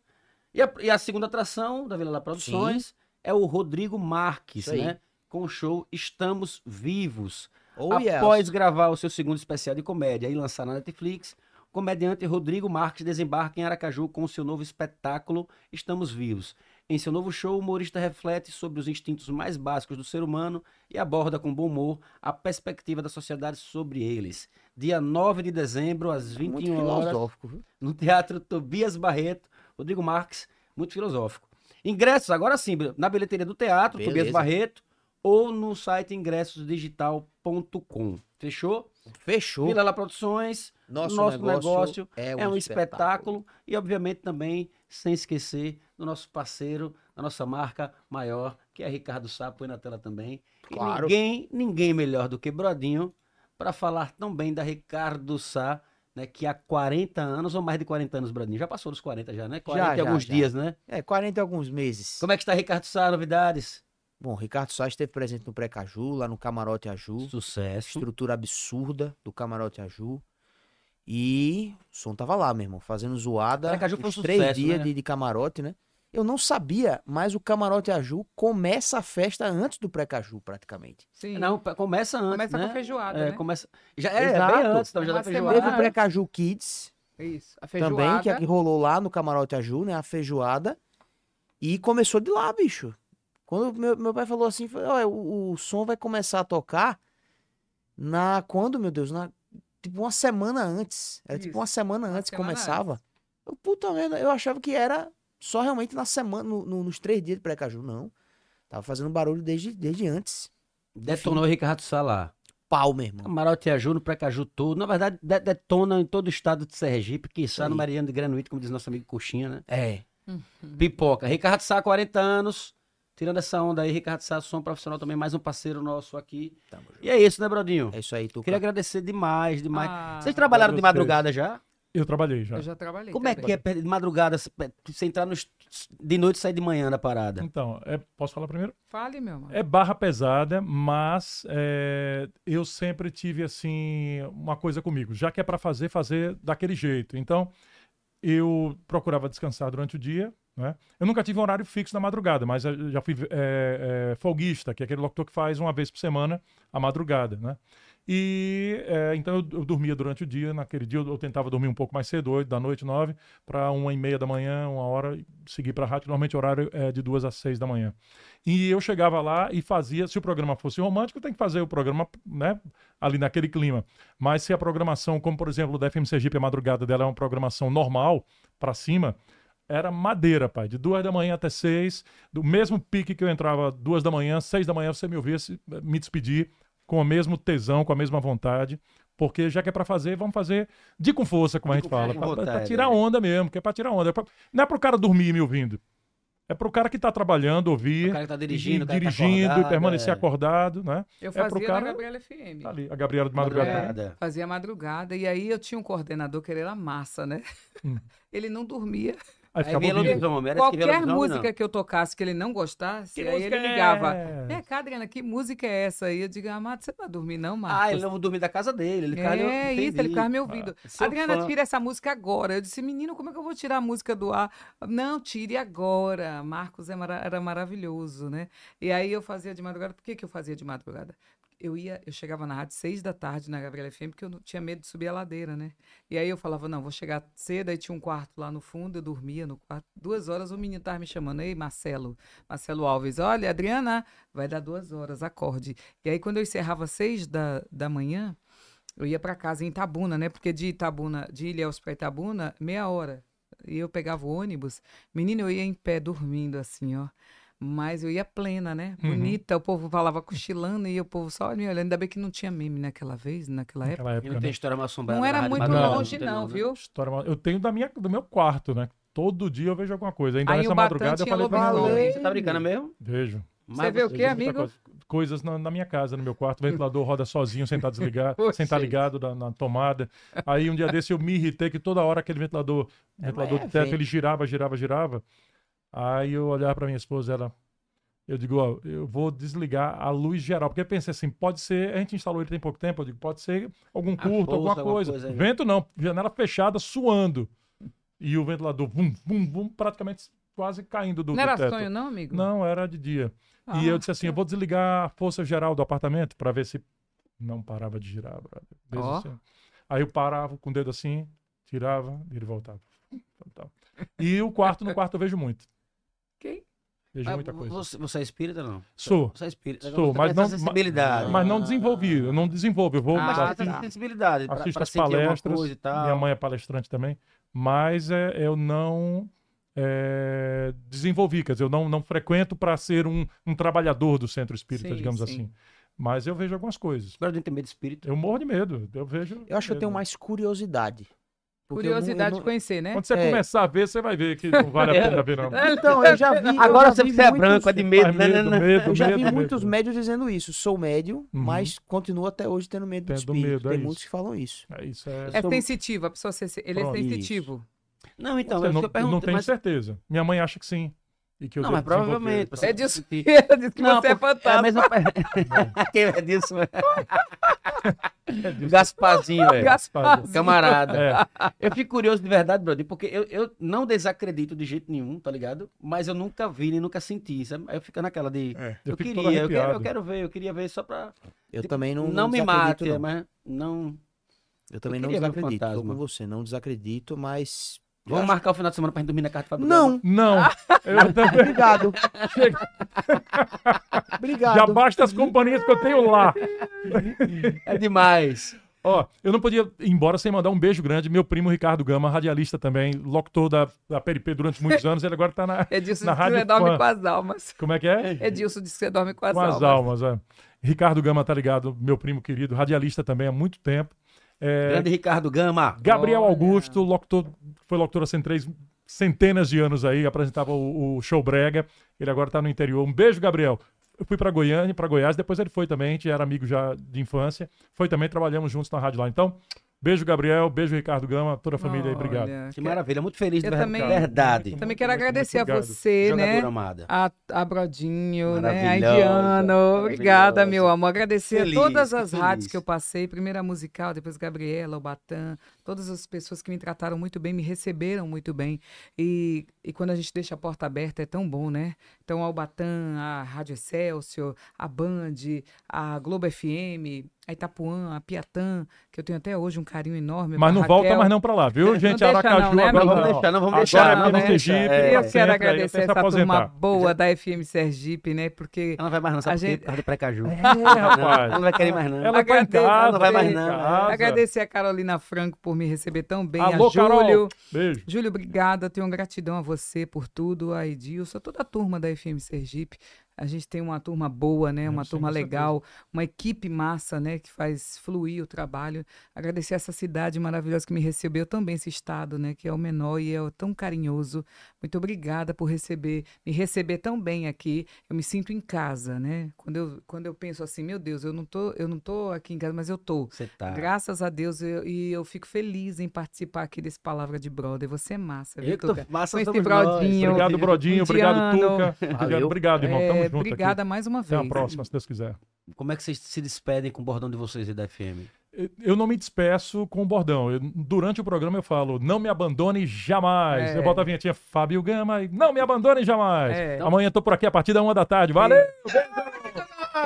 Speaker 1: E a, e a segunda atração da Vila La Produções é o Rodrigo Marques,
Speaker 2: Isso aí.
Speaker 1: né? Com o show Estamos Vivos.
Speaker 2: Oh, yes.
Speaker 1: Após gravar o seu segundo especial de comédia e lançar na Netflix, o comediante Rodrigo Marques desembarca em Aracaju com o seu novo espetáculo Estamos Vivos. Em seu novo show, o humorista reflete sobre os instintos mais básicos do ser humano e aborda com bom humor a perspectiva da sociedade sobre eles. Dia 9 de dezembro, às
Speaker 2: Muito
Speaker 1: 21 horas,
Speaker 2: filosófico, viu?
Speaker 1: no Teatro Tobias Barreto, Rodrigo Marques, muito filosófico. Ingressos, agora sim, na bilheteria do teatro,
Speaker 2: Beleza.
Speaker 1: Tobias Barreto, ou no site ingressosdigital.com. Fechou?
Speaker 2: Fechou.
Speaker 1: Vilela Produções
Speaker 2: Nosso,
Speaker 1: nosso negócio
Speaker 2: negócio, é um,
Speaker 1: é um
Speaker 2: espetáculo.
Speaker 1: espetáculo. e, obviamente, também sem esquecer do nosso parceiro, da nossa marca maior, que é Ricardo Sá, põe na tela também. E
Speaker 2: Claro.
Speaker 1: ninguém, ninguém melhor do que Brodinho para falar tão bem da Ricardo Sá, né, que há 40 anos, ou mais de 40 anos, Brodinho, já passou dos 40 já, né? 40 e
Speaker 2: já,
Speaker 1: alguns
Speaker 2: já.
Speaker 1: dias, né?
Speaker 2: É, 40 e alguns meses.
Speaker 1: Como é que está Ricardo Sá, novidades?
Speaker 2: Bom, Ricardo Sá esteve presente no Pré-Caju, lá no Camarote Aju.
Speaker 1: Sucesso.
Speaker 2: Estrutura absurda do Camarote Aju. E o som tava lá, meu irmão, fazendo zoada.
Speaker 1: Precaju foi um
Speaker 2: os três
Speaker 1: sucesso,
Speaker 2: dias
Speaker 1: né?
Speaker 2: de, de camarote, né? Eu não sabia, mas o Camarote Aju começa a festa antes do Pré-Caju, praticamente.
Speaker 4: Sim.
Speaker 1: Não, pe- começa antes,
Speaker 4: Começa
Speaker 1: né?
Speaker 4: com feijoada,
Speaker 1: É,
Speaker 4: né?
Speaker 1: começa... Já é, é bem
Speaker 2: Exato.
Speaker 1: antes, então, já
Speaker 4: Uma
Speaker 1: dá
Speaker 4: semana
Speaker 2: Teve
Speaker 1: feijoada.
Speaker 2: o Pré-Caju Kids,
Speaker 4: Isso. A feijoada.
Speaker 2: também, que, que rolou lá no Camarote Aju, né? A feijoada. E começou de lá, bicho. Quando meu, meu pai falou assim, foi, "Olha, o, o som vai começar a tocar na. Quando, meu Deus? Na, tipo uma semana antes. Era tipo
Speaker 4: Isso,
Speaker 2: uma semana
Speaker 4: uma
Speaker 2: antes que
Speaker 4: semana
Speaker 2: começava.
Speaker 4: antes.
Speaker 2: Eu, puta merda, eu achava que era só realmente na semana, no- no- nos três dias de pré-caju. Não. Tava fazendo barulho desde, desde antes.
Speaker 1: Detonou o Ricardo Sá lá.
Speaker 2: Pau, meu irmão.
Speaker 1: Camarote Aju no Precaju todo. Na verdade, de- detona em todo o estado de Sergipe, que está no
Speaker 2: aí.
Speaker 1: Mariano de Granuíto, como diz nosso amigo Coxinha, né?
Speaker 2: É.
Speaker 1: Pipoca. Ricardo Sá, 40 anos. Tirando essa onda aí, Ricardo Sá, som profissional também, mais um parceiro nosso aqui.
Speaker 2: Tamo junto.
Speaker 1: E é isso, né, Brodinho?
Speaker 2: É isso aí, Tuca.
Speaker 1: Queria agradecer demais, demais.
Speaker 4: Ah,
Speaker 1: é Vocês trabalharam de
Speaker 3: vocês.
Speaker 1: madrugada já?
Speaker 3: Eu trabalhei já.
Speaker 4: Eu já trabalhei.
Speaker 1: Como é que é de madrugada, se- você entrar no est- de noite e sair de manhã da parada?
Speaker 3: Então, é- posso falar primeiro?
Speaker 4: Fale, meu amor.
Speaker 3: É barra pesada, mas é, eu sempre tive assim uma coisa comigo. Já que é para fazer, fazer daquele jeito. Então, eu procurava descansar durante o dia. Né? Eu nunca tive um horário fixo na madrugada, mas eu já fui é, é, folguista, que é aquele locutor que faz uma vez por semana a madrugada. Né? E é, então eu, eu dormia durante o dia. Naquele dia eu, eu tentava dormir um pouco mais cedo, 8 da noite, 9, para uma e meia da manhã, uma hora, e seguir para a rádio. Normalmente o horário é de duas às seis da manhã. E eu chegava lá e fazia. Se o programa fosse romântico, tem que fazer o programa né, ali naquele clima. Mas se a programação, como por exemplo o da FM Sergipe, a madrugada dela é uma programação normal, para cima, eh, Era madeira, pai. De duas da manhã até seis. Do mesmo pique que eu entrava duas da manhã, seis da manhã, você me ouvia se- me despedir com o mesmo tesão, com a mesma vontade. Porque já que é pra fazer, vamos fazer de com força, como a gente
Speaker 1: com
Speaker 3: fala.
Speaker 1: força,
Speaker 3: Pra,
Speaker 1: com
Speaker 3: pra- pra
Speaker 1: vontade,
Speaker 3: tirar
Speaker 1: é.
Speaker 3: onda mesmo, que é pra tirar onda. É pra- não é pro cara dormir me ouvindo. É pro cara que tá trabalhando,
Speaker 1: O
Speaker 3: ouvir.
Speaker 1: cara que tá
Speaker 3: e
Speaker 1: dirigindo, o cara que tá
Speaker 3: dirigindo,
Speaker 1: acordado,
Speaker 3: e permanecer
Speaker 1: é.
Speaker 3: acordado, né?
Speaker 4: Eu
Speaker 3: pro
Speaker 4: fazia
Speaker 3: cara-
Speaker 4: na Gabriela FM.
Speaker 3: Tá ali, a Gabriela de Madrugada.
Speaker 4: Madrugada.
Speaker 3: também.
Speaker 1: Madrugada.
Speaker 4: Fazia madrugada. E aí eu tinha um coordenador que ele era massa, né?
Speaker 3: Hum.
Speaker 4: ele não dormia.
Speaker 3: Aí
Speaker 1: Aí
Speaker 3: ficava
Speaker 1: vinha
Speaker 3: ouvindo.
Speaker 1: lobisomem, era esse que vinha
Speaker 4: Qualquer
Speaker 1: lobisomem,
Speaker 4: música que eu tocasse que ele não gostasse,
Speaker 3: Que
Speaker 4: aí
Speaker 3: música
Speaker 4: ele
Speaker 3: é
Speaker 4: ligava.
Speaker 3: essa?
Speaker 4: Vem cá, Adriana, que música é essa? aí eu digo, Amado, você não vai dormir não,
Speaker 1: não. Ah,
Speaker 4: Marcos?
Speaker 1: ele não dormia da casa dele. Ele ficava ali, eu
Speaker 4: É
Speaker 1: entendi.
Speaker 4: isso, ele ficava me ouvindo.
Speaker 1: Seu
Speaker 4: Adriana,
Speaker 1: fã.
Speaker 4: tira essa música agora. Eu disse, menino, como é que eu vou tirar a música do ar? Não, tire agora. Marcos é mara- era maravilhoso, né? E aí eu fazia de madrugada. Por que, que eu fazia de madrugada? Eu ia, eu chegava na rádio seis da tarde na Gabriela FM, porque eu não tinha medo de subir a ladeira, né? E aí eu falava, não, vou chegar cedo, aí tinha um quarto lá no fundo, eu dormia no quarto. Duas horas, o menino tava me chamando, ei, Marcelo, Marcelo Alves, olha, Adriana, vai dar duas horas, acorde. E aí quando eu encerrava seis da, da manhã, eu ia para casa em Itabuna, né? Porque de Itabuna, de Ilhéus para Itabuna, meia hora. E eu pegava o ônibus. Menino, eu ia em pé dormindo assim, ó. Mas eu ia plena, né?
Speaker 3: Uhum.
Speaker 4: Bonita, o povo falava cochilando e o povo só me olhando. Ainda bem que não tinha meme naquela vez, naquela época.
Speaker 3: Naquela
Speaker 1: E
Speaker 3: época,
Speaker 1: não
Speaker 3: né?
Speaker 1: tem história mal assombrada.
Speaker 4: Não
Speaker 1: da
Speaker 4: era
Speaker 1: Rádio
Speaker 4: muito
Speaker 1: Madrugada,
Speaker 4: longe,
Speaker 1: tem
Speaker 4: não,
Speaker 1: né?
Speaker 4: viu?
Speaker 3: História mal- Eu tenho da minha, do meu quarto, né? Todo dia eu vejo alguma coisa. Ainda
Speaker 4: Aí
Speaker 3: nessa
Speaker 4: o Batan
Speaker 3: madrugada eu
Speaker 4: tinha
Speaker 3: falei pra
Speaker 4: lobisomem.
Speaker 3: minha
Speaker 1: Você tá brincando mesmo?
Speaker 3: Vejo.
Speaker 4: Você vê o quê,
Speaker 3: muita
Speaker 4: amigo?
Speaker 3: coisa. Coisas na, na minha casa, no meu quarto. O ventilador roda sozinho, sem estar desligado,
Speaker 1: Poxa,
Speaker 3: sem estar
Speaker 1: gente.
Speaker 3: ligado na, na tomada. Aí um dia desse eu me irritei que toda hora aquele ventilador, ventilador
Speaker 2: mas é,
Speaker 3: de teto,
Speaker 2: vem.
Speaker 3: ele girava, girava, girava. Aí eu olhava pra minha esposa, ela. Eu digo, ó, eu vou desligar a luz geral. Porque eu pensei assim, pode ser. A gente instalou ele tem pouco tempo, eu digo, pode ser algum curto,
Speaker 1: força,
Speaker 3: alguma
Speaker 1: alguma
Speaker 3: coisa.
Speaker 1: coisa aí.
Speaker 3: Vento não, janela fechada, suando. E o ventilador, bum, bum, bum, praticamente quase caindo do,
Speaker 4: Não era
Speaker 3: do teto.
Speaker 4: sonho, não, amigo?
Speaker 3: Não, era de dia.
Speaker 4: Ah,
Speaker 3: E eu disse assim, eu vou desligar a força geral do apartamento pra ver se não parava de girar, brother. Desde
Speaker 4: Ó.
Speaker 3: sempre. Aí eu parava com o dedo assim, tirava e ele voltava. Voltava. E o quarto, no quarto eu vejo muito.
Speaker 4: Quem?
Speaker 3: Vejo
Speaker 1: Mas
Speaker 3: muita coisa.
Speaker 1: Você, você é espírita ou não?
Speaker 3: Sou,
Speaker 1: Você é espírita.
Speaker 3: Sou,
Speaker 1: você
Speaker 3: mas
Speaker 1: tem
Speaker 3: não-
Speaker 1: essa sensibilidade.
Speaker 3: mas não desenvolvi, eu não desenvolvo, eu vou
Speaker 1: Mas
Speaker 4: Ah,
Speaker 1: você tem
Speaker 4: tá.
Speaker 1: essa sensibilidade pra,
Speaker 3: assisto
Speaker 1: pra
Speaker 3: as
Speaker 1: sentir alguma
Speaker 3: palestras,
Speaker 1: coisa e tal.
Speaker 3: minha mãe é palestrante também, mas é, eu não é, desenvolvi, quer dizer, eu não, não frequento para ser um, um trabalhador do centro espírita,
Speaker 4: Sim,
Speaker 3: digamos
Speaker 4: sim.
Speaker 3: assim. Mas eu vejo algumas coisas.
Speaker 1: Agora eu não tenho medo de espírito.
Speaker 3: Eu morro de medo, eu vejo.
Speaker 2: Eu acho que eu tenho
Speaker 3: medo.
Speaker 2: mais curiosidade. Porque eu não- eu
Speaker 4: Curiosidade
Speaker 2: não-
Speaker 4: de conhecer, né?
Speaker 3: Quando você
Speaker 2: É.
Speaker 3: começar a ver, você vai ver que não vale
Speaker 1: É.
Speaker 3: a pena ver, não.
Speaker 2: Então, eu já vi. eu
Speaker 1: Agora
Speaker 2: já
Speaker 1: você
Speaker 2: vi
Speaker 1: que você é
Speaker 2: muitos- É,
Speaker 1: branco, é de medo,
Speaker 3: Faz
Speaker 1: né?
Speaker 3: medo,
Speaker 1: né, né?
Speaker 3: medo,
Speaker 2: Eu já vi
Speaker 3: medo, medo.
Speaker 2: muitos médios dizendo isso. Sou médio, mas continuo até hoje tendo medo do
Speaker 3: Tendo
Speaker 2: espírito.
Speaker 3: medo, é
Speaker 2: Tem
Speaker 3: isso.
Speaker 2: muitos que falam isso.
Speaker 3: É, isso é.
Speaker 4: É
Speaker 1: sou-
Speaker 4: sensitivo, a pessoa se... ele
Speaker 3: Pronto.
Speaker 4: é sensitivo.
Speaker 1: Não, então,
Speaker 3: Você
Speaker 1: é isso
Speaker 3: não,
Speaker 1: que eu
Speaker 3: não
Speaker 1: perguntei.
Speaker 3: tenho
Speaker 1: Mas...
Speaker 3: certeza. Minha mãe acha que sim. E que eu
Speaker 1: Não, mas
Speaker 3: devo
Speaker 1: provavelmente.
Speaker 3: desenvolver.
Speaker 1: pra
Speaker 4: É
Speaker 1: você
Speaker 4: disso
Speaker 1: sentir.
Speaker 4: Ela disse que
Speaker 1: Não,
Speaker 4: você é
Speaker 1: porque É a
Speaker 4: fantasma.
Speaker 1: mesma Quem é disso, velho?
Speaker 4: É
Speaker 1: Gasparzinho, velho.
Speaker 4: Gaspar.
Speaker 1: Camarada.
Speaker 3: É,
Speaker 1: Eu fico curioso de verdade, brother, porque eu, eu não desacredito de jeito nenhum, tá ligado? Mas eu nunca vi nem nunca senti. sabe? Aí eu fico naquela de.
Speaker 3: É. eu,
Speaker 1: é. Eu,
Speaker 3: fico todo
Speaker 1: queria, eu quero, eu
Speaker 3: arrepiado.
Speaker 1: quero ver, eu queria ver só pra.
Speaker 2: Eu
Speaker 1: Tipo,
Speaker 2: também não.
Speaker 1: Não, me
Speaker 2: desacredito,
Speaker 1: mate,
Speaker 2: não.
Speaker 1: mas não.
Speaker 2: Eu também
Speaker 1: Eu
Speaker 2: não
Speaker 1: queria ver
Speaker 2: desacredito. Tô
Speaker 1: fantasma.
Speaker 2: com você, não desacredito, mas. eu
Speaker 1: Vamos
Speaker 2: acho-
Speaker 1: marcar o final de semana pra gente dormir na casa do Fábio Galvão?
Speaker 2: Não,
Speaker 3: Não, eu também.
Speaker 2: obrigado.
Speaker 3: Já
Speaker 2: obrigado.
Speaker 3: basta as companhias que eu tenho lá.
Speaker 1: É demais.
Speaker 3: Ó, eu não podia ir embora sem mandar um beijo grande. Meu primo Ricardo Gama, radialista também, locutor da, da PRP durante muitos anos. Ele agora tá na.
Speaker 4: Edilson
Speaker 3: Na
Speaker 4: disse É que você
Speaker 3: Rádio
Speaker 4: dorme
Speaker 3: Fã.
Speaker 4: com as almas.
Speaker 3: Como é que é?
Speaker 4: Edilson disse que você dorme com as
Speaker 3: com as
Speaker 4: almas.
Speaker 3: almas. é. Ricardo Gama, tá ligado? Meu primo querido, radialista também há muito tempo. É,
Speaker 1: Grande Ricardo Gama.
Speaker 3: Gabriel
Speaker 4: Olha.
Speaker 3: Augusto, locutor, foi locutor há cent- três- centenas de anos aí, apresentava o, o show Brega. Ele agora tá no interior. Um beijo, Gabriel. Eu fui para Goiânia, para Goiás, depois ele foi também, a gente era amigo já de infância. Foi também, trabalhamos juntos na rádio lá. Então, beijo, Gabriel, beijo, Ricardo Gama, toda a família aí, obrigado.
Speaker 4: Olha,
Speaker 1: Que maravilha, muito feliz de
Speaker 4: Eu
Speaker 1: ver-
Speaker 4: também-
Speaker 1: verdade.
Speaker 4: Também quero
Speaker 3: Muito, muito
Speaker 4: agradecer a
Speaker 3: obrigado.
Speaker 4: você,
Speaker 1: Jogadora
Speaker 4: né?
Speaker 1: amada.
Speaker 4: A, a Brodinho, né? A
Speaker 1: Maravilhosa,
Speaker 4: Indiano. Obrigada,
Speaker 1: maravilhosa.
Speaker 4: meu amor. Agradecer
Speaker 1: Feliz,
Speaker 4: a todas as
Speaker 1: feliz.
Speaker 4: rádios que eu passei. Primeira a musical, depois Gabriela, o Batan. Todas as pessoas que me trataram muito bem, me receberam muito bem. E, e quando a gente deixa a porta aberta é tão bom, né? Então, ao Batan, a Rádio Excelsior, a Band, a Globo FM, a Itapuã, a Piatã, que eu tenho até hoje um carinho enorme.
Speaker 3: Mas não
Speaker 4: pra Raquel.
Speaker 3: volta mais não pra lá, viu, gente?
Speaker 4: deixa
Speaker 3: Aracaju
Speaker 4: não, né,
Speaker 3: agora
Speaker 4: meu
Speaker 1: Vamos
Speaker 4: Não,
Speaker 1: deixar, não vamos
Speaker 3: Agora
Speaker 1: deixar.
Speaker 3: aqui
Speaker 1: não,
Speaker 3: no
Speaker 1: né?
Speaker 3: Sergipe,
Speaker 1: É.
Speaker 4: Eu
Speaker 3: sempre
Speaker 4: quero
Speaker 3: aí, até
Speaker 4: agradecer
Speaker 3: se
Speaker 4: essa turma
Speaker 3: aposentar.
Speaker 4: boa da FM Sergipe, né? Porque
Speaker 1: Ela não vai mais não, sabe
Speaker 4: A
Speaker 1: por quê?
Speaker 4: gente-
Speaker 1: Por causa do Precaju.
Speaker 3: É, rapaz.
Speaker 1: Não, não vai querer mais não.
Speaker 3: Ela tá em
Speaker 4: Agradeço,
Speaker 3: casa,
Speaker 1: não vai mais
Speaker 3: em
Speaker 1: não. né?
Speaker 3: casa.
Speaker 4: agradecer a Carolina Franco por me receber tão bem,
Speaker 3: Alô,
Speaker 4: a Júlio.
Speaker 3: Carol. Beijo.
Speaker 4: Júlio, obrigada. Tenho gratidão a você por tudo, a Edilson, a toda a turma da FM Sergipe. A gente tem uma turma boa, né? Uma
Speaker 3: sim,
Speaker 4: turma
Speaker 3: com
Speaker 4: legal, uma equipe massa, né? Que faz fluir o trabalho. Agradecer essa cidade maravilhosa que me recebeu também, esse estado, né? Que é o menor e é o tão carinhoso. Muito obrigada por receber, me receber tão bem aqui. Eu me sinto em casa, né? Quando eu, quando eu penso assim, meu Deus, eu não tô, eu não tô aqui em casa, mas eu tô.
Speaker 1: Você
Speaker 3: Ah.
Speaker 1: tá.
Speaker 4: Graças a Deus eu- e eu fico feliz em participar aqui desse Palavra de Brother. Você é massa, viu,
Speaker 1: Eu que tô
Speaker 4: Tuca?
Speaker 1: massa,
Speaker 4: Com esse
Speaker 1: somos nós.
Speaker 4: brodinho.
Speaker 3: Obrigado, Brodinho. Obrigado,
Speaker 4: Indiano.
Speaker 3: Tuca. Obrigado,
Speaker 2: Valeu.
Speaker 3: Obrigado, irmão. Tamo
Speaker 4: É,
Speaker 3: junto aqui.
Speaker 4: obrigada mais uma
Speaker 3: Até
Speaker 4: vez.
Speaker 3: a próxima, se Deus quiser.
Speaker 1: Como é que vocês se despedem com o bordão de vocês aí da FM?
Speaker 3: Eu não me despeço com o bordão. Eu- durante o programa eu falo, não me abandone jamais.
Speaker 4: É.
Speaker 3: Eu boto a vinhetinha Fábio Gama e não me abandone jamais.
Speaker 4: É.
Speaker 3: Amanhã eu tô por aqui a partir da uma da tarde. Valeu!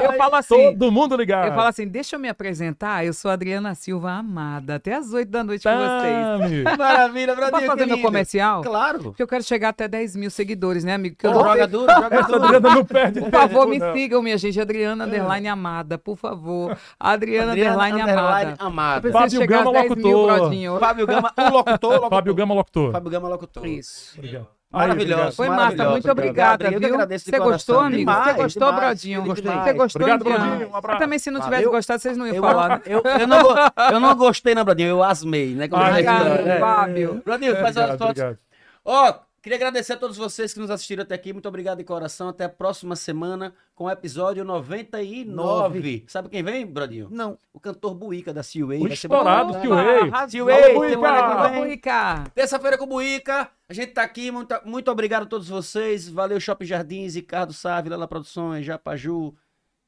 Speaker 4: Eu falo assim,
Speaker 3: Todo mundo ligado.
Speaker 4: eu falo assim, deixa eu me apresentar. Eu sou a Adriana Silva Amada. Até às 8 da noite com
Speaker 3: Tá. Tame.
Speaker 4: vocês.
Speaker 1: Maravilha, Brodinho.
Speaker 4: Posso fazer meu
Speaker 1: querido.
Speaker 4: comercial?
Speaker 1: Claro.
Speaker 4: Porque eu quero chegar até 10 mil seguidores, né, amigo? Que eu não sei-
Speaker 1: Joga duro, joga
Speaker 3: Essa
Speaker 1: duro.
Speaker 3: Adriana não perde
Speaker 4: Por favor, me
Speaker 3: não. É.
Speaker 4: sigam, minha gente. Adriana Underline Amada, por favor. Adriana,
Speaker 1: underline
Speaker 4: Underline Amada.
Speaker 1: amada.
Speaker 4: Preciso
Speaker 3: Fábio
Speaker 4: chegar a
Speaker 3: Gama,
Speaker 4: 10 mil,
Speaker 3: locutor.
Speaker 4: Brodinho.
Speaker 1: Fábio Gama, o locutor, locutor.
Speaker 3: Fábio Gama Locutor.
Speaker 1: Fábio Gama, locutor.
Speaker 4: Isso.
Speaker 3: Obrigado. Aí,
Speaker 1: Maravilhoso.
Speaker 4: Foi massa,
Speaker 1: maravilhoso.
Speaker 4: muito obrigada,
Speaker 1: Adriano, eu que
Speaker 4: viu?
Speaker 1: agradeço de
Speaker 4: Você gostou,
Speaker 1: coração.
Speaker 4: amigo? Você
Speaker 1: Demais,
Speaker 4: gostei,
Speaker 1: demais,
Speaker 4: Bradinho.
Speaker 1: gostei
Speaker 4: Você
Speaker 1: demais.
Speaker 4: gostou,
Speaker 3: Obrigado,
Speaker 4: Adriano?
Speaker 3: Brodinho, um abraço.
Speaker 4: Mas também, se não tivesse
Speaker 1: Valeu.
Speaker 4: gostado, vocês não iam
Speaker 1: Eu,
Speaker 4: falar. né?
Speaker 1: eu, eu, não, go- eu não gostei, né, Bradinho? Eu asmei, né? Como
Speaker 3: Ai,
Speaker 1: diz a
Speaker 4: Obrigado,
Speaker 1: história. É.
Speaker 4: Fábio.
Speaker 1: Bradinho, faz
Speaker 3: Obrigado,
Speaker 1: as fotos.
Speaker 3: obrigado.
Speaker 1: Ó, queria agradecer a todos vocês que nos assistiram até aqui. Muito obrigado de coração. Até a próxima semana com o episódio 99.
Speaker 2: Nove.
Speaker 1: Sabe quem vem, Bradinho?
Speaker 2: Não.
Speaker 1: o cantor Buica da CUA.
Speaker 3: O
Speaker 1: Vai ser
Speaker 3: estourado
Speaker 1: bacana.
Speaker 3: CUA.
Speaker 1: Ah,
Speaker 3: Buica!
Speaker 1: semana que vem.
Speaker 4: Rica.
Speaker 1: Terça-feira com o Buica. A gente tá aqui. Muito, muito obrigado a todos vocês. Valeu, Shopping Jardins, Ricardo Sávila, Lala Produções, Japaju,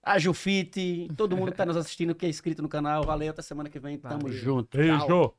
Speaker 1: a Jufite, todo mundo que tá nos assistindo, que é inscrito no canal. Valeu, até semana que vem. Tamo junto.
Speaker 3: Beijo.